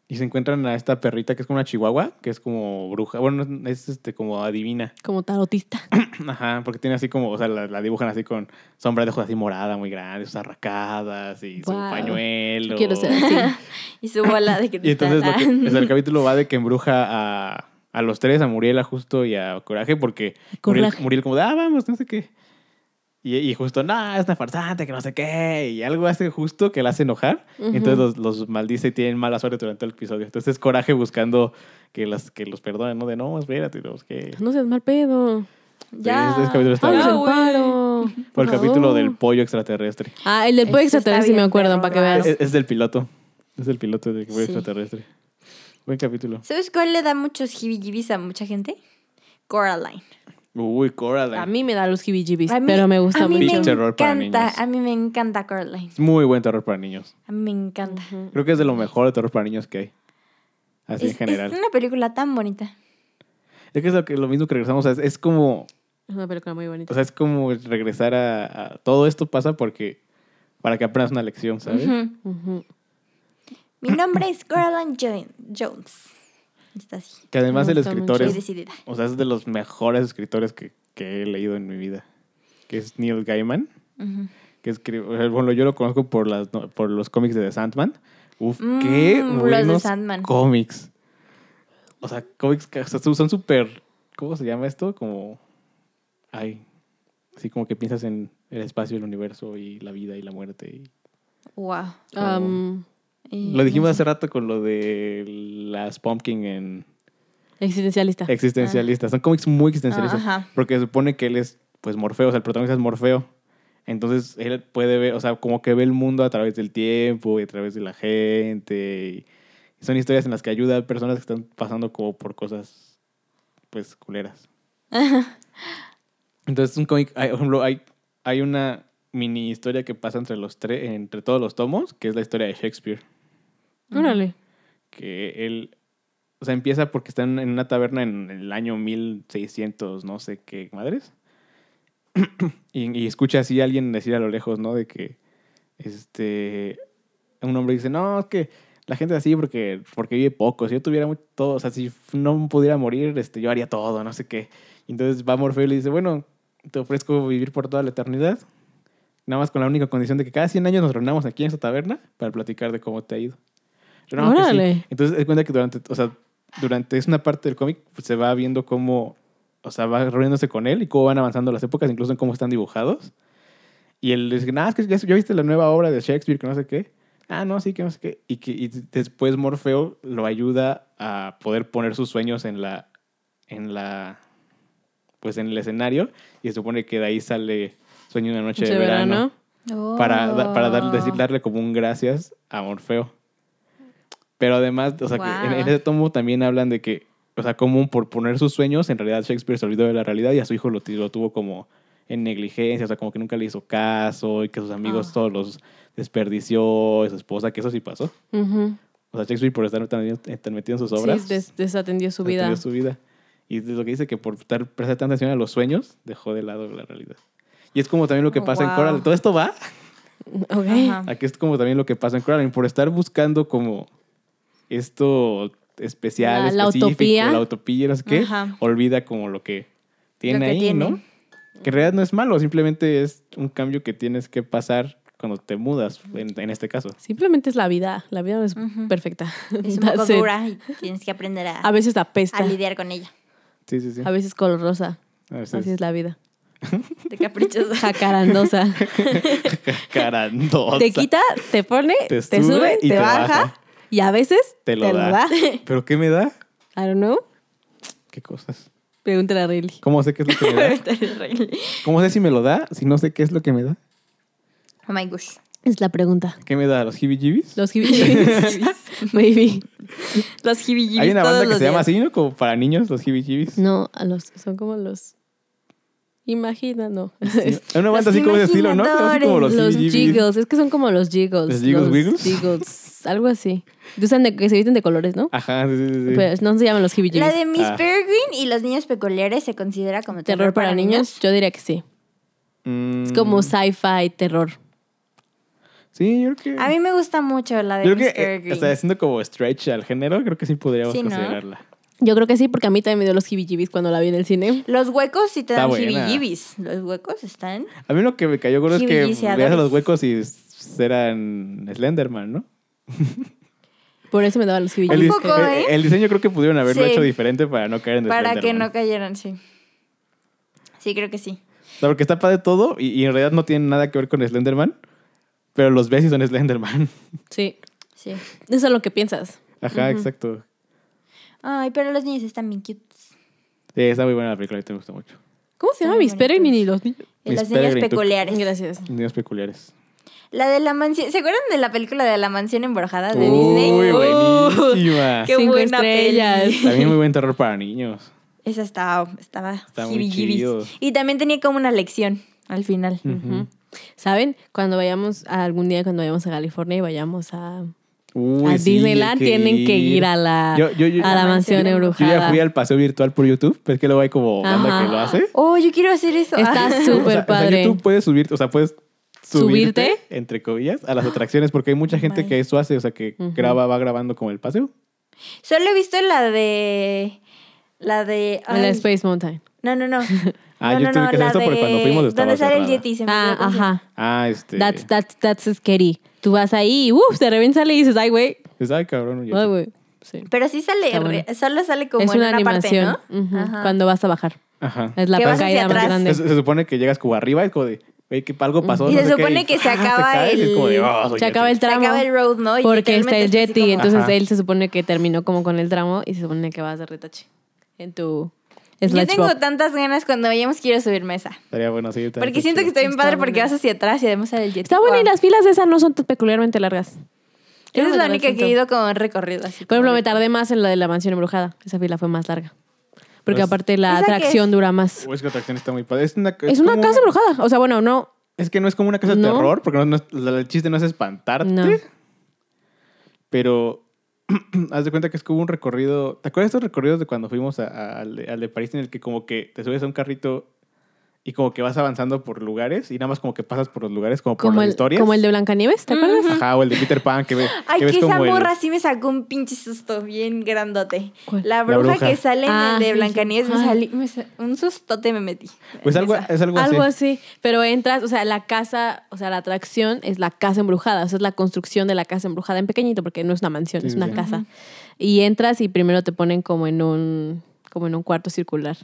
[SPEAKER 4] y se encuentran a esta perrita que es como una chihuahua, que es como bruja, bueno, es este como adivina.
[SPEAKER 1] Como tarotista.
[SPEAKER 4] Ajá, porque tiene así como, o sea, la, la dibujan así con sombra de ojos así morada, muy grande, sus arracadas y su
[SPEAKER 1] Guau.
[SPEAKER 4] pañuelo.
[SPEAKER 1] Quiero ser así.
[SPEAKER 3] Y su bola de
[SPEAKER 4] Y entonces lo
[SPEAKER 3] cristal.
[SPEAKER 4] que- o sea, el capítulo va de que embruja a, a los tres, a Muriel, a Justo y a Coraje, porque Muriel,
[SPEAKER 1] Coraje.
[SPEAKER 4] Muriel como de, ah, vamos, no sé qué. Y, y Justo, no, es una farsante, que no sé qué. Y algo hace Justo que la hace enojar.
[SPEAKER 1] Ujú.
[SPEAKER 4] Y entonces los, los maldice y tienen mala suerte durante todo el episodio. Entonces es Coraje buscando que, las, que los perdonen, ¿no? De, no, espérate, no, es que...
[SPEAKER 1] No seas mal pedo.
[SPEAKER 3] ya.
[SPEAKER 4] Sí, ese este capítulo está
[SPEAKER 1] Vamos
[SPEAKER 4] bueno.
[SPEAKER 1] en paro.
[SPEAKER 4] Por el
[SPEAKER 1] favor.
[SPEAKER 4] capítulo del pollo extraterrestre.
[SPEAKER 1] Ah, el del pollo
[SPEAKER 3] Ese está
[SPEAKER 1] extraterrestre sí me
[SPEAKER 3] bien
[SPEAKER 1] acuerdo,
[SPEAKER 3] perro
[SPEAKER 1] para que
[SPEAKER 3] raro.
[SPEAKER 1] veas.
[SPEAKER 4] Es, es del piloto. Es del piloto del pollo
[SPEAKER 3] Sí.
[SPEAKER 4] extraterrestre. Buen capítulo.
[SPEAKER 3] ¿Sabes cuál le da muchos jibijibis a mucha gente? Coraline.
[SPEAKER 4] Uy, Coraline.
[SPEAKER 2] A mí me da los jibijibis,
[SPEAKER 3] A mí-
[SPEAKER 2] pero me gusta
[SPEAKER 3] a mí
[SPEAKER 4] Pinche
[SPEAKER 2] mucho.
[SPEAKER 3] me
[SPEAKER 4] terror para
[SPEAKER 3] encanta,
[SPEAKER 4] niños.
[SPEAKER 3] A mí me encanta Coraline.
[SPEAKER 4] Es muy buen terror para niños.
[SPEAKER 3] A mí me encanta.
[SPEAKER 4] Creo que es de lo mejor de terror para niños que hay. Así
[SPEAKER 3] Es,
[SPEAKER 4] en general.
[SPEAKER 3] es
[SPEAKER 4] Es,
[SPEAKER 3] una película tan bonita.
[SPEAKER 4] que es lo, que, lo mismo que regresamos. a- es como
[SPEAKER 2] Es una película muy bonita.
[SPEAKER 4] O sea, es como regresar a, a- todo esto pasa porque para que aprendas una lección, ¿sabes?
[SPEAKER 3] Ujú.
[SPEAKER 2] Ujú.
[SPEAKER 3] Mi nombre es Coraline Jo- Jones. Está así.
[SPEAKER 4] Que además
[SPEAKER 2] Me
[SPEAKER 4] el
[SPEAKER 2] gusta
[SPEAKER 4] escritor
[SPEAKER 2] mucho.
[SPEAKER 3] Soy
[SPEAKER 4] es,
[SPEAKER 3] decidida.
[SPEAKER 4] o sea, es de los mejores escritores que, que he leído en mi vida, que es Neil Gaiman,
[SPEAKER 3] Ujú.
[SPEAKER 4] que escribe, bueno, yo lo conozco por las no- por los cómics de The Sandman. Uf,
[SPEAKER 3] Mm,
[SPEAKER 4] qué
[SPEAKER 3] los de
[SPEAKER 4] buenos
[SPEAKER 3] Sandman.
[SPEAKER 4] cómics. O sea, cómics que o sea, son súper ¿cómo se llama esto? Como ay, así como que piensas en el espacio, el universo y la vida y la muerte y
[SPEAKER 3] Wow.
[SPEAKER 4] como-
[SPEAKER 1] Um,
[SPEAKER 2] Am,
[SPEAKER 3] Y
[SPEAKER 4] Lo dijimos
[SPEAKER 3] no
[SPEAKER 4] hace
[SPEAKER 3] sé.
[SPEAKER 4] rato con lo de las Pumpkin en
[SPEAKER 2] existencialista.
[SPEAKER 1] Ah.
[SPEAKER 4] existencialistas. Son cómics muy existencialistas.
[SPEAKER 3] Ah, ajá.
[SPEAKER 4] Porque se supone que él es, pues, Morfeo. O sea, el protagonista es Morfeo. Entonces, él puede ver, o sea, como que ve el mundo a través del tiempo y a través de la gente. Y son historias en las que ayuda a personas que están pasando como por cosas, pues, culeras. Entonces, es un cómic, hay, por ejemplo, hay, hay una mini historia que pasa entre, los tres entre todos los tomos, que es la historia de Shakespeare
[SPEAKER 2] Órale.
[SPEAKER 4] que él, o sea, empieza porque están en una taberna en el año 1600, no sé qué madres. y, y escucha así a alguien decir a lo lejos, ¿no? De que, este, un hombre dice, no, es que la gente es así porque, porque vive poco. Si yo tuviera mu- todo, o sea, si f- no pudiera morir, este, yo haría todo, no sé qué. Y entonces va Morfeo y le dice, bueno, te ofrezco vivir por toda la eternidad. Nada más con la única condición de que cada 100 años nos reunamos aquí en esta taberna para platicar de cómo te ha ido. Pero no, que sí.
[SPEAKER 2] Órale.
[SPEAKER 4] Entonces, es cuenta que durante, o sea, durante es una parte del cómic pues, se va viendo cómo, o sea, va reuniéndose con él y cómo van avanzando las épocas, incluso en cómo están dibujados. Y él dice, nada, es que ya, ya viste la nueva obra de Shakespeare, que no sé qué. Ah, no, sí, que no sé qué. Y, que, y después Morfeo lo ayuda a poder poner sus sueños en la, en la, pues en el escenario. Y se supone que de ahí sale Sueño de una noche de,
[SPEAKER 2] De
[SPEAKER 4] verano.
[SPEAKER 2] verano.
[SPEAKER 4] Para, da- para dar-
[SPEAKER 3] Oh.
[SPEAKER 4] decir- darle como un gracias a Morfeo. Pero además, o sea, que en, en
[SPEAKER 3] Guau.
[SPEAKER 4] ese tomo también hablan de que, o sea, como por poner sus sueños, en realidad Shakespeare se olvidó de la realidad y a su hijo lo, ti- lo tuvo como en negligencia, o sea, como que nunca le hizo caso y que sus amigos
[SPEAKER 3] Ah.
[SPEAKER 4] todos los desperdició y su esposa, que eso sí pasó.
[SPEAKER 2] Ujú.
[SPEAKER 4] O sea, Shakespeare por estar tan, tan metido en sus obras.
[SPEAKER 2] Sí, des- desatendió su vida.
[SPEAKER 4] perdió su vida. Y es lo que dice que por estar prestando atención a los sueños, dejó de lado la realidad. Y es como también lo que pasa en
[SPEAKER 3] Wow.
[SPEAKER 4] Coral. Todo esto va
[SPEAKER 2] Ok.
[SPEAKER 3] Ajá.
[SPEAKER 4] Aquí es como también lo que pasa en Coraline, por estar buscando como esto especial,
[SPEAKER 2] La- la
[SPEAKER 4] específico,
[SPEAKER 2] utopía.
[SPEAKER 4] la utopía, no sé qué,
[SPEAKER 3] Ajá.
[SPEAKER 4] olvida como lo que tiene
[SPEAKER 3] Lo que
[SPEAKER 4] ahí,
[SPEAKER 3] tiene.
[SPEAKER 4] ¿no? Que en realidad no es malo, simplemente es un cambio que tienes que pasar cuando te mudas, en, en este caso.
[SPEAKER 2] Simplemente es la vida. La vida no es
[SPEAKER 3] Ujú.
[SPEAKER 2] perfecta.
[SPEAKER 3] Es un
[SPEAKER 2] That's
[SPEAKER 3] poco
[SPEAKER 2] it.
[SPEAKER 3] dura y tienes que aprender a,
[SPEAKER 2] A veces apesta.
[SPEAKER 3] a lidiar con ella.
[SPEAKER 4] Sí, sí, sí.
[SPEAKER 2] A veces color rosa.
[SPEAKER 4] A veces
[SPEAKER 2] Así es la vida.
[SPEAKER 3] De caprichosa.
[SPEAKER 2] Jacarandosa.
[SPEAKER 4] Carandosa.
[SPEAKER 2] te quita, te pone,
[SPEAKER 4] Te
[SPEAKER 2] te,
[SPEAKER 4] sube
[SPEAKER 2] sube,
[SPEAKER 4] y
[SPEAKER 2] te,
[SPEAKER 4] te
[SPEAKER 2] baja,
[SPEAKER 4] baja.
[SPEAKER 2] Y a veces
[SPEAKER 4] Te lo da. ¿Pero qué me da?
[SPEAKER 2] I don't know.
[SPEAKER 4] ¿Qué cosas?
[SPEAKER 2] Pregúntale a Riley.
[SPEAKER 4] ¿Cómo sé qué es lo que me da? ¿Cómo sé si me lo da? Si no sé qué es lo que me da.
[SPEAKER 3] oh my gosh.
[SPEAKER 2] Es la pregunta.
[SPEAKER 4] ¿Qué me da? ¿Los jibijibis?
[SPEAKER 2] Los hibijibis. Maybe.
[SPEAKER 3] Los jibijibis
[SPEAKER 4] Hay una
[SPEAKER 3] todos
[SPEAKER 4] banda que
[SPEAKER 3] los
[SPEAKER 4] se llama
[SPEAKER 3] días.
[SPEAKER 4] así, ¿no? Como para niños, los jibijibis.
[SPEAKER 2] No, a los, son como los. Imagina, no.
[SPEAKER 4] Sí, Hay una banda
[SPEAKER 3] Los
[SPEAKER 4] así como de estilo, ¿no? Así como los,
[SPEAKER 2] Los
[SPEAKER 4] CBGBs.
[SPEAKER 2] jiggles, es que son como los jiggles.
[SPEAKER 4] ¿Los jiggles wiggles?
[SPEAKER 2] jiggles, algo así. Que Usan de, que se visten de colores, ¿no?
[SPEAKER 4] Ajá, sí, Ah, sí, sí.
[SPEAKER 2] Pero no se llaman los hibijibis.
[SPEAKER 3] La de Miss
[SPEAKER 4] Ah.
[SPEAKER 3] Peregrine y los niños peculiares se considera como
[SPEAKER 2] terror, para, niños, yo diría que sí.
[SPEAKER 4] Mm,
[SPEAKER 2] Es como sci-fi terror.
[SPEAKER 4] Sí, yo creo que...
[SPEAKER 3] A mí me gusta mucho la de
[SPEAKER 4] yo creo
[SPEAKER 3] Miss
[SPEAKER 4] que, eh,
[SPEAKER 3] Peregrine.
[SPEAKER 4] o sea, haciendo como stretch al género, creo que sí podríamos
[SPEAKER 3] Sí, ¿no?
[SPEAKER 4] considerarla.
[SPEAKER 2] Yo creo que sí, porque a mí también me dio los hibijibis cuando la vi en el cine.
[SPEAKER 3] Los huecos sí te
[SPEAKER 4] Está
[SPEAKER 3] dan
[SPEAKER 4] buena.
[SPEAKER 3] jibijibis. Los huecos están.
[SPEAKER 4] A mí lo que me cayó gordo es que
[SPEAKER 3] Jibijis y
[SPEAKER 4] veas a los
[SPEAKER 3] adores.
[SPEAKER 4] huecos y s- eran Slenderman, ¿no?
[SPEAKER 2] Por eso me daban los
[SPEAKER 4] El,
[SPEAKER 2] hibijibis.
[SPEAKER 4] dis-
[SPEAKER 3] poco,
[SPEAKER 4] el-
[SPEAKER 3] ¿eh?
[SPEAKER 4] el diseño creo que pudieron haberlo
[SPEAKER 3] Sí.
[SPEAKER 4] hecho diferente para no caer en
[SPEAKER 3] Para que
[SPEAKER 4] Slenderman.
[SPEAKER 3] no cayeran, sí. Sí, creo que sí.
[SPEAKER 4] O sea, porque está padre todo y, y en realidad no tiene nada que ver con Slenderman, pero los ves y son Slenderman.
[SPEAKER 2] Sí,
[SPEAKER 3] Sí.
[SPEAKER 2] eso es lo que piensas.
[SPEAKER 4] Ajá, exacto.
[SPEAKER 3] Ay, pero los niños están bien cute.
[SPEAKER 4] Sí, está muy buena la película, a mí te gusta mucho.
[SPEAKER 2] ¿Cómo se llama
[SPEAKER 3] Ay,
[SPEAKER 2] Miss Peregrine y los niños?
[SPEAKER 3] Y
[SPEAKER 4] Miss
[SPEAKER 3] los niños
[SPEAKER 4] Peregrine, tú-
[SPEAKER 3] peculiares.
[SPEAKER 2] Gracias.
[SPEAKER 4] Niños peculiares.
[SPEAKER 3] La de la mansión. ¿Se acuerdan de la película de la mansión embrujada de
[SPEAKER 4] Uy,
[SPEAKER 3] Disney?
[SPEAKER 4] buenísima.
[SPEAKER 3] Qué
[SPEAKER 2] Cinco
[SPEAKER 3] buena
[SPEAKER 2] estrellas.
[SPEAKER 3] peli.
[SPEAKER 4] También muy buen terror para niños.
[SPEAKER 3] Esa estaba, estaba,
[SPEAKER 4] Está muy
[SPEAKER 3] jibijibis.
[SPEAKER 4] chido.
[SPEAKER 3] Y también tenía como una lección al final.
[SPEAKER 4] Ujú.
[SPEAKER 1] ¿Saben? Cuando vayamos, a- algún día cuando vayamos a California y vayamos a,
[SPEAKER 4] Uy,
[SPEAKER 1] a
[SPEAKER 4] sí,
[SPEAKER 1] Disneyland,
[SPEAKER 4] hay
[SPEAKER 1] tienen que ir a la,
[SPEAKER 4] Yo- yo- yo-
[SPEAKER 1] a la
[SPEAKER 4] La
[SPEAKER 1] mansión
[SPEAKER 3] mansión.
[SPEAKER 4] Yo
[SPEAKER 1] embrujada.
[SPEAKER 4] ya fui al paseo virtual por YouTube, pero es que luego hay como banda
[SPEAKER 1] Ajá.
[SPEAKER 4] que lo hace.
[SPEAKER 3] Oh, yo quiero hacer eso.
[SPEAKER 1] Está
[SPEAKER 3] Ah.
[SPEAKER 1] súper padre.
[SPEAKER 4] YouTube puedes subirte, o sea, puedes subirte,
[SPEAKER 1] ¿Subirte?
[SPEAKER 4] entre comillas, a las atracciones, porque hay mucha gente que eso hace, o sea, que
[SPEAKER 1] Ujú.
[SPEAKER 4] graba, va grabando como el paseo.
[SPEAKER 3] Solo he visto la de. La de.
[SPEAKER 1] a la
[SPEAKER 3] ay,
[SPEAKER 1] Space Mountain.
[SPEAKER 3] No, no, no.
[SPEAKER 4] Ah,
[SPEAKER 3] no,
[SPEAKER 4] yo
[SPEAKER 3] no,
[SPEAKER 4] tuve
[SPEAKER 3] no,
[SPEAKER 4] que hacer
[SPEAKER 3] la
[SPEAKER 4] esto porque cuando fuimos estaba
[SPEAKER 3] ¿Dónde sale el
[SPEAKER 4] cerrada.
[SPEAKER 3] Yeti? Se me
[SPEAKER 1] Ah,
[SPEAKER 3] olvidó cómo se llama.
[SPEAKER 1] ajá.
[SPEAKER 4] Ah, este.
[SPEAKER 1] That's, that's, that's scary. Tú vas ahí y uff, de repente sale y dices, ay, güey.
[SPEAKER 4] Dices, ay, cabrón. ya
[SPEAKER 1] Ay,
[SPEAKER 4] sé".
[SPEAKER 1] güey. Sí.
[SPEAKER 3] Pero sí sale.
[SPEAKER 1] Está bueno.
[SPEAKER 3] re- Solo sale como
[SPEAKER 1] es
[SPEAKER 3] en
[SPEAKER 1] una,
[SPEAKER 3] una,
[SPEAKER 1] animación
[SPEAKER 3] parte, ¿no?
[SPEAKER 1] ujú,
[SPEAKER 3] Ajá.
[SPEAKER 1] cuando vas a bajar.
[SPEAKER 4] Ajá.
[SPEAKER 1] Es la
[SPEAKER 3] Que vas hacia
[SPEAKER 1] caída más
[SPEAKER 3] atrás. Pues,
[SPEAKER 1] grande.
[SPEAKER 4] Se, se supone que llegas como arriba y como de, güey, que algo pasó.
[SPEAKER 3] Y
[SPEAKER 4] no
[SPEAKER 3] se
[SPEAKER 4] sé qué,
[SPEAKER 3] supone
[SPEAKER 4] y
[SPEAKER 3] que se
[SPEAKER 4] ¡ah! te
[SPEAKER 3] acaba
[SPEAKER 4] caes, y es como de,
[SPEAKER 3] el-
[SPEAKER 4] "Ah, soy
[SPEAKER 1] se acaba
[SPEAKER 4] Yeti".
[SPEAKER 1] el
[SPEAKER 3] Se
[SPEAKER 1] tramo.
[SPEAKER 3] acaba el road, ¿no? Y
[SPEAKER 1] porque está el
[SPEAKER 3] literalmente así
[SPEAKER 1] jetty,
[SPEAKER 3] como-
[SPEAKER 1] entonces
[SPEAKER 4] Ajá.
[SPEAKER 1] él se supone que terminó como con el tramo y se supone que vas de retache en tu
[SPEAKER 3] Yo
[SPEAKER 1] Slash
[SPEAKER 3] tengo
[SPEAKER 1] Bob.
[SPEAKER 3] tantas ganas cuando vayamos quiero subirme a esa.
[SPEAKER 4] Estaría bueno, sí. está-
[SPEAKER 3] Porque
[SPEAKER 4] está
[SPEAKER 3] siento que
[SPEAKER 4] chido.
[SPEAKER 3] está bien
[SPEAKER 1] Está
[SPEAKER 3] padre porque
[SPEAKER 1] buena.
[SPEAKER 3] vas hacia atrás y además sale el jetty.
[SPEAKER 1] Está buena y
[SPEAKER 3] Wow.
[SPEAKER 1] las filas de esas no son tan peculiarmente largas.
[SPEAKER 3] Esa
[SPEAKER 1] Yo no
[SPEAKER 3] es
[SPEAKER 1] me
[SPEAKER 3] la
[SPEAKER 1] tardé
[SPEAKER 3] única que
[SPEAKER 1] tanto.
[SPEAKER 3] he ido con recorrido así.
[SPEAKER 1] Por ejemplo,
[SPEAKER 3] como
[SPEAKER 1] me
[SPEAKER 3] de-
[SPEAKER 1] tardé más en la de la mansión embrujada. Esa fila fue más larga. Porque
[SPEAKER 4] Pues-
[SPEAKER 1] aparte la
[SPEAKER 3] ¿Esa qué
[SPEAKER 1] atracción
[SPEAKER 3] es?
[SPEAKER 1] dura más.
[SPEAKER 4] Uy, es que la atracción está muy padre. Es una,
[SPEAKER 1] Es una
[SPEAKER 4] como-
[SPEAKER 1] casa embrujada. O sea, bueno, no.
[SPEAKER 4] Es que no es como una casa de
[SPEAKER 1] No.
[SPEAKER 4] terror, porque no- no es- el chiste no es espantarte.
[SPEAKER 1] No.
[SPEAKER 4] Pero haz de cuenta que es como un recorrido. ¿Te acuerdas de estos recorridos de cuando fuimos a- a- al, de, al de París en el que como que te subes a un carrito y como que vas avanzando por lugares y nada más como que pasas por los lugares como, por
[SPEAKER 1] Como
[SPEAKER 4] las
[SPEAKER 1] el,
[SPEAKER 4] historias?
[SPEAKER 1] como el de Blancanieves, ¿te acuerdas?
[SPEAKER 4] Ajá, o el de Peter Pan que, ve,
[SPEAKER 3] Ay,
[SPEAKER 4] que
[SPEAKER 3] que
[SPEAKER 4] ves
[SPEAKER 3] esa
[SPEAKER 4] como el...
[SPEAKER 3] morra sí me sacó un pinche susto bien grandote.
[SPEAKER 1] ¿Cuál?
[SPEAKER 3] La
[SPEAKER 4] La
[SPEAKER 3] bruja,
[SPEAKER 4] bruja.
[SPEAKER 3] que sale en
[SPEAKER 1] Ah,
[SPEAKER 3] el de
[SPEAKER 1] sí,
[SPEAKER 3] Blancanieves
[SPEAKER 1] sí.
[SPEAKER 3] me
[SPEAKER 1] Ay.
[SPEAKER 3] salí, me sa- un sustote me metí.
[SPEAKER 4] Pues
[SPEAKER 3] en
[SPEAKER 4] algo,
[SPEAKER 3] esa.
[SPEAKER 4] es algo,
[SPEAKER 1] Algo así.
[SPEAKER 4] así.
[SPEAKER 1] Pero entras, o sea, la casa, o sea, la atracción es la casa embrujada, o sea, es la construcción de la casa embrujada en pequeñito, porque no es una mansión,
[SPEAKER 4] Sí,
[SPEAKER 1] es
[SPEAKER 4] sí,
[SPEAKER 1] una
[SPEAKER 4] sí.
[SPEAKER 1] casa. Y entras y primero te ponen como en un, como en un cuarto circular.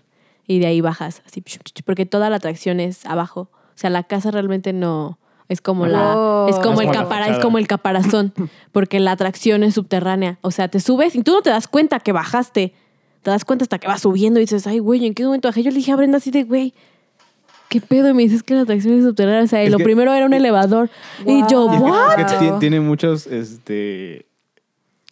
[SPEAKER 1] Y de ahí bajas, así, psh, psh, psh, porque toda la atracción es abajo. O sea, la casa realmente no es como
[SPEAKER 3] Wow.
[SPEAKER 1] la es como
[SPEAKER 4] Es
[SPEAKER 1] el
[SPEAKER 4] como la
[SPEAKER 1] capara, es
[SPEAKER 4] fachada.
[SPEAKER 1] como el caparazón, porque la atracción es subterránea. O sea, te subes y tú no te das cuenta que bajaste. Te das cuenta hasta que vas subiendo y dices, ay, güey, ¿en qué momento bajé? Yo le dije a Brenda así de, güey, ¿qué pedo? Y me dices que la atracción es subterránea. O sea,
[SPEAKER 4] Es
[SPEAKER 1] lo
[SPEAKER 4] que-
[SPEAKER 1] primero era un elevador. Y yo,
[SPEAKER 3] Wow.
[SPEAKER 4] Y es que-
[SPEAKER 1] ¿what?
[SPEAKER 4] es que
[SPEAKER 3] Wow.
[SPEAKER 4] tiene, tiene muchos, este...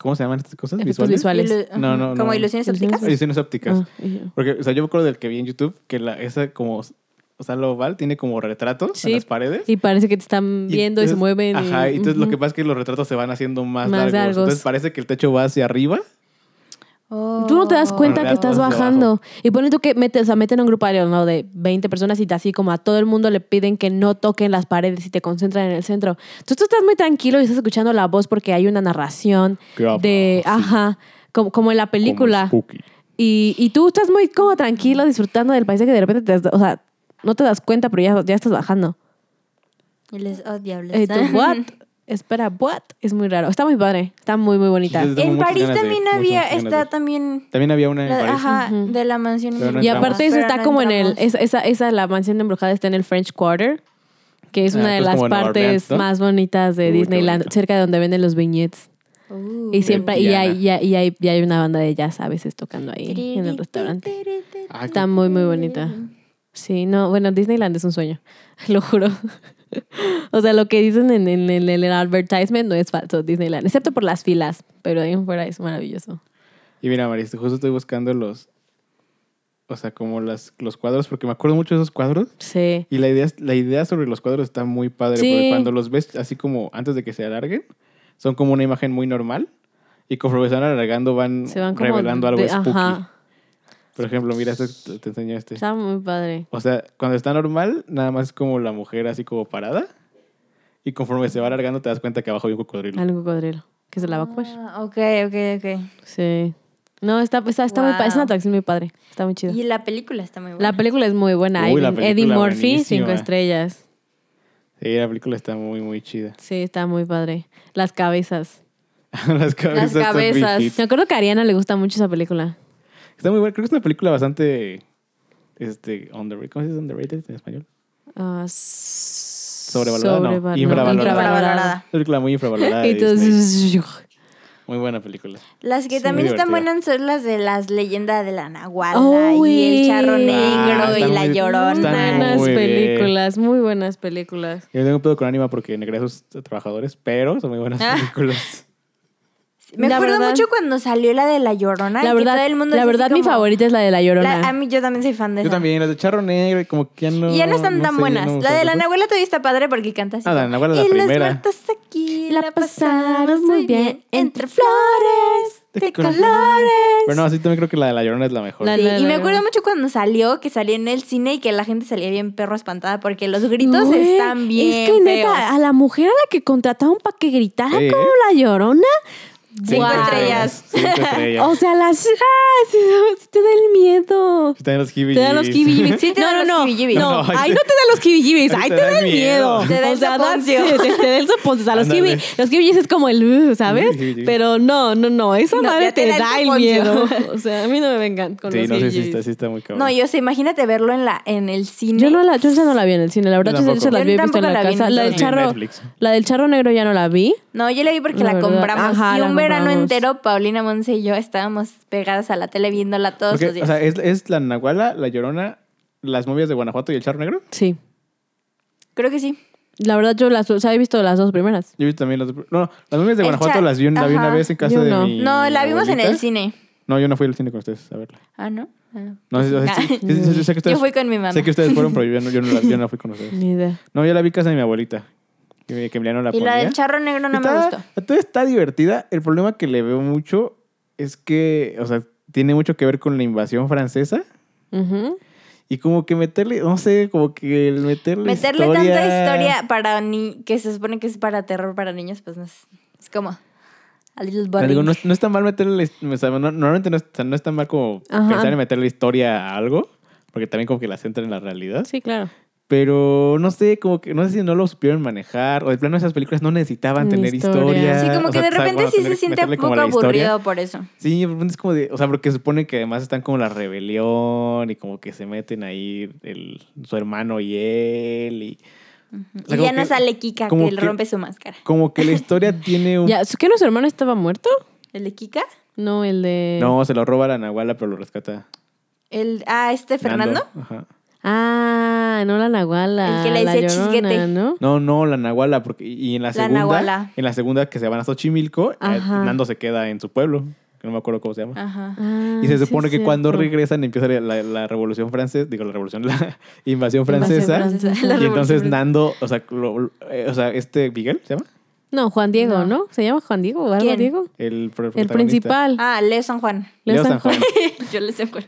[SPEAKER 4] ¿Cómo se llaman estas cosas?
[SPEAKER 1] Efectos
[SPEAKER 4] ¿Visuales?
[SPEAKER 1] visuales.
[SPEAKER 3] Ilu-
[SPEAKER 4] No, no,
[SPEAKER 3] Como
[SPEAKER 4] no.
[SPEAKER 3] ilusiones
[SPEAKER 1] Ilusiones
[SPEAKER 3] ópticas.
[SPEAKER 1] visuales.
[SPEAKER 4] Ediciones ópticas.
[SPEAKER 1] Ah, y yo,
[SPEAKER 4] Porque, o sea, yo me acuerdo del que vi en YouTube que la, esa como, o sea, la oval tiene como retratos
[SPEAKER 1] Sí.
[SPEAKER 4] en las paredes.
[SPEAKER 1] Y parece que te están viendo y, se
[SPEAKER 4] entonces-
[SPEAKER 1] mueven.
[SPEAKER 4] Ajá, y entonces lo que
[SPEAKER 1] ujú.
[SPEAKER 4] pasa es que los retratos se van haciendo más,
[SPEAKER 1] Más
[SPEAKER 4] largos.
[SPEAKER 1] largos.
[SPEAKER 4] Entonces parece que el techo va hacia arriba.
[SPEAKER 3] Oh.
[SPEAKER 1] Tú no te das cuenta que
[SPEAKER 4] Bueno, ya
[SPEAKER 1] estás
[SPEAKER 4] todos de
[SPEAKER 1] bajando. Y ponen tú que metes, o sea, meten a un grupo de, ¿no? de 20 personas y así como a todo el mundo le piden que no toquen las paredes y te concentran en el centro. Entonces tú estás muy tranquilo y estás escuchando la voz porque hay una narración
[SPEAKER 4] Claro,
[SPEAKER 1] de,
[SPEAKER 4] sí.
[SPEAKER 1] ajá, como, como en la película.
[SPEAKER 4] Como spooky.
[SPEAKER 1] Y, y tú estás muy como tranquilo disfrutando del paisaje que de repente te das- o sea, no te das cuenta, pero ya, ya estás bajando.
[SPEAKER 3] Y les oh diablos.
[SPEAKER 1] Y Eh, tú, what? Espera, what? Es muy raro. Está muy padre. Está muy, muy bonita.
[SPEAKER 4] Entonces,
[SPEAKER 3] En
[SPEAKER 4] muchas
[SPEAKER 3] París
[SPEAKER 4] ganas de-
[SPEAKER 3] también
[SPEAKER 4] muchas
[SPEAKER 3] había,
[SPEAKER 4] ganas de
[SPEAKER 3] está
[SPEAKER 4] ir.
[SPEAKER 3] también
[SPEAKER 4] También había una en
[SPEAKER 3] la-
[SPEAKER 4] París.
[SPEAKER 3] ajá,
[SPEAKER 1] Ujú.
[SPEAKER 3] de la mansión.
[SPEAKER 4] Pero no
[SPEAKER 1] Y
[SPEAKER 4] entramos.
[SPEAKER 1] aparte eso
[SPEAKER 3] Pero
[SPEAKER 1] está
[SPEAKER 3] no
[SPEAKER 1] como en el...
[SPEAKER 3] entramos.
[SPEAKER 1] Esa, esa, esa, la mansión embrujada está en el French Quarter, que es
[SPEAKER 4] Ah,
[SPEAKER 1] una de
[SPEAKER 4] entonces
[SPEAKER 1] las
[SPEAKER 4] como en Nueva
[SPEAKER 1] partes
[SPEAKER 4] Orleans, ¿no?
[SPEAKER 1] más bonitas de
[SPEAKER 4] Uy, qué
[SPEAKER 1] Disneyland,
[SPEAKER 4] bonito.
[SPEAKER 1] cerca de donde venden los viñetes.
[SPEAKER 3] Uh.
[SPEAKER 1] Y siempre... Y
[SPEAKER 4] Diana.
[SPEAKER 1] hay, y, hay, y hay- y hay una banda de jazz a veces tocando ahí en el restaurante.
[SPEAKER 4] Ah,
[SPEAKER 1] Está muy, muy bonita.
[SPEAKER 3] Ah,
[SPEAKER 1] Sí, no, bueno, Disneyland es un sueño, lo juro. o sea, lo que dicen en, en- en el advertisement no es falso, Disneyland, excepto por las filas, pero de ahí en fuera es maravilloso.
[SPEAKER 4] Y mira, Maris, justo estoy buscando los, o sea, como las, los cuadros, porque me acuerdo mucho de esos cuadros.
[SPEAKER 1] Sí.
[SPEAKER 4] Y la idea, la idea sobre los cuadros está muy padre, porque
[SPEAKER 1] Sí.
[SPEAKER 4] cuando los ves así como antes de que se alarguen, son como una imagen muy normal. Y conforme se van alargando, van,
[SPEAKER 1] Se van como
[SPEAKER 4] revelando algo
[SPEAKER 1] de-
[SPEAKER 4] spooky.
[SPEAKER 1] ajá.
[SPEAKER 4] Por ejemplo, mira, este te- te enseño este.
[SPEAKER 1] Está muy padre.
[SPEAKER 4] O sea, cuando está normal, nada más es como la mujer así como parada. Y conforme se va alargando, te das cuenta que abajo hay un cocodrilo.
[SPEAKER 1] Algo cocodrilo, que se la va a comer.
[SPEAKER 3] Ah, ok, ok, ok.
[SPEAKER 1] Sí. No, está, está, está muy padre, es
[SPEAKER 3] Wow.
[SPEAKER 1] una atracción muy padre, está muy chido.
[SPEAKER 3] Y la película está muy buena.
[SPEAKER 1] La película es muy buena,
[SPEAKER 4] Uy, la
[SPEAKER 1] Eddie, Eddie
[SPEAKER 4] película
[SPEAKER 1] Murphy,
[SPEAKER 4] buenísima.
[SPEAKER 1] cinco estrellas.
[SPEAKER 4] Sí, la película está muy, muy chida.
[SPEAKER 1] Sí, está muy padre. Las cabezas.
[SPEAKER 4] Las
[SPEAKER 3] Las
[SPEAKER 4] cabezas. son
[SPEAKER 3] cabezas.
[SPEAKER 4] big hits.
[SPEAKER 1] Me acuerdo que a Ariana le gusta mucho esa película.
[SPEAKER 4] Está muy buena. Creo que es una película bastante. Este, underrated. ¿Cómo se dice underrated en español?
[SPEAKER 1] Ah,
[SPEAKER 4] Sobrevalorada, no.
[SPEAKER 1] sobreva-
[SPEAKER 4] Infravalorada.
[SPEAKER 3] Infravalorada.
[SPEAKER 4] Una película muy infravalorada. de
[SPEAKER 1] Y entonces,
[SPEAKER 4] Disney. Muy buena película.
[SPEAKER 3] Las que
[SPEAKER 4] Sí.
[SPEAKER 3] también
[SPEAKER 4] Muy
[SPEAKER 3] están
[SPEAKER 4] divertida.
[SPEAKER 3] buenas son las de las leyendas de la Nahuala
[SPEAKER 1] Oh,
[SPEAKER 3] y el charro
[SPEAKER 1] güey.
[SPEAKER 3] negro
[SPEAKER 4] Ah,
[SPEAKER 3] y
[SPEAKER 4] están
[SPEAKER 3] la
[SPEAKER 4] muy- están
[SPEAKER 3] llorona.
[SPEAKER 1] buenas
[SPEAKER 4] muy bien.
[SPEAKER 1] películas, muy buenas películas.
[SPEAKER 4] Yo tengo un pedo con Anima porque negré a sus trabajadores, pero son muy buenas
[SPEAKER 3] Ah.
[SPEAKER 4] películas.
[SPEAKER 3] Me
[SPEAKER 1] La
[SPEAKER 3] acuerdo
[SPEAKER 1] verdad-
[SPEAKER 3] mucho cuando salió la de La Llorona.
[SPEAKER 1] La
[SPEAKER 3] y que
[SPEAKER 1] verdad,
[SPEAKER 3] todo el mundo
[SPEAKER 1] la
[SPEAKER 3] decía
[SPEAKER 1] verdad
[SPEAKER 3] así
[SPEAKER 1] mi
[SPEAKER 3] como-
[SPEAKER 1] favorita es la de La Llorona.
[SPEAKER 3] La- a mí yo también soy fan de
[SPEAKER 4] Yo
[SPEAKER 3] esa.
[SPEAKER 4] también, las de Charro Negro, como que ya no.
[SPEAKER 3] Y ya no están tan
[SPEAKER 4] sé,
[SPEAKER 3] buenas.
[SPEAKER 4] no me
[SPEAKER 3] la de la
[SPEAKER 4] gustan tanto.
[SPEAKER 3] Nahuela todavía está padre porque canta así.
[SPEAKER 4] Ah, la
[SPEAKER 3] como,
[SPEAKER 4] Nahuela es la
[SPEAKER 3] y los
[SPEAKER 4] primera".
[SPEAKER 3] muertos aquí
[SPEAKER 1] La pasaron muy bien
[SPEAKER 3] entre flores
[SPEAKER 4] De
[SPEAKER 3] de
[SPEAKER 4] colores".
[SPEAKER 3] colores.
[SPEAKER 4] Pero no, así también creo que la de la Llorona es la mejor.
[SPEAKER 1] La-
[SPEAKER 3] Sí,
[SPEAKER 1] la-
[SPEAKER 3] y me
[SPEAKER 1] la-
[SPEAKER 3] acuerdo mucho cuando salió, que salió en el cine y que la gente salía bien perro espantada porque los gritos
[SPEAKER 1] Güey,
[SPEAKER 3] están bien.
[SPEAKER 1] Es que neta,
[SPEAKER 3] feos.
[SPEAKER 1] a la mujer a la que contrataron para que gritara
[SPEAKER 4] Sí, ¿eh?
[SPEAKER 1] como la llorona.
[SPEAKER 4] Cinco
[SPEAKER 3] Guau.
[SPEAKER 4] estrellas. Cinco estrellas.
[SPEAKER 1] O sea, las. ¡Ah! sí, no, sí te da el miedo.
[SPEAKER 4] Y también los
[SPEAKER 1] Te dan los
[SPEAKER 4] jibis.
[SPEAKER 1] kibijibis.
[SPEAKER 3] Sí te
[SPEAKER 1] no,
[SPEAKER 3] dan los
[SPEAKER 1] no, no,
[SPEAKER 3] jibijibis.
[SPEAKER 1] no.
[SPEAKER 4] No, ahí
[SPEAKER 1] ahí
[SPEAKER 4] te-
[SPEAKER 1] no te dan los kibijibis. Ahí te da el miedo.
[SPEAKER 4] Te
[SPEAKER 3] da el
[SPEAKER 1] O sea, dan-
[SPEAKER 3] soponcio.
[SPEAKER 1] sí, Te te da el soponcio. O sea, los
[SPEAKER 4] Ándale.
[SPEAKER 1] kibijibis los kibijibis es como el. uh, ¿Sabes?
[SPEAKER 4] Jibijibis.
[SPEAKER 1] Pero no, no, no. Esa
[SPEAKER 3] No,
[SPEAKER 1] madre
[SPEAKER 3] ya te
[SPEAKER 1] te
[SPEAKER 3] da el
[SPEAKER 1] da el
[SPEAKER 3] soponcio.
[SPEAKER 1] miedo. O sea, a mí no me vengan con
[SPEAKER 4] Sí,
[SPEAKER 1] los
[SPEAKER 4] no sé si
[SPEAKER 1] kibijibis.
[SPEAKER 4] está, sí está muy cabrón.
[SPEAKER 3] No, yo sé, imagínate verlo en, la, en el cine.
[SPEAKER 1] Yo no la, yo esa no la vi en el cine, la verdad yo
[SPEAKER 4] tampoco.
[SPEAKER 1] se las
[SPEAKER 3] Yo
[SPEAKER 1] vi visto en
[SPEAKER 3] tampoco
[SPEAKER 1] la,
[SPEAKER 3] la vi en
[SPEAKER 1] casa.
[SPEAKER 3] el
[SPEAKER 1] La del
[SPEAKER 3] cine.
[SPEAKER 1] charro,
[SPEAKER 4] Netflix.
[SPEAKER 1] la del charro negro ya no la vi.
[SPEAKER 3] No, yo la vi porque
[SPEAKER 1] La
[SPEAKER 3] la,
[SPEAKER 1] verdad.
[SPEAKER 3] compramos.
[SPEAKER 1] Ajá,
[SPEAKER 3] y
[SPEAKER 1] la
[SPEAKER 3] un verano
[SPEAKER 1] compramos.
[SPEAKER 3] entero, Paulina Monse y yo estábamos pegadas a la tele viéndola todos
[SPEAKER 4] Porque,
[SPEAKER 3] los días.
[SPEAKER 4] O sea, es, es la Nahuala, la Llorona, las momias de Guanajuato y el Charro Negro.
[SPEAKER 1] Sí.
[SPEAKER 3] Creo que sí.
[SPEAKER 1] La verdad yo las, o sea, he visto las dos primeras.
[SPEAKER 4] Yo vi también las. No, no, las momias de
[SPEAKER 3] El
[SPEAKER 4] Guanajuato
[SPEAKER 3] Char-
[SPEAKER 4] las vi, la vi una
[SPEAKER 3] Ajá.
[SPEAKER 4] vez en casa
[SPEAKER 1] Yo
[SPEAKER 4] de
[SPEAKER 1] no.
[SPEAKER 4] mi.
[SPEAKER 3] No, la vimos en el
[SPEAKER 4] abuelita.
[SPEAKER 3] cine.
[SPEAKER 4] No, yo no fui al cine con ustedes a verla.
[SPEAKER 3] Ah, ¿no? Ah.
[SPEAKER 4] No, sí, o sea, sí, sí, sí, sí, sé que ustedes.
[SPEAKER 3] Yo fui con mi mamá.
[SPEAKER 4] Sé que ustedes fueron, pero yo no, yo no, la, yo no fui con ustedes.
[SPEAKER 1] Ni idea.
[SPEAKER 4] No, yo la vi en casa de mi abuelita. Que, mi- que Emiliano la
[SPEAKER 3] Y
[SPEAKER 4] ponía.
[SPEAKER 3] la del charro negro no me
[SPEAKER 4] Está-
[SPEAKER 3] gustó.
[SPEAKER 4] la teoría está divertida. El problema que le veo mucho es que, o sea, tiene mucho que ver con la invasión francesa.
[SPEAKER 1] Ujú.
[SPEAKER 4] Y como que meterle, no sé, como que el meterle.
[SPEAKER 3] Meterle
[SPEAKER 4] historia-
[SPEAKER 3] tanta historia para ni que se supone que es para terror para niños, pues no es, es como a little
[SPEAKER 4] Pero digo,
[SPEAKER 3] boring.
[SPEAKER 4] no, es- no es tan mal meterle. la his- o sea, no- normalmente no es, o sea, no es tan mal como
[SPEAKER 1] Ajá.
[SPEAKER 4] pensar en meterle historia a algo. Porque también como que la centra en la realidad.
[SPEAKER 1] Sí, claro.
[SPEAKER 4] Pero no sé, como que no sé si no lo supieron manejar. O de plano esas películas no necesitaban
[SPEAKER 1] Ni
[SPEAKER 4] tener
[SPEAKER 1] historia.
[SPEAKER 4] historia.
[SPEAKER 3] Sí, como que
[SPEAKER 4] o sea, pues,
[SPEAKER 3] de
[SPEAKER 4] sa-
[SPEAKER 3] repente
[SPEAKER 4] bueno,
[SPEAKER 3] sí
[SPEAKER 4] tener-
[SPEAKER 3] se siente un
[SPEAKER 4] meterle como
[SPEAKER 3] poco
[SPEAKER 4] la historia.
[SPEAKER 3] aburrido por eso.
[SPEAKER 4] Sí, es como de, o sea, porque se supone que además están como la rebelión y como que se meten ahí el, su hermano y él y O sea,
[SPEAKER 3] y
[SPEAKER 4] como
[SPEAKER 3] ya no
[SPEAKER 4] que-
[SPEAKER 3] sale Kika, que
[SPEAKER 4] como
[SPEAKER 3] él
[SPEAKER 4] que-
[SPEAKER 3] rompe su máscara.
[SPEAKER 4] como que la historia tiene un...
[SPEAKER 1] Ya, ¿es ¿que los hermanos estaba muerto?
[SPEAKER 3] ¿El de Kika?
[SPEAKER 1] No, el de
[SPEAKER 4] No, se lo roba la Nahuala, pero lo rescata.
[SPEAKER 3] El, ah, este Fernando.
[SPEAKER 4] Nando. Ajá.
[SPEAKER 1] Ah, no la nahuala.
[SPEAKER 3] El que le
[SPEAKER 1] la
[SPEAKER 3] decía
[SPEAKER 1] llorona,
[SPEAKER 3] chisguete.
[SPEAKER 1] ¿no?
[SPEAKER 4] No, no, la Nahuala, porque y en la
[SPEAKER 3] La
[SPEAKER 4] segunda,
[SPEAKER 3] Nahuala.
[SPEAKER 4] en la segunda que se van a Xochimilco, eh,
[SPEAKER 1] Ajá.
[SPEAKER 4] Nando se queda en su pueblo, que no me acuerdo cómo se llama.
[SPEAKER 3] Ajá.
[SPEAKER 1] Ah,
[SPEAKER 4] Y se
[SPEAKER 1] sí
[SPEAKER 4] supone
[SPEAKER 1] es
[SPEAKER 4] que cuando
[SPEAKER 1] cierto.
[SPEAKER 4] regresan empieza la, la- la revolución francesa, digo la revolución, la invasión francesa.
[SPEAKER 1] francesa.
[SPEAKER 3] La
[SPEAKER 4] Y entonces
[SPEAKER 3] revolución.
[SPEAKER 4] Nando, o sea, lo- lo- eh, o sea, este Miguel, ¿se llama?
[SPEAKER 1] No, Juan Diego,
[SPEAKER 3] No.
[SPEAKER 1] ¿no? ¿Se llama Juan Diego o algo
[SPEAKER 3] ¿Quién?
[SPEAKER 1] Diego?
[SPEAKER 4] El, pro-
[SPEAKER 1] El
[SPEAKER 4] protagonista.
[SPEAKER 1] principal.
[SPEAKER 3] Ah, Leo San Juan.
[SPEAKER 4] Leo San Juan.
[SPEAKER 3] yo le San Juan.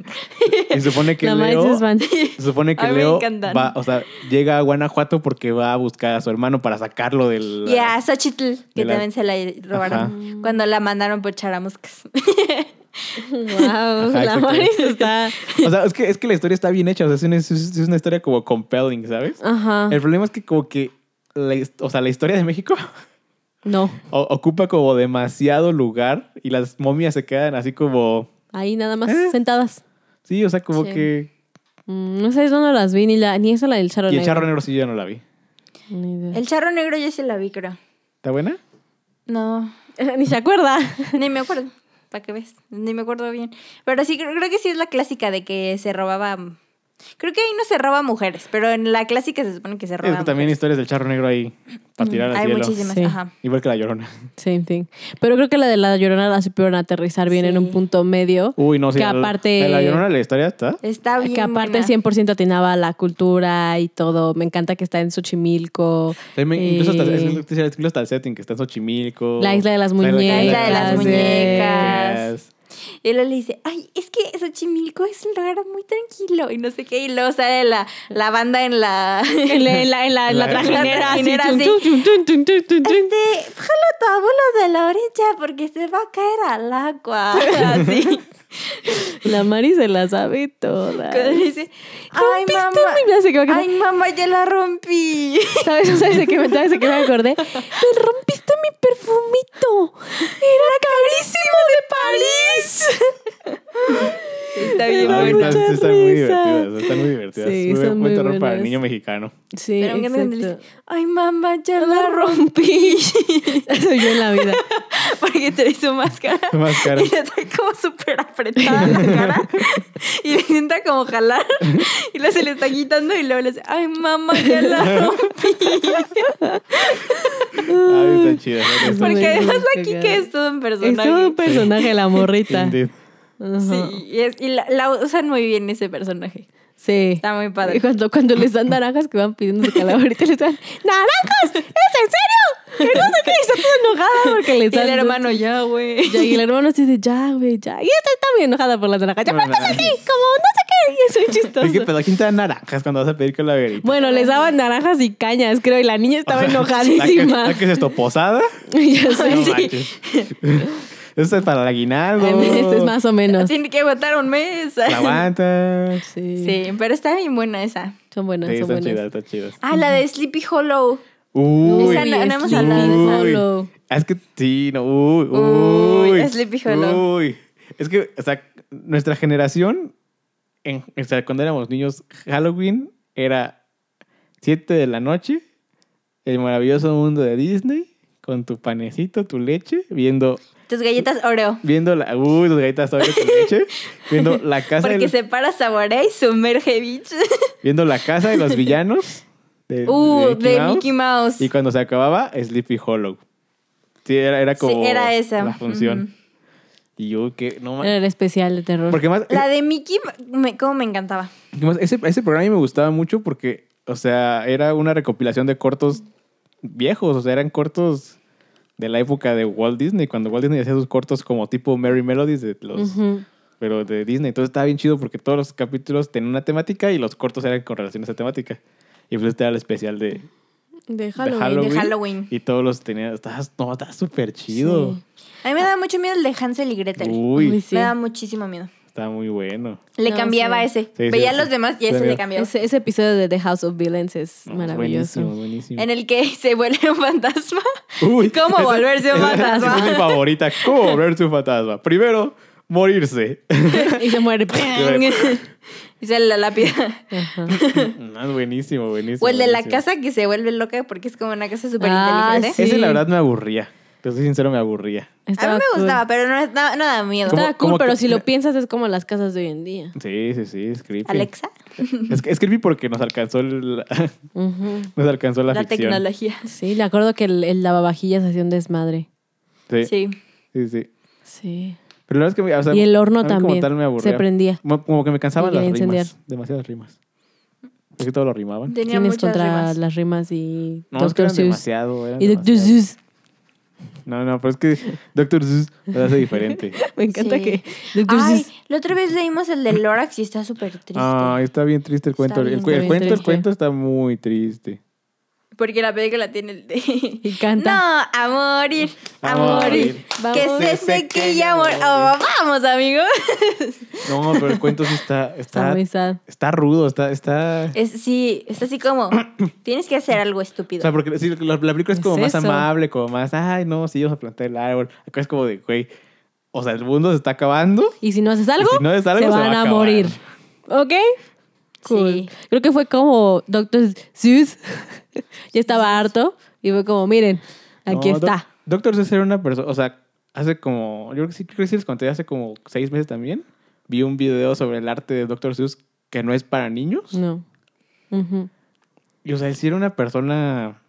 [SPEAKER 4] Y se supone que
[SPEAKER 1] La Mike
[SPEAKER 4] Leo,
[SPEAKER 1] Sisman.
[SPEAKER 4] se supone que
[SPEAKER 3] A mí me
[SPEAKER 4] Leo
[SPEAKER 3] encantan.
[SPEAKER 4] va, o sea, llega a Guanajuato porque va a buscar a su hermano para sacarlo del
[SPEAKER 3] Y a Xochitl, que
[SPEAKER 4] de la-
[SPEAKER 3] también se la robaron
[SPEAKER 4] Ajá.
[SPEAKER 3] cuando la mandaron por charamuscas.
[SPEAKER 1] Wow, la
[SPEAKER 4] exactamente.
[SPEAKER 1] Maris está.
[SPEAKER 4] O sea, es que es que la historia está bien hecha, o sea, es una, es- es una historia como compelling, ¿sabes?
[SPEAKER 3] Ah.
[SPEAKER 1] Ajá.
[SPEAKER 4] El problema es que como que la his- o sea, la historia de México
[SPEAKER 1] No,
[SPEAKER 4] o- ocupa como demasiado lugar y las momias se quedan así como
[SPEAKER 1] ahí nada más
[SPEAKER 4] ¿Eh?
[SPEAKER 1] sentadas.
[SPEAKER 4] sí, o sea, como
[SPEAKER 3] Sí.
[SPEAKER 4] que
[SPEAKER 1] Mm, no sé dónde las vi, ni, la, ni esa la del charro
[SPEAKER 4] y el
[SPEAKER 1] negro.
[SPEAKER 4] charro negro sí yo ya no la vi.
[SPEAKER 1] Ni idea.
[SPEAKER 3] El charro negro yo sí la vi, creo.
[SPEAKER 4] ¿Está buena?
[SPEAKER 3] No,
[SPEAKER 1] Ni se acuerda.
[SPEAKER 3] Ni me acuerdo, para que ves, ni me acuerdo bien. Pero sí, creo, creo que sí es la clásica de que se robaba... Creo que ahí no se roba mujeres, pero en la clásica se supone que se roba
[SPEAKER 4] Es que también
[SPEAKER 3] mujeres.
[SPEAKER 4] historias del charro negro ahí para tirar al
[SPEAKER 3] Hay
[SPEAKER 4] cielo.
[SPEAKER 3] muchísimas,
[SPEAKER 1] Sí.
[SPEAKER 3] ajá.
[SPEAKER 4] Igual que la llorona.
[SPEAKER 1] Same thing. Pero creo que la de la llorona la supieron aterrizar bien
[SPEAKER 3] Sí.
[SPEAKER 1] en un punto medio.
[SPEAKER 4] Uy, no, sí.
[SPEAKER 1] Que
[SPEAKER 4] la-
[SPEAKER 1] aparte-
[SPEAKER 4] La, llorona la historia está.
[SPEAKER 3] Está bien
[SPEAKER 1] que aparte
[SPEAKER 3] buena.
[SPEAKER 1] 100% atinaba a la cultura y todo. Me encanta que está en Xochimilco.
[SPEAKER 4] Sí, me- Incluso hasta,
[SPEAKER 1] Eh,
[SPEAKER 4] es- es- es- incluso hasta el setting que está en Xochimilco.
[SPEAKER 1] La isla de las
[SPEAKER 3] La isla de las
[SPEAKER 4] muñecas,
[SPEAKER 3] muñecas. Y luego le dice, ay, es que Xochimilco es un lugar muy tranquilo y no sé qué. Y luego sale la, la banda en la...
[SPEAKER 1] En la, en la, en la, en la
[SPEAKER 4] La-
[SPEAKER 1] trajinera, así,
[SPEAKER 3] trajinera,
[SPEAKER 1] tun,
[SPEAKER 3] sí.
[SPEAKER 1] tun, tun, tun, tun, tun, tun.
[SPEAKER 3] Este, jala a tu abuelo de la orilla porque se va a caer al agua. Así.
[SPEAKER 1] Este, La Mari se la sabe toda.
[SPEAKER 3] Cuando dice, ay,
[SPEAKER 1] Rompiste
[SPEAKER 3] mamá.
[SPEAKER 1] mi- ya sé que va a quedar-
[SPEAKER 3] Ay, mamá, ya la rompí.
[SPEAKER 1] ¿Sabes? O sea, desde que me, ¿sabes de qué me acordé. Me rompiste mi perfumito. Era carísimo de París.
[SPEAKER 3] está bien
[SPEAKER 4] Ay,
[SPEAKER 3] bueno.
[SPEAKER 4] están,
[SPEAKER 1] mucha
[SPEAKER 4] están muy
[SPEAKER 1] risa.
[SPEAKER 4] divertidas, están muy divertidas.
[SPEAKER 1] Sí,
[SPEAKER 4] muy
[SPEAKER 1] son
[SPEAKER 4] buen
[SPEAKER 1] muy
[SPEAKER 4] terror para el
[SPEAKER 1] buenas.
[SPEAKER 4] niño mexicano.
[SPEAKER 1] Sí,
[SPEAKER 3] Pero aunque me dice,
[SPEAKER 1] exacto.
[SPEAKER 3] ay mamá, ya la rompí.
[SPEAKER 1] Yo en la vida.
[SPEAKER 3] Porque trae su máscara.
[SPEAKER 4] Máscara.
[SPEAKER 3] Y le trae como súper apretada la cara. y le intenta como jalar. Y luego se le está quitando y luego le dice, ay mamá, ya la rompí.
[SPEAKER 4] Ay, están chidas. ¿no? Están
[SPEAKER 1] muy
[SPEAKER 3] Porque además la
[SPEAKER 1] cagada.
[SPEAKER 3] Kike es todo un
[SPEAKER 1] Es
[SPEAKER 3] personaje.
[SPEAKER 1] un personaje, la morrita.
[SPEAKER 4] Indeed.
[SPEAKER 1] Ajá.
[SPEAKER 3] Sí, y, es- y la, la usan muy bien ese personaje.
[SPEAKER 1] Sí.
[SPEAKER 3] Está muy
[SPEAKER 1] Y
[SPEAKER 3] padre.
[SPEAKER 1] Cuando, cuando les dan naranjas que van pidiendo su calaverita, les dan ¡Naranjas! ¿Es en serio? Que no sé qué, y está toda enojada porque les
[SPEAKER 3] Y
[SPEAKER 1] dan.
[SPEAKER 3] el hermano, ya, güey.
[SPEAKER 1] Ya, y el hermano se dice, ya, güey, ya. Y esta está muy enojada por las naranjas. Ya,
[SPEAKER 4] No
[SPEAKER 1] pero estás así,
[SPEAKER 4] manches.
[SPEAKER 1] como no sé qué. Y eso es chistoso.
[SPEAKER 4] Es que pues, pedo, ¿quién te da naranjas cuando vas a pedir calaverita?
[SPEAKER 1] Bueno, les daban naranjas y cañas, creo, y la niña estaba
[SPEAKER 4] ¿La que-
[SPEAKER 1] enojadísima.
[SPEAKER 4] la que es esto? ¿Posada?
[SPEAKER 1] ya sé,
[SPEAKER 4] No
[SPEAKER 1] sí.
[SPEAKER 4] manches. Eso es para el aguinaldo.
[SPEAKER 1] Este es más o menos.
[SPEAKER 3] Tiene que aguantar un mes.
[SPEAKER 4] La aguanta. Sí,
[SPEAKER 1] Sí.
[SPEAKER 3] Sí, pero está bien buena esa.
[SPEAKER 1] Son buenas, son
[SPEAKER 4] están
[SPEAKER 1] buenas.
[SPEAKER 4] chidas, están chidas.
[SPEAKER 3] Ah, la de Sleepy Hollow.
[SPEAKER 4] Uy.
[SPEAKER 3] Esa no- no hemos
[SPEAKER 4] uy.
[SPEAKER 3] hablado de esa.
[SPEAKER 1] Hollow.
[SPEAKER 4] Es que sí, no. Uy,
[SPEAKER 3] Uy,
[SPEAKER 4] uy.
[SPEAKER 3] Sleepy Hollow.
[SPEAKER 4] Uy. Es que, o sea, nuestra generación, en, o sea, cuando éramos niños, Halloween era 7 de la noche, el maravilloso mundo de Disney, con tu panecito, tu leche, viendo,
[SPEAKER 3] Tus galletas Oreo.
[SPEAKER 4] viendo la. Uy, tus galletas Oreo, tu leche, viendo la casa de
[SPEAKER 3] Porque
[SPEAKER 4] los,
[SPEAKER 3] separa, saborea y sumerge, bitch.
[SPEAKER 4] viendo la casa de los villanos. De,
[SPEAKER 3] Uh,
[SPEAKER 4] Mickey
[SPEAKER 3] de
[SPEAKER 4] Mouse.
[SPEAKER 3] Mickey Mouse.
[SPEAKER 4] Y cuando se acababa, Sleepy Hollow. Sí, era, era como
[SPEAKER 3] Sí, era esa.
[SPEAKER 4] la función.
[SPEAKER 3] Ujú.
[SPEAKER 4] Y yo que no
[SPEAKER 1] Era
[SPEAKER 4] más.
[SPEAKER 1] el especial de terror.
[SPEAKER 4] Porque más,
[SPEAKER 3] La de Mickey, me, cómo me encantaba.
[SPEAKER 4] que más ese, ese programa a mí me gustaba mucho porque, o sea, era una recopilación de cortos viejos, o sea, eran cortos de la época de Walt Disney, cuando Walt Disney hacía sus cortos como tipo Merry Melodies de los
[SPEAKER 1] Ujú.
[SPEAKER 4] pero de Disney. Entonces estaba bien chido porque todos los capítulos tenían una temática y los cortos eran con relación a esa temática. Y pues este era el especial de,
[SPEAKER 5] De
[SPEAKER 4] de Halloween,
[SPEAKER 5] Halloween.
[SPEAKER 3] de Halloween.
[SPEAKER 4] Y todos los tenían. Estaba, no, estaba súper chido.
[SPEAKER 3] A mí me daba mucho miedo el de Hansel y Gretel.
[SPEAKER 4] Uy,
[SPEAKER 1] Uy, sí.
[SPEAKER 3] Me daba muchísimo miedo.
[SPEAKER 4] está muy bueno.
[SPEAKER 3] Le
[SPEAKER 1] No,
[SPEAKER 3] cambiaba
[SPEAKER 1] sí.
[SPEAKER 3] ese.
[SPEAKER 4] Sí, sí,
[SPEAKER 3] Veía a
[SPEAKER 4] sí.
[SPEAKER 3] los demás y
[SPEAKER 4] Sí,
[SPEAKER 3] ese le
[SPEAKER 4] amigo.
[SPEAKER 3] cambiaba.
[SPEAKER 1] Ese, ese episodio de The House of Villains es
[SPEAKER 4] No,
[SPEAKER 1] maravilloso.
[SPEAKER 4] Buenísimo, buenísimo.
[SPEAKER 3] En el que se vuelve un fantasma.
[SPEAKER 4] Uy,
[SPEAKER 3] ¿Cómo
[SPEAKER 4] esa-
[SPEAKER 3] volverse un
[SPEAKER 4] esa-
[SPEAKER 3] fantasma?
[SPEAKER 4] Esa es mi favorita. ¿Cómo volverse un fantasma? Primero, morirse.
[SPEAKER 1] Y se muere.
[SPEAKER 3] y sale la lápida.
[SPEAKER 1] Ajá.
[SPEAKER 4] No, es buenísimo, buenísimo.
[SPEAKER 3] O el de la
[SPEAKER 4] buenísimo.
[SPEAKER 3] casa que se vuelve loca porque es como una casa súper
[SPEAKER 1] Ah,
[SPEAKER 3] inteligente.
[SPEAKER 1] sí.
[SPEAKER 4] Ese, la verdad, me aburría. Te soy sincero, me aburría.
[SPEAKER 3] A mí
[SPEAKER 1] Estaba
[SPEAKER 3] me
[SPEAKER 1] cool.
[SPEAKER 3] gustaba, pero no, no- no daba miedo.
[SPEAKER 4] ¿Cómo?
[SPEAKER 1] Estaba cool,
[SPEAKER 4] como
[SPEAKER 1] pero
[SPEAKER 4] que-
[SPEAKER 1] si lo piensas es como las casas de hoy en día.
[SPEAKER 4] Sí, sí, sí, es creepy.
[SPEAKER 3] Alexa,
[SPEAKER 4] Es, que- es creepy porque nos alcanzó, el-
[SPEAKER 1] Ujú.
[SPEAKER 4] nos alcanzó la,
[SPEAKER 3] la,
[SPEAKER 4] ficción.
[SPEAKER 3] tecnología.
[SPEAKER 1] Sí, le acuerdo que el, el lavavajillas hacía un desmadre.
[SPEAKER 4] Sí, sí,
[SPEAKER 3] Sí.
[SPEAKER 4] sí,
[SPEAKER 1] Sí.
[SPEAKER 4] Pero la verdad es que... me- o sea,
[SPEAKER 1] y el
[SPEAKER 4] a
[SPEAKER 1] horno
[SPEAKER 4] mí como
[SPEAKER 1] también.
[SPEAKER 4] tal me aburría.
[SPEAKER 1] se prendía.
[SPEAKER 4] Como, como que me cansaban
[SPEAKER 1] Y
[SPEAKER 4] las
[SPEAKER 1] quería
[SPEAKER 4] rimas.
[SPEAKER 1] incendiar.
[SPEAKER 4] Demasiadas rimas. Es que todo lo rimaban.
[SPEAKER 3] Tenía
[SPEAKER 1] Tienes
[SPEAKER 3] muchas
[SPEAKER 1] contra
[SPEAKER 3] rimas.
[SPEAKER 1] las rimas y
[SPEAKER 4] No, es
[SPEAKER 1] Dr.
[SPEAKER 4] que eran
[SPEAKER 1] Seuss.
[SPEAKER 4] demasiado. eran
[SPEAKER 1] Y Dr.
[SPEAKER 4] demasiado.
[SPEAKER 1] Seuss.
[SPEAKER 4] No, no, pero es que Dr. Seuss lo hace diferente.
[SPEAKER 1] Me encanta
[SPEAKER 3] Sí.
[SPEAKER 1] que Dr.
[SPEAKER 3] Ay,
[SPEAKER 1] Seuss.
[SPEAKER 3] la otra vez leímos el de Lorax y está súper triste.
[SPEAKER 4] Ah, está bien triste el cuento.
[SPEAKER 3] Está bien,
[SPEAKER 4] el, cu- el
[SPEAKER 1] está bien
[SPEAKER 4] cuento, el
[SPEAKER 1] triste.
[SPEAKER 4] cuento está muy triste.
[SPEAKER 3] Porque la película tiene el de...
[SPEAKER 1] Y canta.
[SPEAKER 3] No, a morir, a
[SPEAKER 4] A
[SPEAKER 3] morir.
[SPEAKER 4] morir.
[SPEAKER 3] Que
[SPEAKER 1] Vamos.
[SPEAKER 3] se
[SPEAKER 4] Se
[SPEAKER 3] seque
[SPEAKER 4] seque
[SPEAKER 3] y
[SPEAKER 4] y a
[SPEAKER 3] a mor-
[SPEAKER 4] morir.
[SPEAKER 3] Oh, vamos, amigos.
[SPEAKER 4] No, pero el cuento sí está,
[SPEAKER 1] Está
[SPEAKER 4] está,
[SPEAKER 1] muy sad.
[SPEAKER 4] está rudo, está, está.
[SPEAKER 3] Es, sí, es así como... Tienes que hacer algo
[SPEAKER 4] O
[SPEAKER 3] estúpido.
[SPEAKER 4] sea, porque sí, la, la película es
[SPEAKER 1] Es
[SPEAKER 4] como más
[SPEAKER 1] eso.
[SPEAKER 4] amable, como más, ay, no, sí, vamos a plantar el árbol. Acá es como de, güey, o sea, el mundo se está acabando.
[SPEAKER 1] Y si no haces algo,
[SPEAKER 4] Y si no haces algo,
[SPEAKER 1] se
[SPEAKER 4] se va
[SPEAKER 1] van
[SPEAKER 4] a
[SPEAKER 1] a,
[SPEAKER 4] acabar.
[SPEAKER 1] morir. ¿Ok? Cool.
[SPEAKER 3] Sí.
[SPEAKER 1] Creo que fue como Dr. Seuss ya estaba harto y fue como, miren, aquí
[SPEAKER 4] No,
[SPEAKER 1] está.
[SPEAKER 4] Doc- Doctor Seuss era una persona, o sea, hace como, yo creo que sí, creo que sí les conté hace como seis meses también, vi un video sobre el arte de Doctor Seuss que no es para niños.
[SPEAKER 1] No. Ujú.
[SPEAKER 4] Y, o sea, él sí era una persona,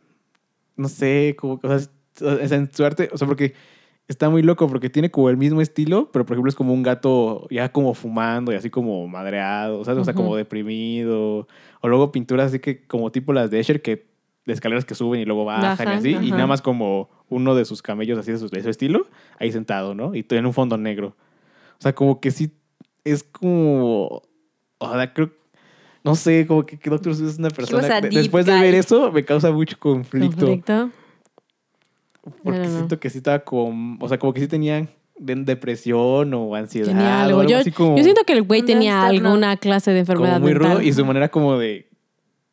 [SPEAKER 4] no sé, como, o sea, es- o sea, en su arte, o sea, porque está muy loco, porque tiene como el mismo estilo, pero por ejemplo es como un gato ya como fumando y así como madreado, o sea, o sea, como
[SPEAKER 1] Ujú.
[SPEAKER 4] deprimido. O luego pinturas así que como tipo las de Escher, que de escaleras que suben y luego bajan,
[SPEAKER 1] Bajan,
[SPEAKER 4] y así, y
[SPEAKER 1] ajá.
[SPEAKER 4] nada más como uno de sus camellos así de su, de su estilo, ahí sentado, ¿no? Y todo en un fondo negro. O sea, como que sí, es como... O sea, creo... No sé, como que, que Doctor Seuss es una persona...
[SPEAKER 3] a
[SPEAKER 4] de-
[SPEAKER 3] deep
[SPEAKER 4] después de
[SPEAKER 3] guy.
[SPEAKER 4] ver eso, me causa mucho conflicto.
[SPEAKER 1] Conflicto.
[SPEAKER 4] Porque
[SPEAKER 1] No, no, no.
[SPEAKER 4] siento que sí estaba con... O sea, como que sí tenía de- depresión o ansiedad.
[SPEAKER 1] Tenía
[SPEAKER 4] o
[SPEAKER 1] algo.
[SPEAKER 4] algo
[SPEAKER 1] Yo,
[SPEAKER 4] así como,
[SPEAKER 1] yo siento que el güey
[SPEAKER 3] Un
[SPEAKER 1] tenía
[SPEAKER 3] trastorno.
[SPEAKER 1] alguna clase de enfermedad
[SPEAKER 4] como muy
[SPEAKER 1] mental.
[SPEAKER 4] rudo y su manera como de...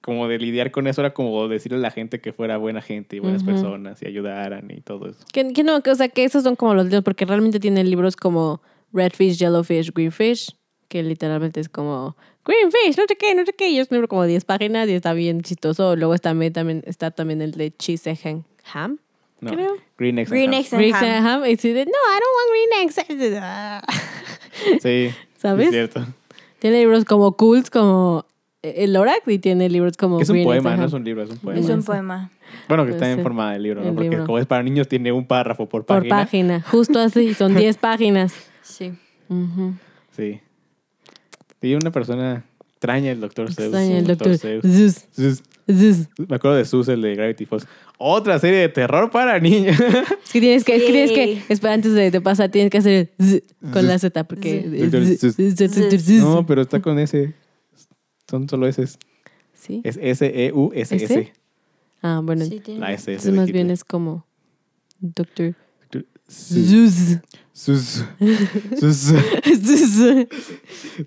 [SPEAKER 4] Como de lidiar con eso era como decirle a la gente que fuera buena gente y buenas
[SPEAKER 1] Ujú.
[SPEAKER 4] personas y ayudaran y todo eso.
[SPEAKER 1] Que, que no, que, o sea, que esos son como los libros, porque realmente tienen libros como Redfish, Yellowfish, Greenfish, que literalmente es como Greenfish, no sé qué, no sé qué. Y es un libro como 10 páginas y está bien chistoso. Luego está también, también, está también el de Cheese and Ham- Ham.
[SPEAKER 4] No,
[SPEAKER 1] Creo.
[SPEAKER 4] Green Eggs. and
[SPEAKER 3] Green
[SPEAKER 4] Ham.
[SPEAKER 3] Eggs and
[SPEAKER 1] Green
[SPEAKER 3] Ham.
[SPEAKER 1] and Ham. Y sí de, no, I don't want green eggs.
[SPEAKER 4] Sí.
[SPEAKER 1] ¿Sabes?
[SPEAKER 4] Es cierto.
[SPEAKER 1] Tiene libros como Cools, como eh, El Orac, y tiene libros como.
[SPEAKER 4] Que es un
[SPEAKER 1] Green
[SPEAKER 4] poema,
[SPEAKER 1] Eggs
[SPEAKER 4] no
[SPEAKER 1] and
[SPEAKER 4] es un libro, es un poema.
[SPEAKER 3] Es un
[SPEAKER 1] Ese.
[SPEAKER 3] poema.
[SPEAKER 4] Bueno, que
[SPEAKER 1] Puede
[SPEAKER 4] está en
[SPEAKER 1] ser.
[SPEAKER 4] forma de libro, ¿no?
[SPEAKER 1] Pues El
[SPEAKER 4] Porque
[SPEAKER 1] libro.
[SPEAKER 4] como es para niños, tiene un párrafo por
[SPEAKER 1] Ham. Por
[SPEAKER 4] página.
[SPEAKER 1] página. Justo así, son 10 páginas.
[SPEAKER 3] Sí.
[SPEAKER 1] Ujú.
[SPEAKER 4] Sí. Sí, una persona extraña el Doctor Seuss.
[SPEAKER 1] Extraña el doctor.
[SPEAKER 4] Seuss.
[SPEAKER 1] Zeus,
[SPEAKER 4] Zeus.
[SPEAKER 1] Zeus.
[SPEAKER 4] Me acuerdo de Zeus, el de Gravity Falls. Otra serie de terror para niños.
[SPEAKER 1] Es que tienes que, es que
[SPEAKER 3] Sí.
[SPEAKER 1] tienes que, espera, antes de te pasa, tienes que hacer z- con la Z, porque.
[SPEAKER 4] Doctor
[SPEAKER 1] z-
[SPEAKER 4] Zeus.
[SPEAKER 1] z- z-
[SPEAKER 3] Zeus.
[SPEAKER 1] z-
[SPEAKER 4] no, pero está con ese. Son solo S.
[SPEAKER 1] Sí.
[SPEAKER 4] Es E S-E-U-S-S.
[SPEAKER 1] ¿Ese? Ah, bueno.
[SPEAKER 3] Sí, tiene-
[SPEAKER 4] La S.
[SPEAKER 1] Entonces, más bien es como. Doctor
[SPEAKER 4] Sus.
[SPEAKER 1] Zeus.
[SPEAKER 4] Sus. Sus.
[SPEAKER 1] Zeus.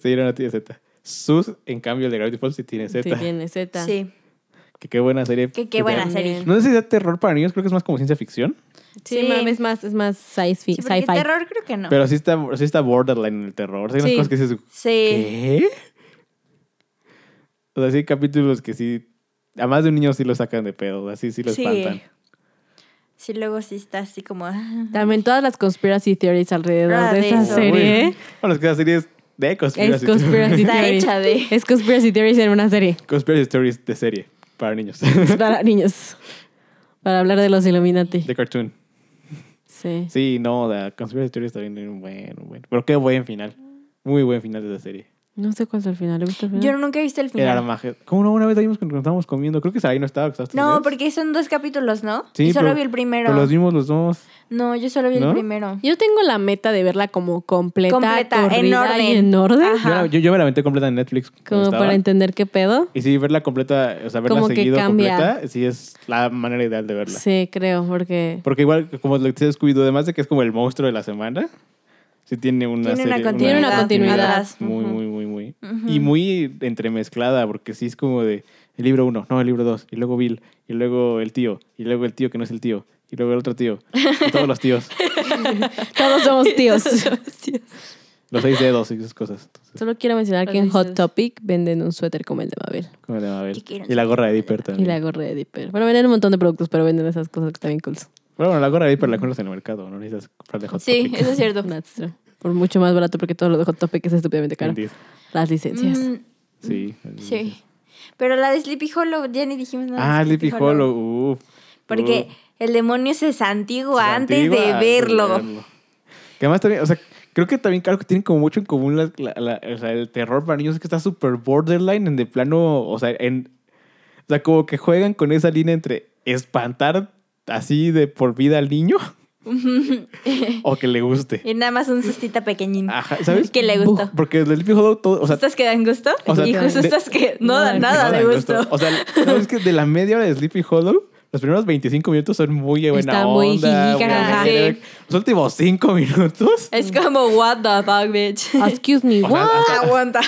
[SPEAKER 4] Sí, no, no tiene Z. Sus, en cambio, el de Gravity Falls sí tiene Z.
[SPEAKER 1] Sí, tiene Z.
[SPEAKER 3] Sí.
[SPEAKER 4] Que qué buena serie.
[SPEAKER 3] Que qué buena
[SPEAKER 1] También.
[SPEAKER 3] serie.
[SPEAKER 4] No sé si sea terror para niños, creo que es más como ciencia ficción.
[SPEAKER 1] Sí,
[SPEAKER 3] Sí.
[SPEAKER 1] mami, es más, es más sci-fi.
[SPEAKER 3] Sí, porque
[SPEAKER 1] sci-fi.
[SPEAKER 3] terror creo que no.
[SPEAKER 4] Pero sí está, sí está borderline en el terror. Hay unas
[SPEAKER 1] Sí.
[SPEAKER 4] cosas que dices,
[SPEAKER 3] sí.
[SPEAKER 4] ¿qué? O sea, sí hay capítulos que sí, a más de un niño sí lo sacan de pedo, así sí lo
[SPEAKER 3] Sí.
[SPEAKER 4] espantan.
[SPEAKER 3] Sí, luego sí está así como... ah.
[SPEAKER 1] También todas las conspiracy theories alrededor
[SPEAKER 3] Ah,
[SPEAKER 1] de
[SPEAKER 3] de
[SPEAKER 1] esta
[SPEAKER 3] eso.
[SPEAKER 1] serie. ¿eh?
[SPEAKER 4] Bueno, es que la serie es de
[SPEAKER 1] Es
[SPEAKER 4] conspiracy.
[SPEAKER 1] conspiracy
[SPEAKER 3] Está
[SPEAKER 1] theories.
[SPEAKER 3] hecha de...
[SPEAKER 1] Es conspiracy theories en una serie.
[SPEAKER 4] Conspiracy stories de serie, para niños.
[SPEAKER 1] Es para niños. Para hablar de los Illuminati.
[SPEAKER 4] de cartoon.
[SPEAKER 1] Sí.
[SPEAKER 4] Sí, no, la conspiracy stories también era un buen, un buen. Pero qué buen final. Muy buen final de la serie.
[SPEAKER 1] No sé cuál es el final. ¿Le gusta el final?
[SPEAKER 3] Yo nunca he visto el
[SPEAKER 4] El
[SPEAKER 3] final.
[SPEAKER 4] Armagedón. ¿Cómo no? Una vez ahí nos nos estábamos comiendo. Creo que Sarai no estaba. que estabas tus
[SPEAKER 3] No,
[SPEAKER 4] dedos.
[SPEAKER 3] porque son dos capítulos, ¿no?
[SPEAKER 4] Sí,
[SPEAKER 3] y solo
[SPEAKER 4] pero-
[SPEAKER 3] vi el primero.
[SPEAKER 4] Pero los vimos los dos.
[SPEAKER 3] No, yo solo vi
[SPEAKER 4] ¿No?
[SPEAKER 3] el primero.
[SPEAKER 1] Yo tengo la meta de verla como completa,
[SPEAKER 3] Completa,
[SPEAKER 1] corrida
[SPEAKER 3] en orden.
[SPEAKER 1] y en orden.
[SPEAKER 3] Ajá.
[SPEAKER 4] Yo, la- yo, yo me la aventé completa en Netflix. cuando
[SPEAKER 1] Como
[SPEAKER 4] estaba.
[SPEAKER 1] para entender qué pedo.
[SPEAKER 4] Y sí, verla completa, o sea, verla
[SPEAKER 1] Como que
[SPEAKER 4] seguido
[SPEAKER 1] cambia.
[SPEAKER 4] completa, sí es la manera ideal de verla.
[SPEAKER 1] Sí, creo, porque...
[SPEAKER 4] Porque igual, como lo que se descuidó, además de que es como el monstruo de la semana, sí tiene una
[SPEAKER 3] Tiene una
[SPEAKER 4] serie-
[SPEAKER 3] continuidad.
[SPEAKER 1] Tiene una continuidad.
[SPEAKER 3] Atrás.
[SPEAKER 4] Muy,
[SPEAKER 3] Ujú.
[SPEAKER 4] muy, muy, muy.
[SPEAKER 3] Ujú.
[SPEAKER 4] Y muy entremezclada, porque sí es como de el libro uno, no, el libro dos, y luego Bill, y luego el tío, y luego el tío que no es el tío, y luego el otro tío, y todos los tíos,
[SPEAKER 1] Todos somos tíos.
[SPEAKER 4] los seis dedos y esas cosas. Entonces,
[SPEAKER 1] Solo quiero mencionar que en
[SPEAKER 3] Gracias.
[SPEAKER 1] Hot Topic venden un suéter como el de Mabel.
[SPEAKER 4] ¿cómo le llama Abel?
[SPEAKER 3] Yo quiero un
[SPEAKER 4] Y la gorra de Dipper
[SPEAKER 1] Y
[SPEAKER 4] también.
[SPEAKER 1] la gorra de Dipper. Bueno, venden un montón de productos, pero venden esas cosas que están bien cool.
[SPEAKER 4] Pero bueno, la gorra de Dipper la compras en el mercado, no necesitas comprar de Hot
[SPEAKER 3] Sí,
[SPEAKER 4] Topic.
[SPEAKER 3] eso es cierto.
[SPEAKER 1] That's true. Por mucho más barato, porque todo lo de Hot Topic es estúpidamente caro.
[SPEAKER 4] Indeed.
[SPEAKER 1] Las licencias.
[SPEAKER 3] Mm,
[SPEAKER 4] Sí.
[SPEAKER 3] sí. Pero la de Sleepy Hollow, ya ni dijimos nada. de
[SPEAKER 4] Ah, Sleepy Hollow, Uh. uff.
[SPEAKER 3] Porque el demonio se santigua antes de
[SPEAKER 4] ah,
[SPEAKER 3] verlo.
[SPEAKER 4] em. Que además también, o sea, creo que también, claro que tienen como mucho en común la- la- la- o sea, el terror para niños es que está súper borderline en de plano, o sea, en, o sea, como que juegan con esa línea entre espantar así de por vida al niño o que le guste.
[SPEAKER 3] Y nada más un sustita pequeñín.
[SPEAKER 4] Ajá, ¿sabes?
[SPEAKER 3] Que le gustó.
[SPEAKER 4] Porque el Sleepy Hollow, todo, o sea,
[SPEAKER 3] ¿Sustos que dan gusto?
[SPEAKER 4] o sea,
[SPEAKER 3] y
[SPEAKER 4] de-
[SPEAKER 3] sustos que no
[SPEAKER 1] no
[SPEAKER 3] dan
[SPEAKER 1] dan
[SPEAKER 3] nada
[SPEAKER 4] no
[SPEAKER 3] de
[SPEAKER 4] dan
[SPEAKER 3] gusto.
[SPEAKER 4] O sea, no, es que de la media hora de Sleepy Hollow, los primeros 25 minutos son muy de buena
[SPEAKER 1] Está muy
[SPEAKER 4] onda.
[SPEAKER 1] jiji,
[SPEAKER 4] muy
[SPEAKER 1] jajaja.
[SPEAKER 4] bien. Los últimos 5 minutos,
[SPEAKER 3] Es como, what the fuck, bitch.
[SPEAKER 1] Excuse me,
[SPEAKER 4] O sea,
[SPEAKER 1] what?
[SPEAKER 4] hasta-
[SPEAKER 3] Aguanta.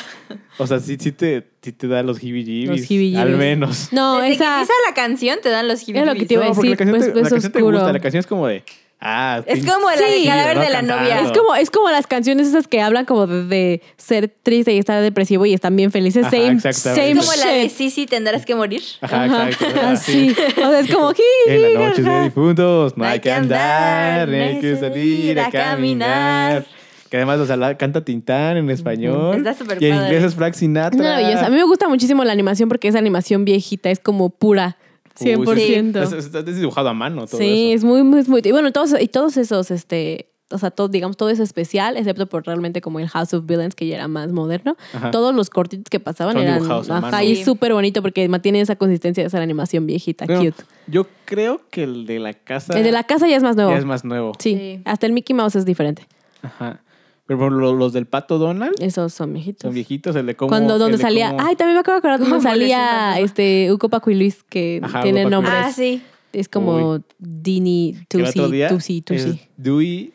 [SPEAKER 4] o sea, sí, sí te, sí te da los
[SPEAKER 1] Los
[SPEAKER 4] jibijibis.
[SPEAKER 1] jibijibis.
[SPEAKER 4] Al menos.
[SPEAKER 1] No,
[SPEAKER 3] Desde
[SPEAKER 1] esa.
[SPEAKER 3] que empieza la canción te dan los
[SPEAKER 1] Era lo que
[SPEAKER 3] jibibis.
[SPEAKER 1] te iba a
[SPEAKER 4] No, porque la
[SPEAKER 1] decir,
[SPEAKER 4] canción,
[SPEAKER 1] pues,
[SPEAKER 4] te, la
[SPEAKER 1] pues,
[SPEAKER 4] canción te
[SPEAKER 1] oscuro.
[SPEAKER 4] gusta, la canción es como de. Ah,
[SPEAKER 3] Es
[SPEAKER 4] pinche-
[SPEAKER 3] como la de
[SPEAKER 4] sí,
[SPEAKER 3] Cadáver
[SPEAKER 4] ¿no?
[SPEAKER 3] de la
[SPEAKER 4] Cantando.
[SPEAKER 3] novia.
[SPEAKER 1] Es como, es como las canciones esas que hablan como de, de ser triste y estar depresivo y están bien felices.
[SPEAKER 4] Ajá,
[SPEAKER 1] same
[SPEAKER 4] exactamente.
[SPEAKER 1] same
[SPEAKER 3] Es como la de
[SPEAKER 1] shit.
[SPEAKER 3] Sisi, tendrás que morir.
[SPEAKER 4] Ajá, exacto.
[SPEAKER 1] Ajá, Ah, Así. O sea, es como.
[SPEAKER 4] En la noche de
[SPEAKER 1] jajaja.
[SPEAKER 4] difuntos no hay que andar, no hay que salir a caminar. Que además, o sea, la canta Tintán en español.
[SPEAKER 3] Está súper
[SPEAKER 4] Y en
[SPEAKER 3] padre.
[SPEAKER 4] inglés es Frank Sinatra.
[SPEAKER 1] Es maravillosa. A mí me gusta muchísimo la animación porque es animación viejita, es como pura.
[SPEAKER 4] Uy, sí.
[SPEAKER 1] 100%.
[SPEAKER 4] Es, es- es dibujado a mano todo
[SPEAKER 1] sí,
[SPEAKER 4] eso.
[SPEAKER 1] es muy, muy, muy. Y bueno, todos, y todos esos, este. O sea, todo, digamos, todo es especial, excepto por realmente como el House of Villains, que ya era más moderno.
[SPEAKER 4] Ajá.
[SPEAKER 1] Todos los cortitos que pasaban
[SPEAKER 4] Son
[SPEAKER 1] eran.
[SPEAKER 4] dibujados a
[SPEAKER 1] Ajá,
[SPEAKER 4] mano.
[SPEAKER 1] y
[SPEAKER 3] Sí.
[SPEAKER 1] es súper bonito porque mantiene esa consistencia de esa animación viejita,
[SPEAKER 4] Bueno,
[SPEAKER 1] cute.
[SPEAKER 4] Yo creo que el de la casa
[SPEAKER 1] El de la casa ya es más nuevo.
[SPEAKER 4] ya es más nuevo.
[SPEAKER 1] sí,
[SPEAKER 3] Sí.
[SPEAKER 1] hasta el Mickey Mouse es diferente.
[SPEAKER 4] Ajá. Pero por lo- los del pato Donald
[SPEAKER 1] Esos son viejitos.
[SPEAKER 4] son viejitos. El de cómo.
[SPEAKER 1] Cuando
[SPEAKER 4] el
[SPEAKER 1] donde
[SPEAKER 4] de
[SPEAKER 1] salía,
[SPEAKER 4] cómo-
[SPEAKER 1] ay, también me acuerdo de acordar
[SPEAKER 3] Cómo
[SPEAKER 1] cuando
[SPEAKER 3] molestan
[SPEAKER 1] salía
[SPEAKER 3] tanto.
[SPEAKER 1] este Uco Paco y Luis que
[SPEAKER 4] Ajá,
[SPEAKER 1] tiene
[SPEAKER 4] Uco, Paco y
[SPEAKER 1] nombres.
[SPEAKER 3] Ah, sí.
[SPEAKER 1] Es como Dini,
[SPEAKER 4] que el otro
[SPEAKER 1] Tusi,
[SPEAKER 4] día
[SPEAKER 1] Tusi,
[SPEAKER 4] es
[SPEAKER 1] Tusi.
[SPEAKER 4] Dewey.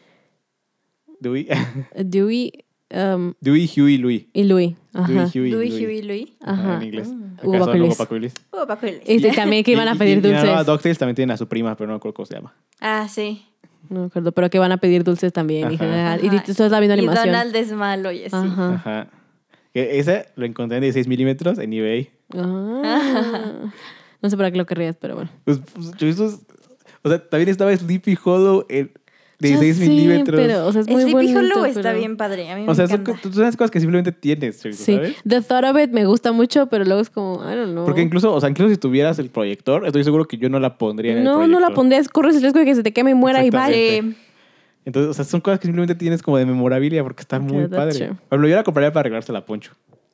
[SPEAKER 4] Dewey.
[SPEAKER 1] Dewey um,
[SPEAKER 4] Dewey, Huey, Louie.
[SPEAKER 1] y Louis. Ajá.
[SPEAKER 4] Dewey, Huey,
[SPEAKER 3] Dewey,
[SPEAKER 4] Louie.
[SPEAKER 3] Huey, Louis.
[SPEAKER 4] Ajá.
[SPEAKER 1] Ajá.
[SPEAKER 4] En inglés.
[SPEAKER 1] Ah.
[SPEAKER 4] Acá
[SPEAKER 1] Hugo
[SPEAKER 4] son
[SPEAKER 1] Paco y Luis.
[SPEAKER 4] Hugo Paco y Luis.
[SPEAKER 3] Oh, Paco y Luis.
[SPEAKER 1] Este, también que iban a
[SPEAKER 4] Y-
[SPEAKER 1] pedir
[SPEAKER 4] y- y la nueva
[SPEAKER 1] dulces.
[SPEAKER 4] DuckTales también tiene a su prima, pero no me acuerdo cómo se llama.
[SPEAKER 3] Ah, sí.
[SPEAKER 1] No me acuerdo, pero que van a pedir dulces también. Y,
[SPEAKER 4] Ajá.
[SPEAKER 1] dije, ah, y
[SPEAKER 3] Ajá.
[SPEAKER 1] esto es la misma
[SPEAKER 3] Y
[SPEAKER 1] animación.
[SPEAKER 3] Donald es malo y así.
[SPEAKER 1] Ajá.
[SPEAKER 4] Ajá. Que ese lo encontré en 16 milímetros en eBay.
[SPEAKER 1] Ah. No sé para qué lo querrías, pero bueno.
[SPEAKER 4] Pues, pues, yo esos- o sea, también estaba Sleepy Hollow en
[SPEAKER 1] Ya
[SPEAKER 4] 16
[SPEAKER 1] sé,
[SPEAKER 4] milímetros.
[SPEAKER 1] Pero, o sea, es muy
[SPEAKER 3] Sleepy
[SPEAKER 1] bonito,
[SPEAKER 3] Hollow está
[SPEAKER 1] pero-
[SPEAKER 3] bien padre. A mí
[SPEAKER 4] o sea,
[SPEAKER 3] me
[SPEAKER 4] son,
[SPEAKER 3] encanta.
[SPEAKER 4] co- son las cosas que simplemente tienes, Chuy,
[SPEAKER 1] Sí.
[SPEAKER 4] ¿sabes?
[SPEAKER 1] The thought of it me gusta mucho, pero luego es como, I don't know.
[SPEAKER 4] Porque incluso, o sea, incluso si tuvieras el proyector, estoy seguro que yo no la pondría en el
[SPEAKER 1] no,
[SPEAKER 4] proyector.
[SPEAKER 1] no la pondrías, corres el riesgo de que se te queme y muera y
[SPEAKER 4] Exactamente.
[SPEAKER 1] vaya.
[SPEAKER 3] Sí.
[SPEAKER 4] Entonces, o sea, son cosas que simplemente tienes como de memorabilia porque está muy
[SPEAKER 1] Yeah, that's
[SPEAKER 4] padre.
[SPEAKER 1] true.
[SPEAKER 4] Por ejemplo, yo la compraría para arreglársela a Poncho.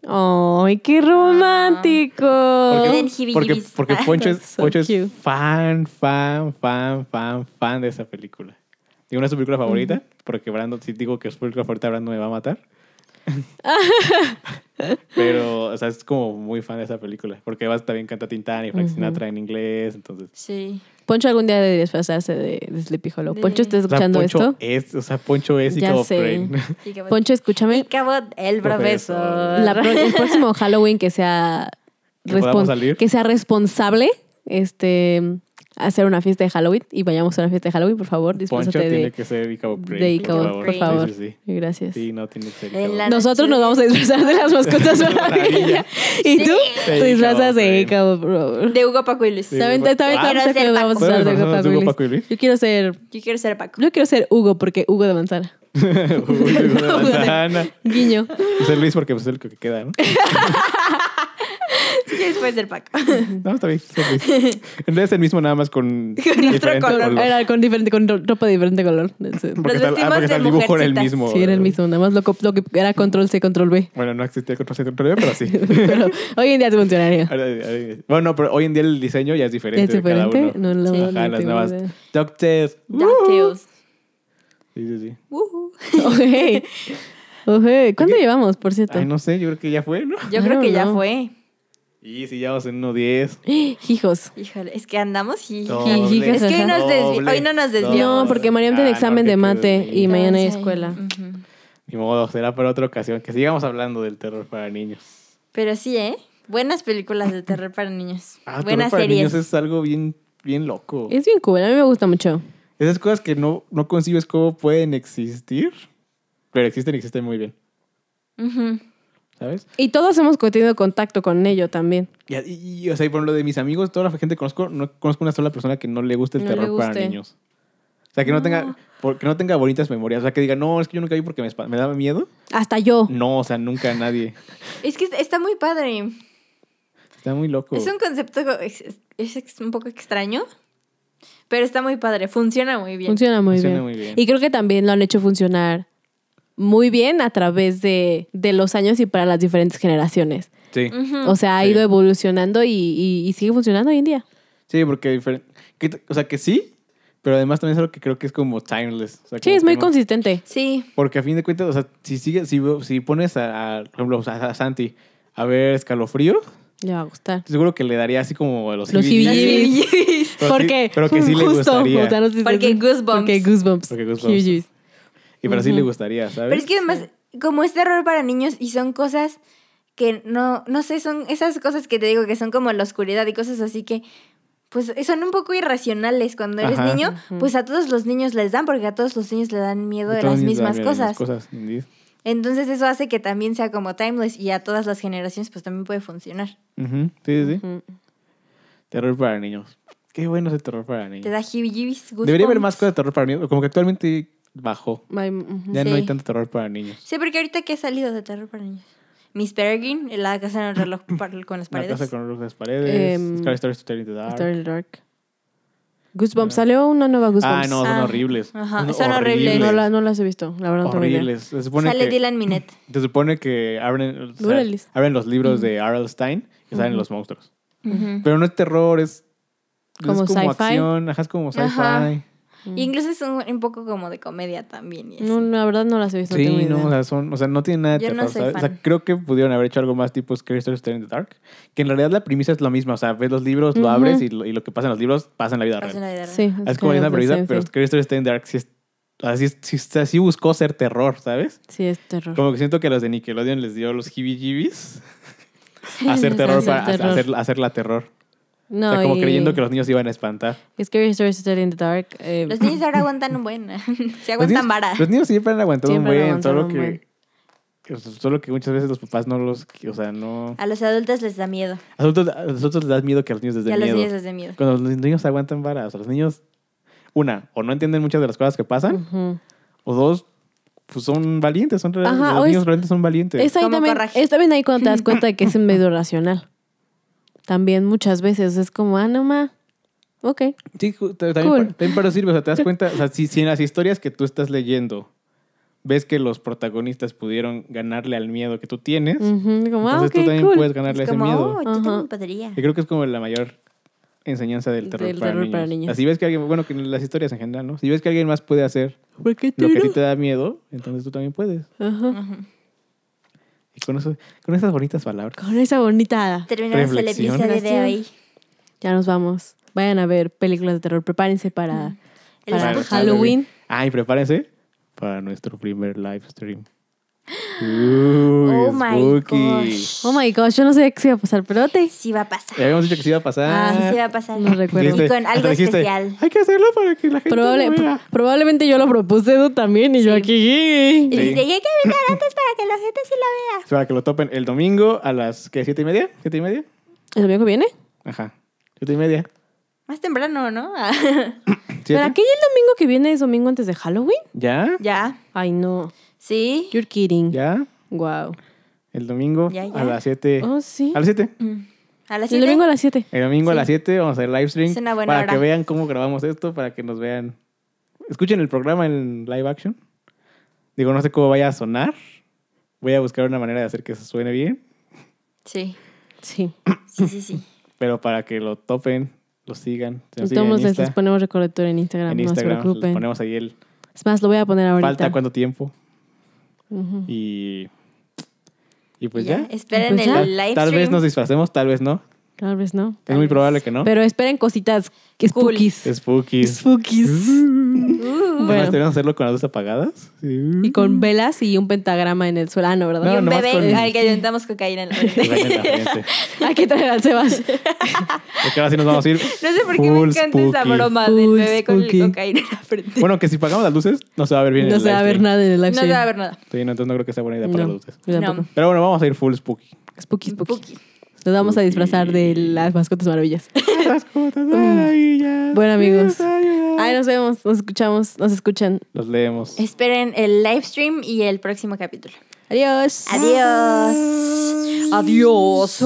[SPEAKER 1] Ay, qué romántico.
[SPEAKER 4] Ah. Porque,
[SPEAKER 3] Eden Hibiris.
[SPEAKER 4] porque, porque Poncho, es,
[SPEAKER 1] That's so
[SPEAKER 4] Poncho
[SPEAKER 1] cute.
[SPEAKER 4] es fan, fan, fan, fan, fan de esa película. Digo, una es su película favorita, porque Brandon, si digo que es su película favorita, Brandon me va a matar. Pero, o sea, es como muy fan de esa película. Porque además también canta Tintán y Frank
[SPEAKER 1] Ujú.
[SPEAKER 4] Sinatra en inglés, entonces...
[SPEAKER 3] Sí.
[SPEAKER 1] Poncho algún día debe disfrazarse de, de Sleepy Hollow.
[SPEAKER 3] De-
[SPEAKER 1] Poncho, ¿estás
[SPEAKER 4] O sea,
[SPEAKER 1] escuchando
[SPEAKER 4] Poncho
[SPEAKER 1] esto?
[SPEAKER 4] es, o sea, Poncho es y
[SPEAKER 1] Ya
[SPEAKER 4] como
[SPEAKER 1] sé.
[SPEAKER 4] Brain.
[SPEAKER 3] Sí, qué
[SPEAKER 1] Poncho, escúchame.
[SPEAKER 3] Cabo el profesor.
[SPEAKER 1] La pro- el próximo Halloween que sea,
[SPEAKER 4] Que podamos salir.
[SPEAKER 1] que sea responsable, este, hacer una fiesta de Halloween y vayamos a una fiesta de Halloween, por favor,
[SPEAKER 4] Poncho
[SPEAKER 1] disfrázate
[SPEAKER 4] tiene
[SPEAKER 1] de,
[SPEAKER 4] que ser Icao Brain.
[SPEAKER 1] de
[SPEAKER 3] Icao,
[SPEAKER 1] Icaboc, por
[SPEAKER 3] Sí,
[SPEAKER 1] favor.
[SPEAKER 4] Sí, sí, sí.
[SPEAKER 1] Gracias.
[SPEAKER 4] Sí, no tiene que ser
[SPEAKER 3] En
[SPEAKER 4] Icao.
[SPEAKER 3] la-
[SPEAKER 1] Nosotros nos vamos a disfrazar de las mascotas maravilla. ¿Y tú?
[SPEAKER 4] De
[SPEAKER 1] Te disfrazas de
[SPEAKER 4] Icaboc
[SPEAKER 1] Icaboc, bro.
[SPEAKER 3] De Hugo Paco y Luis.
[SPEAKER 4] Sí.
[SPEAKER 1] Está bien, está bien,
[SPEAKER 4] Ah,
[SPEAKER 1] ahorita
[SPEAKER 3] quiero
[SPEAKER 1] que
[SPEAKER 3] ser
[SPEAKER 1] nos vamos a
[SPEAKER 4] Paco.
[SPEAKER 1] hablar de
[SPEAKER 4] ¿Puedes
[SPEAKER 1] Paco
[SPEAKER 4] disfrazarnos de Hugo,
[SPEAKER 1] Willis.
[SPEAKER 4] Paco y Luis?
[SPEAKER 1] Yo quiero ser,
[SPEAKER 3] Yo quiero ser Paco.
[SPEAKER 1] yo quiero ser Hugo porque Hugo de manzana.
[SPEAKER 4] Uy, de manzana.
[SPEAKER 1] Guiño.
[SPEAKER 4] Pues es Luis porque pues, es el que queda, ¿no?
[SPEAKER 3] Sí, después ser Paco.
[SPEAKER 4] No, está bien. es Luis. No es el mismo nada más con, diferente
[SPEAKER 3] color.
[SPEAKER 1] Era con diferente, con ro- ropa de diferente color. Sí.
[SPEAKER 4] Porque, está, ah,
[SPEAKER 3] vestimos
[SPEAKER 4] porque está
[SPEAKER 3] de
[SPEAKER 4] el dibujo era el
[SPEAKER 3] mujercitas.
[SPEAKER 4] mismo.
[SPEAKER 1] Sí, era el mismo, nada más lo, co- lo que era control C, control B.
[SPEAKER 4] Bueno, no existía control C, control B, pero sí.
[SPEAKER 1] Pero hoy en día es funcionaría.
[SPEAKER 4] Ahora- ahora- bueno, pero hoy en día el diseño ya es diferente.
[SPEAKER 1] ¿Es
[SPEAKER 4] de cada
[SPEAKER 1] diferente?
[SPEAKER 4] uno.
[SPEAKER 1] No, no,
[SPEAKER 4] Ajá,
[SPEAKER 1] no
[SPEAKER 4] las
[SPEAKER 1] tengo
[SPEAKER 4] nuevas.
[SPEAKER 1] idea.
[SPEAKER 4] DuckTales.
[SPEAKER 3] DuckTales.
[SPEAKER 4] Sí, sí, sí.
[SPEAKER 3] Ujú.
[SPEAKER 1] Ok. Ok. ¿Cuánto llevamos, por cierto?
[SPEAKER 4] Ay, no sé, yo creo que ya fue, ¿no?
[SPEAKER 3] Yo
[SPEAKER 1] I
[SPEAKER 3] creo
[SPEAKER 1] don't
[SPEAKER 3] que ya
[SPEAKER 1] know.
[SPEAKER 3] fue.
[SPEAKER 4] Y si ya vamos en 1.10.
[SPEAKER 1] Hijos.
[SPEAKER 3] Híjole, es que andamos y...
[SPEAKER 4] Doble,
[SPEAKER 3] Es que hoy, nos desvi-
[SPEAKER 4] doble,
[SPEAKER 3] hoy no nos desviamos.
[SPEAKER 1] No, porque Mariam tiene
[SPEAKER 4] Ah,
[SPEAKER 1] examen
[SPEAKER 4] no,
[SPEAKER 1] de
[SPEAKER 4] que
[SPEAKER 1] mate
[SPEAKER 4] quede
[SPEAKER 1] y mañana hay
[SPEAKER 3] Entonces,
[SPEAKER 1] escuela.
[SPEAKER 3] ujú.
[SPEAKER 4] Ni modo, será para otra ocasión. Que sigamos hablando del terror para niños.
[SPEAKER 3] Pero sí, ¿eh? Buenas películas de terror para niños.
[SPEAKER 4] Ah,
[SPEAKER 3] Buenas
[SPEAKER 4] terror para
[SPEAKER 3] series.
[SPEAKER 4] niños es algo bien, bien loco.
[SPEAKER 1] Es bien cool, a mí me gusta mucho.
[SPEAKER 4] Esas cosas que no, no concibes cómo pueden existir, pero existen y existen muy bien,
[SPEAKER 3] Ujú.
[SPEAKER 4] ¿sabes?
[SPEAKER 1] Y todos hemos tenido contacto con ello también.
[SPEAKER 4] Y, y- y, o sea, y por lo de mis amigos, toda la gente que conozco, no conozco una sola persona que no le guste el
[SPEAKER 1] No le
[SPEAKER 4] terror para
[SPEAKER 1] guste.
[SPEAKER 4] niños. O sea, que no, tenga porque no tenga bonitas memorias. O sea, que diga, no, es que yo nunca vi porque me, espa- me daba miedo.
[SPEAKER 1] Hasta yo.
[SPEAKER 4] No, o sea, nunca nadie.
[SPEAKER 3] Es que está muy padre.
[SPEAKER 4] Está muy loco.
[SPEAKER 3] Es un concepto co- es, es ex- un poco extraño, pero está muy padre, funciona muy bien.
[SPEAKER 1] Funciona muy
[SPEAKER 4] Funciona
[SPEAKER 1] bien.
[SPEAKER 4] muy bien.
[SPEAKER 1] Y creo que también lo han hecho funcionar muy bien a través de, de los años y para las diferentes generaciones.
[SPEAKER 4] Sí.
[SPEAKER 3] Ujú.
[SPEAKER 1] O sea, ha
[SPEAKER 4] Sí.
[SPEAKER 1] ido evolucionando y, y- y sigue funcionando hoy en día.
[SPEAKER 4] Sí, porque difer- que t- o sea, que sí, pero además también es algo que creo que es como timeless. O sea,
[SPEAKER 1] Sí,
[SPEAKER 4] como
[SPEAKER 1] es
[SPEAKER 4] que
[SPEAKER 1] muy
[SPEAKER 4] no-
[SPEAKER 1] consistente.
[SPEAKER 3] Sí,
[SPEAKER 4] Porque a fin de cuentas, o sea, si sigues, si, si pones a, a, por ejemplo, a, a Santi a ver escalofrío,
[SPEAKER 1] Le va a gustar.
[SPEAKER 4] seguro que le daría así como a los
[SPEAKER 1] Los
[SPEAKER 4] CBGBs.
[SPEAKER 1] CBGBs.
[SPEAKER 3] Las
[SPEAKER 4] Pero sí-
[SPEAKER 1] Porque
[SPEAKER 4] pero que sí le gustaría.
[SPEAKER 1] o sea, no sé si-
[SPEAKER 3] Porque Goosebumps.
[SPEAKER 1] Porque Goosebumps.
[SPEAKER 4] Porque Goosebumps.
[SPEAKER 1] Hughes.
[SPEAKER 4] Y para sí le
[SPEAKER 1] Ujú.
[SPEAKER 4] gustaría, ¿sabes?
[SPEAKER 3] pero es que además, como es terror para niños y son cosas que no, no sé, son esas cosas que te digo que son como la oscuridad y cosas así que, pues son un poco irracionales cuando eres
[SPEAKER 4] Ajá.
[SPEAKER 3] niño,
[SPEAKER 1] Ujú.
[SPEAKER 3] pues a todos los niños les dan, porque a todos los niños le dan miedo de
[SPEAKER 4] Todos
[SPEAKER 3] las
[SPEAKER 4] niños
[SPEAKER 3] mismas
[SPEAKER 4] saben
[SPEAKER 3] cosas.
[SPEAKER 4] las cosas, indeed.
[SPEAKER 3] Entonces eso hace que también sea como timeless y a todas las generaciones pues también puede funcionar.
[SPEAKER 4] Ujú, Sí, sí, sí.
[SPEAKER 1] Ujú.
[SPEAKER 3] Mm.
[SPEAKER 4] Terror para niños. Qué bueno ese terror para
[SPEAKER 3] Te
[SPEAKER 4] niños.
[SPEAKER 3] da jibijibis,
[SPEAKER 4] Debería haber
[SPEAKER 3] goosebumps.
[SPEAKER 4] más cosas de terror para niños. Como que actualmente bajó.
[SPEAKER 1] My- ujú.
[SPEAKER 4] Ya no hay
[SPEAKER 3] Sí.
[SPEAKER 4] tanto terror para niños.
[SPEAKER 3] Sí, porque ahorita que ha salido de terror para niños. Miss Peregrine, la casa en el reloj par- con las
[SPEAKER 4] La
[SPEAKER 3] paredes.
[SPEAKER 4] casa con las paredes.
[SPEAKER 1] Em,
[SPEAKER 4] Scary Stories to Tell in the Dark.
[SPEAKER 1] Story Dark. Goosebumps. Salió una nueva Goosebumps.
[SPEAKER 4] Ah, no, son
[SPEAKER 3] Ah,
[SPEAKER 4] horribles.
[SPEAKER 3] ajá, son horribles.
[SPEAKER 1] No, la- no las he visto, la verdad. no tengo idea.
[SPEAKER 4] horribles. Se supone
[SPEAKER 3] Sale
[SPEAKER 4] que,
[SPEAKER 3] Dylan Minnette.
[SPEAKER 4] Se supone que abren, o sea,
[SPEAKER 1] Durelis.
[SPEAKER 4] abren los libros de R.L. Stein y salen
[SPEAKER 1] Ujú.
[SPEAKER 4] los monstruos.
[SPEAKER 3] Ujú.
[SPEAKER 4] Pero no es terror, es es
[SPEAKER 1] Como sci-fi.
[SPEAKER 4] acción, ajá, es como sci-fi.
[SPEAKER 3] Ajá.
[SPEAKER 1] Mm.
[SPEAKER 3] Y incluso es un, un poco como de comedia también. y así.
[SPEAKER 1] No, la verdad no las he visto. no tengo
[SPEAKER 4] Sí,
[SPEAKER 1] idea.
[SPEAKER 4] no, o sea, son, o sea, no tiene nada de
[SPEAKER 3] Yo no
[SPEAKER 4] terror,
[SPEAKER 3] soy
[SPEAKER 4] ¿sabes? O sea,
[SPEAKER 3] fan.
[SPEAKER 4] creo que pudieron haber hecho algo más tipo Scary Stories to Tell in the Dark, que en realidad la premisa es la misma, o sea, ves los libros, lo
[SPEAKER 1] Ujú.
[SPEAKER 4] abres y lo, y lo que pasa en los libros pasa en la vida
[SPEAKER 3] Pasa en
[SPEAKER 4] real.
[SPEAKER 3] la vida real.
[SPEAKER 1] Sí,
[SPEAKER 4] Es como la
[SPEAKER 1] kind
[SPEAKER 4] misma
[SPEAKER 1] of the
[SPEAKER 4] premisa,
[SPEAKER 1] same
[SPEAKER 4] pero
[SPEAKER 1] thing.
[SPEAKER 4] Scary Stories to Tell in the Dark sí, es- así, es- sí, está- sí buscó ser terror, ¿sabes?
[SPEAKER 1] Sí, es terror.
[SPEAKER 4] Como que siento que a los de Nickelodeon les dio los jibijibis a hacer terror,
[SPEAKER 1] Hacer
[SPEAKER 4] para, a- a
[SPEAKER 1] terror.
[SPEAKER 4] Hacer, a hacerla terror.
[SPEAKER 1] No,
[SPEAKER 4] o sea, como
[SPEAKER 1] y-
[SPEAKER 4] creyendo que los niños se iban a espantar.
[SPEAKER 1] Scary Stories to Tell in the Dark. eh,
[SPEAKER 3] Los niños ahora aguantan un buen. se
[SPEAKER 4] Los niños,
[SPEAKER 3] aguantan vara.
[SPEAKER 4] los niños siempre han aguantado
[SPEAKER 1] Siempre
[SPEAKER 4] un
[SPEAKER 1] han
[SPEAKER 4] buen,
[SPEAKER 1] aguantado
[SPEAKER 4] solo
[SPEAKER 1] un
[SPEAKER 4] que
[SPEAKER 1] buen.
[SPEAKER 4] o sea, Solo que muchas veces los papás no los. O sea, no.
[SPEAKER 3] A los adultos les da miedo.
[SPEAKER 4] A los adultos, a los adultos les da miedo que a los niños les
[SPEAKER 3] Y
[SPEAKER 4] dé
[SPEAKER 3] a los
[SPEAKER 4] miedo.
[SPEAKER 3] niños les da miedo.
[SPEAKER 4] Cuando los niños aguantan varas. O sea, los niños, una, o no entienden muchas de las cosas que pasan,
[SPEAKER 1] Ujú.
[SPEAKER 4] o dos, pues son valientes. Son reales.
[SPEAKER 1] Ajá, o
[SPEAKER 4] los
[SPEAKER 1] es-
[SPEAKER 4] niños realmente son valientes.
[SPEAKER 1] Es ahí,
[SPEAKER 3] Como
[SPEAKER 1] también,
[SPEAKER 3] coraje.
[SPEAKER 1] es también ahí cuando te das cuenta de que es un medio racional. También muchas veces es como, ah, no ma. Ok.
[SPEAKER 4] Sí, ju- ta- también,
[SPEAKER 1] Cool.
[SPEAKER 4] pa- también para sirve, o sea, te das cuenta, o sea, si, si en las historias que tú estás leyendo ves que los protagonistas pudieron ganarle al miedo que tú tienes,
[SPEAKER 1] Ujú, Como, ah,
[SPEAKER 4] entonces
[SPEAKER 1] ok,
[SPEAKER 4] tú también
[SPEAKER 1] cool.
[SPEAKER 4] puedes ganarle
[SPEAKER 3] Es
[SPEAKER 4] ese
[SPEAKER 3] como,
[SPEAKER 4] miedo.
[SPEAKER 3] oh, yo
[SPEAKER 1] Ajá.
[SPEAKER 3] también podría.
[SPEAKER 4] Y creo que es como la mayor enseñanza del terror,
[SPEAKER 1] Del
[SPEAKER 4] para,
[SPEAKER 1] terror
[SPEAKER 4] niños.
[SPEAKER 1] para niños.
[SPEAKER 4] Así ves que alguien, bueno, que en las historias en general, ¿no? Si ves que alguien más puede hacer lo que a ti te da miedo, entonces tú también puedes.
[SPEAKER 1] Ajá.
[SPEAKER 3] Ujú.
[SPEAKER 4] Y con, eso, con esas bonitas palabras.
[SPEAKER 1] Con esa bonita.
[SPEAKER 3] Terminamos el
[SPEAKER 4] Reflexión.
[SPEAKER 3] episodio de hoy.
[SPEAKER 1] Ya nos vamos. Vayan a ver películas de terror. Prepárense para,
[SPEAKER 3] Mm. El
[SPEAKER 1] para
[SPEAKER 4] Para
[SPEAKER 3] Halloween.
[SPEAKER 1] Halloween.
[SPEAKER 4] Ay, prepárense para nuestro primer live stream. Uy,
[SPEAKER 3] Oh my
[SPEAKER 4] spooky.
[SPEAKER 3] gosh.
[SPEAKER 1] Oh my gosh, yo no sé qué iba a pasar, pero te.
[SPEAKER 3] Sí va a pasar.
[SPEAKER 4] Ya habíamos dicho que se iba a pasar.
[SPEAKER 1] Ah,
[SPEAKER 3] Sí se va a pasar.
[SPEAKER 1] No recuerdo.
[SPEAKER 4] Dijiste-
[SPEAKER 3] Y con algo
[SPEAKER 4] hasta dijiste,
[SPEAKER 3] especial.
[SPEAKER 4] Hay que hacerlo para que la gente
[SPEAKER 1] Probable-
[SPEAKER 4] lo vea".
[SPEAKER 1] probablemente yo lo propuse tú también y yo
[SPEAKER 3] Sí.
[SPEAKER 1] aquí.
[SPEAKER 3] Y
[SPEAKER 4] Sí.
[SPEAKER 3] dijiste, "Y hay que invitar antes para que la gente sí la vea.
[SPEAKER 4] Para que lo topen el domingo a las, ¿qué? ¿Siete y media? ¿Siete y media?
[SPEAKER 1] ¿El domingo viene?
[SPEAKER 4] Ajá. ¿Siete y media?
[SPEAKER 3] Más temprano, ¿no?
[SPEAKER 1] ¿Pero
[SPEAKER 4] ¿Siete?
[SPEAKER 1] aquí el domingo que viene es domingo antes de Halloween?
[SPEAKER 4] ¿Ya?
[SPEAKER 3] ya.
[SPEAKER 1] Ay, no.
[SPEAKER 3] Sí.
[SPEAKER 1] You're kidding.
[SPEAKER 4] ¿Ya?
[SPEAKER 1] Wow.
[SPEAKER 4] El domingo
[SPEAKER 3] Ya, ya.
[SPEAKER 4] a las siete.
[SPEAKER 1] Oh, sí.
[SPEAKER 4] ¿A las siete?
[SPEAKER 3] A las
[SPEAKER 1] El domingo a
[SPEAKER 3] siete.
[SPEAKER 1] las 7.
[SPEAKER 4] El domingo a
[SPEAKER 3] Sí.
[SPEAKER 4] las siete vamos a hacer live stream.
[SPEAKER 3] Es una buena
[SPEAKER 4] para que
[SPEAKER 3] hora.
[SPEAKER 4] vean cómo grabamos esto, para que nos vean. Escuchen el programa en live action. Digo, no sé cómo vaya a sonar. Voy a buscar una manera de hacer que se suene bien.
[SPEAKER 3] Sí.
[SPEAKER 1] Sí.
[SPEAKER 3] Sí, sí, sí.
[SPEAKER 4] Pero para que lo topen, lo sigan. se nos sigan en
[SPEAKER 1] Entonces les-
[SPEAKER 4] Insta.
[SPEAKER 1] les ponemos recordatorio en Instagram,
[SPEAKER 4] en
[SPEAKER 1] no se
[SPEAKER 4] Instagram. les
[SPEAKER 1] preocupen.
[SPEAKER 4] ponemos ahí el
[SPEAKER 1] Es más, lo voy a poner ahorita.
[SPEAKER 4] falta cuánto tiempo.
[SPEAKER 1] Ujú.
[SPEAKER 4] Y, y pues
[SPEAKER 3] Ya,
[SPEAKER 4] ya.
[SPEAKER 3] Esperen
[SPEAKER 1] Pues
[SPEAKER 3] el
[SPEAKER 1] ya.
[SPEAKER 4] Tal,
[SPEAKER 3] live
[SPEAKER 4] tal
[SPEAKER 3] stream.
[SPEAKER 4] vez nos disfracemos, tal vez no.
[SPEAKER 1] Tal vez no.
[SPEAKER 4] Es muy probable que no.
[SPEAKER 1] Pero esperen cositas. Que
[SPEAKER 3] Cool.
[SPEAKER 1] spookies.
[SPEAKER 4] Spookies.
[SPEAKER 1] Spookies.
[SPEAKER 3] Uh,
[SPEAKER 4] Además,
[SPEAKER 1] Bueno.
[SPEAKER 4] tenemos que hacerlo con las luces apagadas. Sí.
[SPEAKER 1] Y con velas y un pentagrama en el suelo. Ah, no, ¿verdad?
[SPEAKER 4] No,
[SPEAKER 3] y un
[SPEAKER 4] nomás
[SPEAKER 3] bebé
[SPEAKER 4] con-
[SPEAKER 3] al que intentamos cocaína en la
[SPEAKER 4] Que
[SPEAKER 3] frente.
[SPEAKER 4] vayan en la frente.
[SPEAKER 1] Hay que traer al Sebas.
[SPEAKER 4] Porque ahora sí nos vamos a ir.
[SPEAKER 3] No sé por qué me
[SPEAKER 4] full
[SPEAKER 3] encanta esa
[SPEAKER 4] spooky.
[SPEAKER 3] broma del
[SPEAKER 1] Full
[SPEAKER 3] bebé con
[SPEAKER 1] spooky.
[SPEAKER 3] el cocaína en la frente.
[SPEAKER 4] Bueno, que si apagamos las luces, no se va a ver bien
[SPEAKER 1] No
[SPEAKER 4] el
[SPEAKER 1] se va a
[SPEAKER 4] live
[SPEAKER 1] ver
[SPEAKER 4] stream.
[SPEAKER 1] nada en el live
[SPEAKER 3] No se
[SPEAKER 1] stream.
[SPEAKER 3] va a ver nada.
[SPEAKER 4] Sí, no, entonces no creo que sea buena idea
[SPEAKER 1] No,
[SPEAKER 4] apagar las luces.
[SPEAKER 1] yo
[SPEAKER 3] No.
[SPEAKER 1] tampoco.
[SPEAKER 4] Pero bueno, vamos a ir full spooky.
[SPEAKER 1] Spooky, spooky.
[SPEAKER 3] Spooky.
[SPEAKER 1] Nos vamos a
[SPEAKER 4] Spooky.
[SPEAKER 1] disfrazar de las mascotas maravillas.
[SPEAKER 4] Las cosas maravillas.
[SPEAKER 1] Bueno, amigos. Ay,
[SPEAKER 4] Ay,
[SPEAKER 1] nos vemos, nos escuchamos, nos escuchan.
[SPEAKER 4] Los leemos.
[SPEAKER 3] Esperen el live stream y el próximo capítulo.
[SPEAKER 1] Adiós.
[SPEAKER 3] Adiós. Adiós.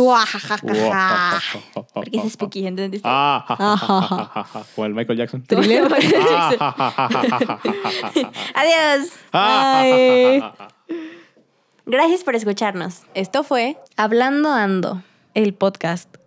[SPEAKER 3] Porque es spooky, ¿entendiste?
[SPEAKER 4] Ah, ja, ja, ja, ja, ja, ja. O el Michael Jackson. Ah, ja, ja, ja, ja, ja, ja, ja, ja.
[SPEAKER 3] Adiós.
[SPEAKER 1] Ay.
[SPEAKER 3] Gracias por escucharnos.
[SPEAKER 1] Esto fue
[SPEAKER 3] Hablando Ando.
[SPEAKER 1] el podcast.